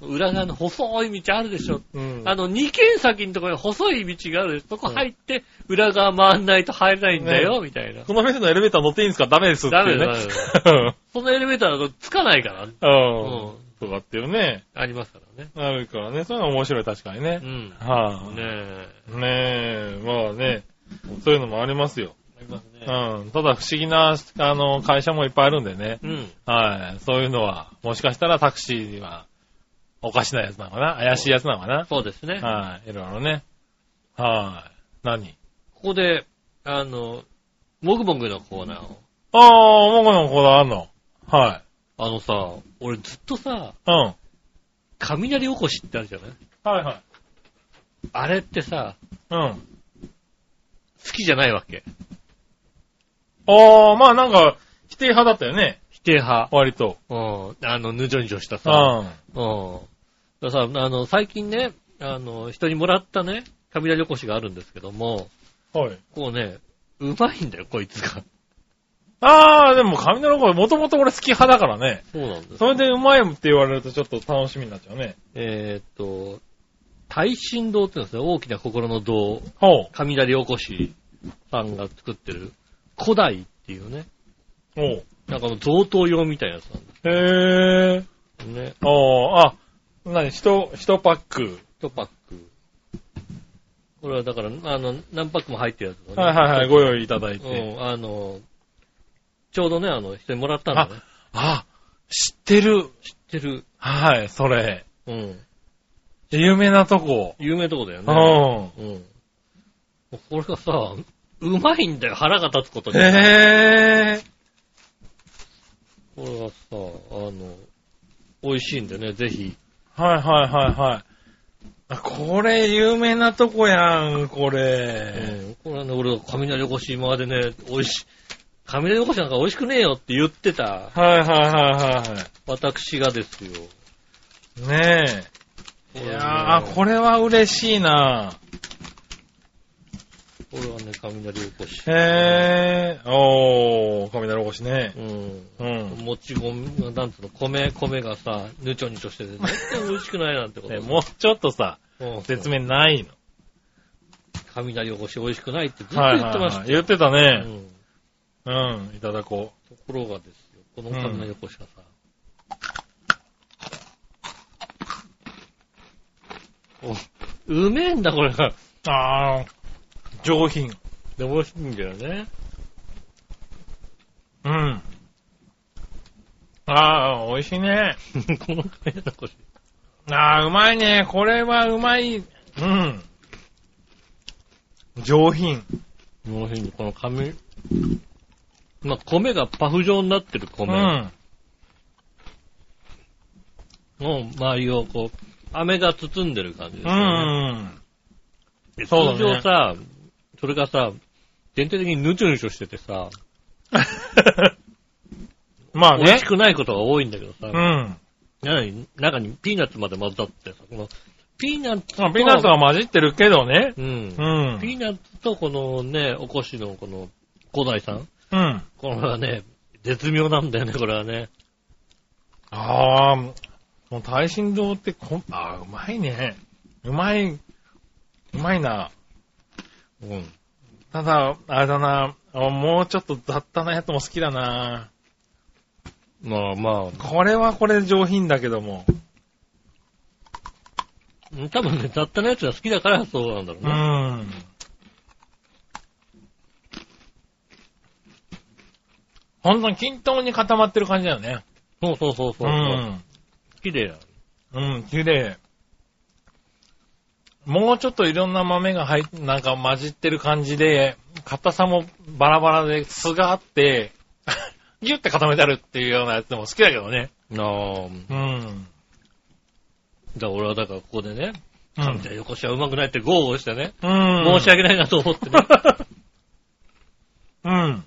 [SPEAKER 2] 裏側の細い道あるでしょ。
[SPEAKER 3] うん。
[SPEAKER 2] あの、2軒先のところに細い道があるでしょ。そこ入って、裏側回んないと入れないんだよ、みたいな。
[SPEAKER 3] この店のエレベーター乗っていいんですかダメですっていうね
[SPEAKER 2] ダメです。そのエレベーターだとつかないから、
[SPEAKER 3] うん。
[SPEAKER 2] う
[SPEAKER 3] うんん。とかっていうね。
[SPEAKER 2] ありますからね。
[SPEAKER 3] あるからね。そういうの面白い、確かに
[SPEAKER 2] う
[SPEAKER 3] ね。
[SPEAKER 2] ん。
[SPEAKER 3] は
[SPEAKER 2] ねえ。
[SPEAKER 3] あ。ねえ、まあね。そういうのもありますよ。
[SPEAKER 2] あります
[SPEAKER 3] う
[SPEAKER 2] ね。
[SPEAKER 3] ん。ただ不思議な、あの、会社もいっぱいあるんでね。
[SPEAKER 2] うん。
[SPEAKER 3] はい。そういうのは、もしかしたらタクシーには、おかしなやつなのかな怪しいやつなのかな
[SPEAKER 2] そうですね。
[SPEAKER 3] はい。いろいろね。はい。何
[SPEAKER 2] ここで、あの、もぐもぐのコーナーを。
[SPEAKER 3] ああ、もこのこだあんの。はい。
[SPEAKER 2] あのさ、俺ずっとさ、
[SPEAKER 3] うん。
[SPEAKER 2] 雷起こしってあるじゃない
[SPEAKER 3] はいはい。
[SPEAKER 2] あれってさ、
[SPEAKER 3] うん。
[SPEAKER 2] 好きじゃないわけ。
[SPEAKER 3] ああ、まあなんか、否定派だったよね。
[SPEAKER 2] 否定派。
[SPEAKER 3] 割と。
[SPEAKER 2] うん。あの、ぬじょにじょした
[SPEAKER 3] う
[SPEAKER 2] さ。
[SPEAKER 3] ん。
[SPEAKER 2] うん。だからさ、あの、最近ね、あの、人にもらったね、雷起こしがあるんですけども、
[SPEAKER 3] はい。
[SPEAKER 2] こうね、うまいんだよ、こいつが。
[SPEAKER 3] ああ、でも髪の声、もともと俺好き派だからね。
[SPEAKER 2] そうなんです。
[SPEAKER 3] それでうまいって言われるとちょっと楽しみになっちゃうね。
[SPEAKER 2] えーっと、大震動っていうんですね、大きな心の動、
[SPEAKER 3] ほう。
[SPEAKER 2] 雷起こしさんが作ってる、古代っていうね、
[SPEAKER 3] おう。
[SPEAKER 2] なんかもう贈答用みたいなやつなんで
[SPEAKER 3] へえ。
[SPEAKER 2] すね。
[SPEAKER 3] おう、あ、なに、一、一パック。
[SPEAKER 2] 1パック。これはだから、あの、何パックも入ってるやつ、ね。
[SPEAKER 3] はいはいはい、ご用意いただいて。
[SPEAKER 2] うん、あの、ちょうどね、あの、人にもらったのね。
[SPEAKER 3] あ、知ってる。
[SPEAKER 2] 知ってる。
[SPEAKER 3] はい、それ。
[SPEAKER 2] うん。
[SPEAKER 3] 有名なとこ。
[SPEAKER 2] 有名とこだよ
[SPEAKER 3] う
[SPEAKER 2] ね。
[SPEAKER 3] ん。
[SPEAKER 2] うん。これがさ、うまいんだよ、腹が立つ ことに。
[SPEAKER 3] へぇ
[SPEAKER 2] これがさ、あの、美味しいんでね、ぜひ。
[SPEAKER 3] ー。はいはいはいはいあ。これ、有名なとこやん、これ。
[SPEAKER 2] うん。これはね、俺、雷おこし今までね、美味しい。雷おこしなんか美味しくねえよって言ってた、
[SPEAKER 3] はいはいはいは
[SPEAKER 2] 私がですよ。
[SPEAKER 3] い。ねえ。いやー、これは嬉しいな
[SPEAKER 2] これはね、雷おこし。
[SPEAKER 3] へぇー。おー、雷おこしね。
[SPEAKER 2] うん。
[SPEAKER 3] うん。
[SPEAKER 2] もち米、なんつうの、米、米がさ、ぬちょにちょしてて、全然美味しくないなんてこと。
[SPEAKER 3] ねもうちょっとさ、
[SPEAKER 2] うん、
[SPEAKER 3] 説
[SPEAKER 2] 明。
[SPEAKER 3] 明ないの。
[SPEAKER 2] 雷おこし美味しくないってずっと
[SPEAKER 3] はい
[SPEAKER 2] 言
[SPEAKER 3] は
[SPEAKER 2] っ
[SPEAKER 3] い
[SPEAKER 2] てました。
[SPEAKER 3] はい。言ってたね。
[SPEAKER 2] うん。
[SPEAKER 3] うん、いただこう。
[SPEAKER 2] ところがですよ、この雷おこしがさ、おうめえんだ、これが。
[SPEAKER 3] あー、上品。
[SPEAKER 2] で、美味しいんだよね。
[SPEAKER 3] うん。ああ、美味しいね。
[SPEAKER 2] この雷おこし。
[SPEAKER 3] ああ、うまいね。これはうまい。うん。上品。
[SPEAKER 2] 美味しいんだこの雷。まあ、米がパフ状になってる
[SPEAKER 3] う
[SPEAKER 2] 米。
[SPEAKER 3] ん。
[SPEAKER 2] の周りをこう、飴が包んでる感じです
[SPEAKER 3] う
[SPEAKER 2] よね。
[SPEAKER 3] ん。
[SPEAKER 2] で通
[SPEAKER 3] そうだね
[SPEAKER 2] 常さ、それがさ、全体的にヌチョヌチョしててさ、
[SPEAKER 3] まあ
[SPEAKER 2] 美味
[SPEAKER 3] ね
[SPEAKER 2] し。くないことが多いんだけどさ、
[SPEAKER 3] うん。
[SPEAKER 2] 何中にピーナッツまで混ざってさ、この、ピーナッツと、
[SPEAKER 3] まあピーナッツが混じってるけどね。
[SPEAKER 2] うん
[SPEAKER 3] う。ん。
[SPEAKER 2] ピーナッツとこのね、おこしのこの、古代さん。
[SPEAKER 3] うん。
[SPEAKER 2] これはね、絶妙なんだよね、これはね。
[SPEAKER 3] ああ、もう大振動ってこん、ああ、うまいね。うまい、うまいな。
[SPEAKER 2] うん。
[SPEAKER 3] ただ、あれだな、あもうちょっと雑多なやつも好きだな。
[SPEAKER 2] まあま
[SPEAKER 3] これはこれで上品だけども。
[SPEAKER 2] あ、多分ね、雑多なやつが好きだからそうなんだろう
[SPEAKER 3] う
[SPEAKER 2] ね。
[SPEAKER 3] ん。ほんとに均等に固まってる感じだよね。
[SPEAKER 2] そうそうそうそう。
[SPEAKER 3] ん。
[SPEAKER 2] 綺麗だ。
[SPEAKER 3] うん、綺麗。もうちょっといろんな豆が入っなんか混じってる感じで、硬さもバラバラで、酢があって、 ギュッて固めてあるっていうようなやつでも好きだけどね。
[SPEAKER 2] ああ、
[SPEAKER 3] うん。
[SPEAKER 2] だから俺はだからここでね、
[SPEAKER 3] う
[SPEAKER 2] 神ちゃん横しはうまくないって豪語してね、
[SPEAKER 3] ん。
[SPEAKER 2] 申し訳ないなと思 ってね。
[SPEAKER 3] うん。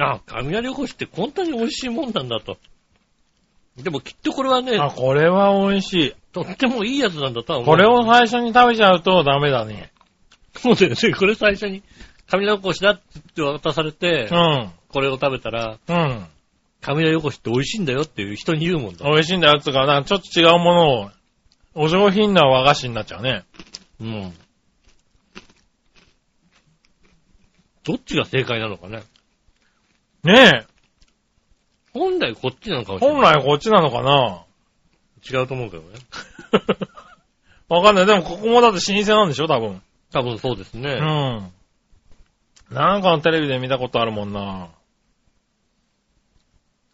[SPEAKER 2] あ、雷おこしってこんなに美味しいもんなんだと。でもきっとこれはね、
[SPEAKER 3] あ、これは美味しい。
[SPEAKER 2] とってもいいやつなんだとは思う。
[SPEAKER 3] これを最初に食べちゃうとダメだね。
[SPEAKER 2] そうだよね。これ最初に、雷おこしだって渡されて、
[SPEAKER 3] うん。
[SPEAKER 2] これを食べたら、
[SPEAKER 3] うん。
[SPEAKER 2] 雷おこしって美味しいんだよっていう人に言うもんだ。
[SPEAKER 3] 美味しいんだよ、つうか、なんかちょっと違うものを、お上品な和菓子になっちゃうね。
[SPEAKER 2] うん。どっちが正解なのかね。
[SPEAKER 3] ね
[SPEAKER 2] 本来こっちなのか
[SPEAKER 3] え、
[SPEAKER 2] もしれ
[SPEAKER 3] 本
[SPEAKER 2] ない。
[SPEAKER 3] 来こっちなのかな
[SPEAKER 2] 違うと思うけどね。
[SPEAKER 3] わかんない。でもここもだって老舗なんでしょ、多分。
[SPEAKER 2] 多分そうですね。
[SPEAKER 3] うん。なんかのテレビで見たことあるもんな。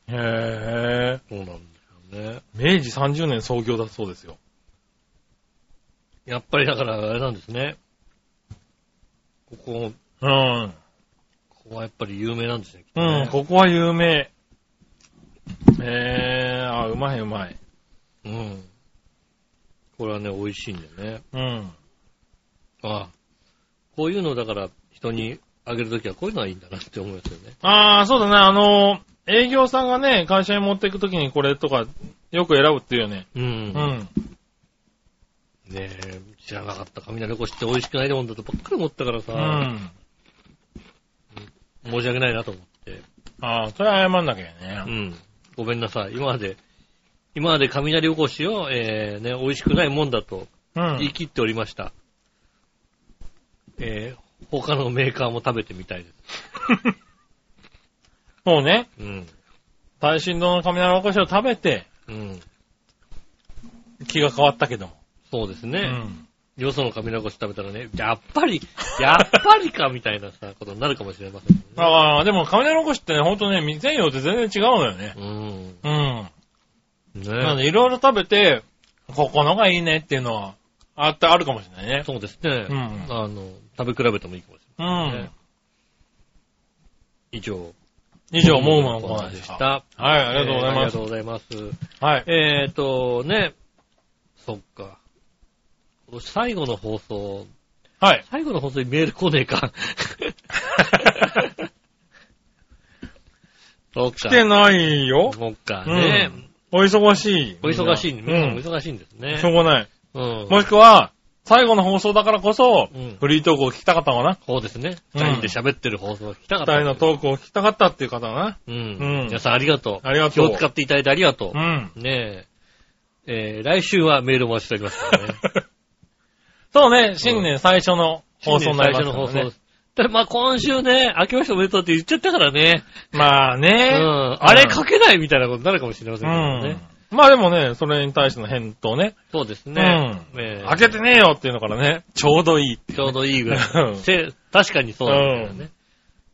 [SPEAKER 3] へえ。
[SPEAKER 2] そうなんだよね。
[SPEAKER 3] 明治30年創業だそうですよ。
[SPEAKER 2] やっぱりだから、あれなんですね。ここ、
[SPEAKER 3] うん。
[SPEAKER 2] ここはやっぱり有名なんですね。きっと
[SPEAKER 3] うん、
[SPEAKER 2] ね
[SPEAKER 3] ここは有名。へえ、あ、うまいうまい。
[SPEAKER 2] うん。これはね、美味しいんだよね。
[SPEAKER 3] うん。
[SPEAKER 2] ああこういうのをだから、人にあげるときはこういうのはいいんだなって思いますよね。
[SPEAKER 3] ああ、そうだね。あの、営業さんがね、会社に持っていくときにこれとか、よく選ぶっていうよね。
[SPEAKER 2] うん。
[SPEAKER 3] うん。
[SPEAKER 2] ねえ、知らなかった。雷おこしって美味しくないもんだとばっかり思ったからさ、
[SPEAKER 3] うん。
[SPEAKER 2] 申し訳ないなと思って。
[SPEAKER 3] ああ、それは謝んなきゃ
[SPEAKER 2] う
[SPEAKER 3] ね。
[SPEAKER 2] ん。ごめんなさい。今まで、今まで雷おこしを、えー、ね、美味しくないもんだと
[SPEAKER 3] うん。
[SPEAKER 2] 言い切っておりました。えー、他のメーカーも食べてみたいです。
[SPEAKER 3] そうね。
[SPEAKER 2] うん。
[SPEAKER 3] 大振動の雷おこしを食べて、
[SPEAKER 2] うん。
[SPEAKER 3] 気が変わったけども。
[SPEAKER 2] そうです
[SPEAKER 3] う
[SPEAKER 2] ね。
[SPEAKER 3] ん。
[SPEAKER 2] よその雷おこし食べたらね、やっぱり、やっぱりかみたいなさ、ことになるかもしれませんね。
[SPEAKER 3] ああ、でも雷おこしってね、ほんとね、未然用って全然違うのよね。
[SPEAKER 2] うん。
[SPEAKER 3] うん。なん
[SPEAKER 2] ね
[SPEAKER 3] で、いろいろ食べて、ここのがいいねっていうのは、あってあるかもしれないね。
[SPEAKER 2] そうですね。
[SPEAKER 3] うん
[SPEAKER 2] あの、食べ比べてもいいかもし
[SPEAKER 3] う
[SPEAKER 2] れないね
[SPEAKER 3] ん。。
[SPEAKER 2] 以上。
[SPEAKER 3] 以上、モームのコーナーでし。
[SPEAKER 2] したた。
[SPEAKER 3] はい、ありがとうござい
[SPEAKER 2] えーあり
[SPEAKER 3] ま
[SPEAKER 2] が
[SPEAKER 3] す
[SPEAKER 2] とう。ございます。
[SPEAKER 3] はい。
[SPEAKER 2] えーと、ね、そっか。最後の放送、
[SPEAKER 3] はい。
[SPEAKER 2] 最後の放送にメール来ねえ か。そっか
[SPEAKER 3] 来。てないよ。
[SPEAKER 2] そっか
[SPEAKER 3] うん
[SPEAKER 2] ね。
[SPEAKER 3] お忙しい。
[SPEAKER 2] お忙しい、
[SPEAKER 3] う
[SPEAKER 2] ね。お
[SPEAKER 3] ん。
[SPEAKER 2] 忙しいんですね
[SPEAKER 3] しょ。うがない。
[SPEAKER 2] うん。
[SPEAKER 3] もしくは、最後の放送だからこそ
[SPEAKER 2] うん、
[SPEAKER 3] フリートークを聞きたかったのかな。
[SPEAKER 2] そうですね。
[SPEAKER 3] うん
[SPEAKER 2] 二人で喋ってる放送が聞きたか
[SPEAKER 3] 二
[SPEAKER 2] った。
[SPEAKER 3] 人のトークを聞きたかったっていう方は
[SPEAKER 2] う
[SPEAKER 3] うん
[SPEAKER 2] ん。皆さんありがとう。
[SPEAKER 3] ありがとう
[SPEAKER 2] 気を使っていただいてありがと
[SPEAKER 3] な。うん。
[SPEAKER 2] う。ねえ。えー、来週はメールをお待ちしておりますからね。
[SPEAKER 3] そうね、新年最初の 放送になりま
[SPEAKER 2] 最初
[SPEAKER 3] すか
[SPEAKER 2] の
[SPEAKER 3] ら
[SPEAKER 2] 放
[SPEAKER 3] ね
[SPEAKER 2] 送です。でまあ今週ね、明けましておめでとうって言っちゃったからね。
[SPEAKER 3] まあ
[SPEAKER 2] う
[SPEAKER 3] ね。
[SPEAKER 2] ん。あれ書けないみたいなことになるかもしれませんけどね。
[SPEAKER 3] うん。まあでもね、それに対しての返答ね。
[SPEAKER 2] そうですね。えー
[SPEAKER 3] 開けてねえよっていうのからね、ちょうどいいっていう。
[SPEAKER 2] ちょうどいいぐら
[SPEAKER 3] う
[SPEAKER 2] い。
[SPEAKER 3] ん
[SPEAKER 2] せ確かにそうなんだよね。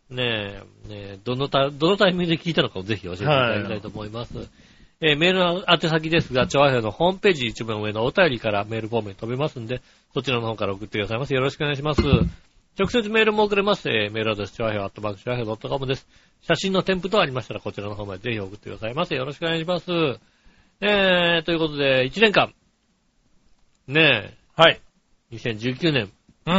[SPEAKER 2] ねえ、ねえ、どのタ、どのタイミングで聞いたのかをぜひ教えていただきたいと思います。えーメールの宛先ですが、調和表のホームページ一番上のお便りからメールフォームに飛べますんで、そちらの方から送ってくださいませ。よろしくお願いします。直接メールも送れます。えーメールアドレス、調和表、アットマーク、調和表 .com です。写真の添付等ありましたら、こちらの方までぜひ送ってくださいませ。よろしくお願いします。えー、ということで、1年間、ね
[SPEAKER 3] はい。
[SPEAKER 2] え、2019年、
[SPEAKER 3] うん。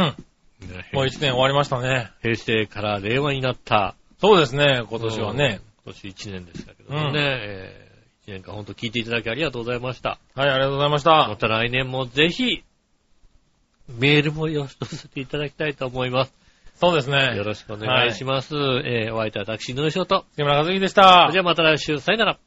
[SPEAKER 3] もう一年終わりましたね。
[SPEAKER 2] 平成から令和になった、
[SPEAKER 3] そうですね、今年はね。
[SPEAKER 2] うん。今年1年でしたけどもね、え一年間ほんと聞いていただきありがとうございました。
[SPEAKER 3] はい、ありがとうございまし
[SPEAKER 2] ま
[SPEAKER 3] た。
[SPEAKER 2] た来年もぜひ、メールもよろしくさせていただきたいと思います。
[SPEAKER 3] そうですね。
[SPEAKER 2] よろしくお願いします。えー、お相手は私、井上翔と。
[SPEAKER 3] 杉村和樹でし
[SPEAKER 2] そ
[SPEAKER 3] た
[SPEAKER 2] れ。ではまた来週、さよなら。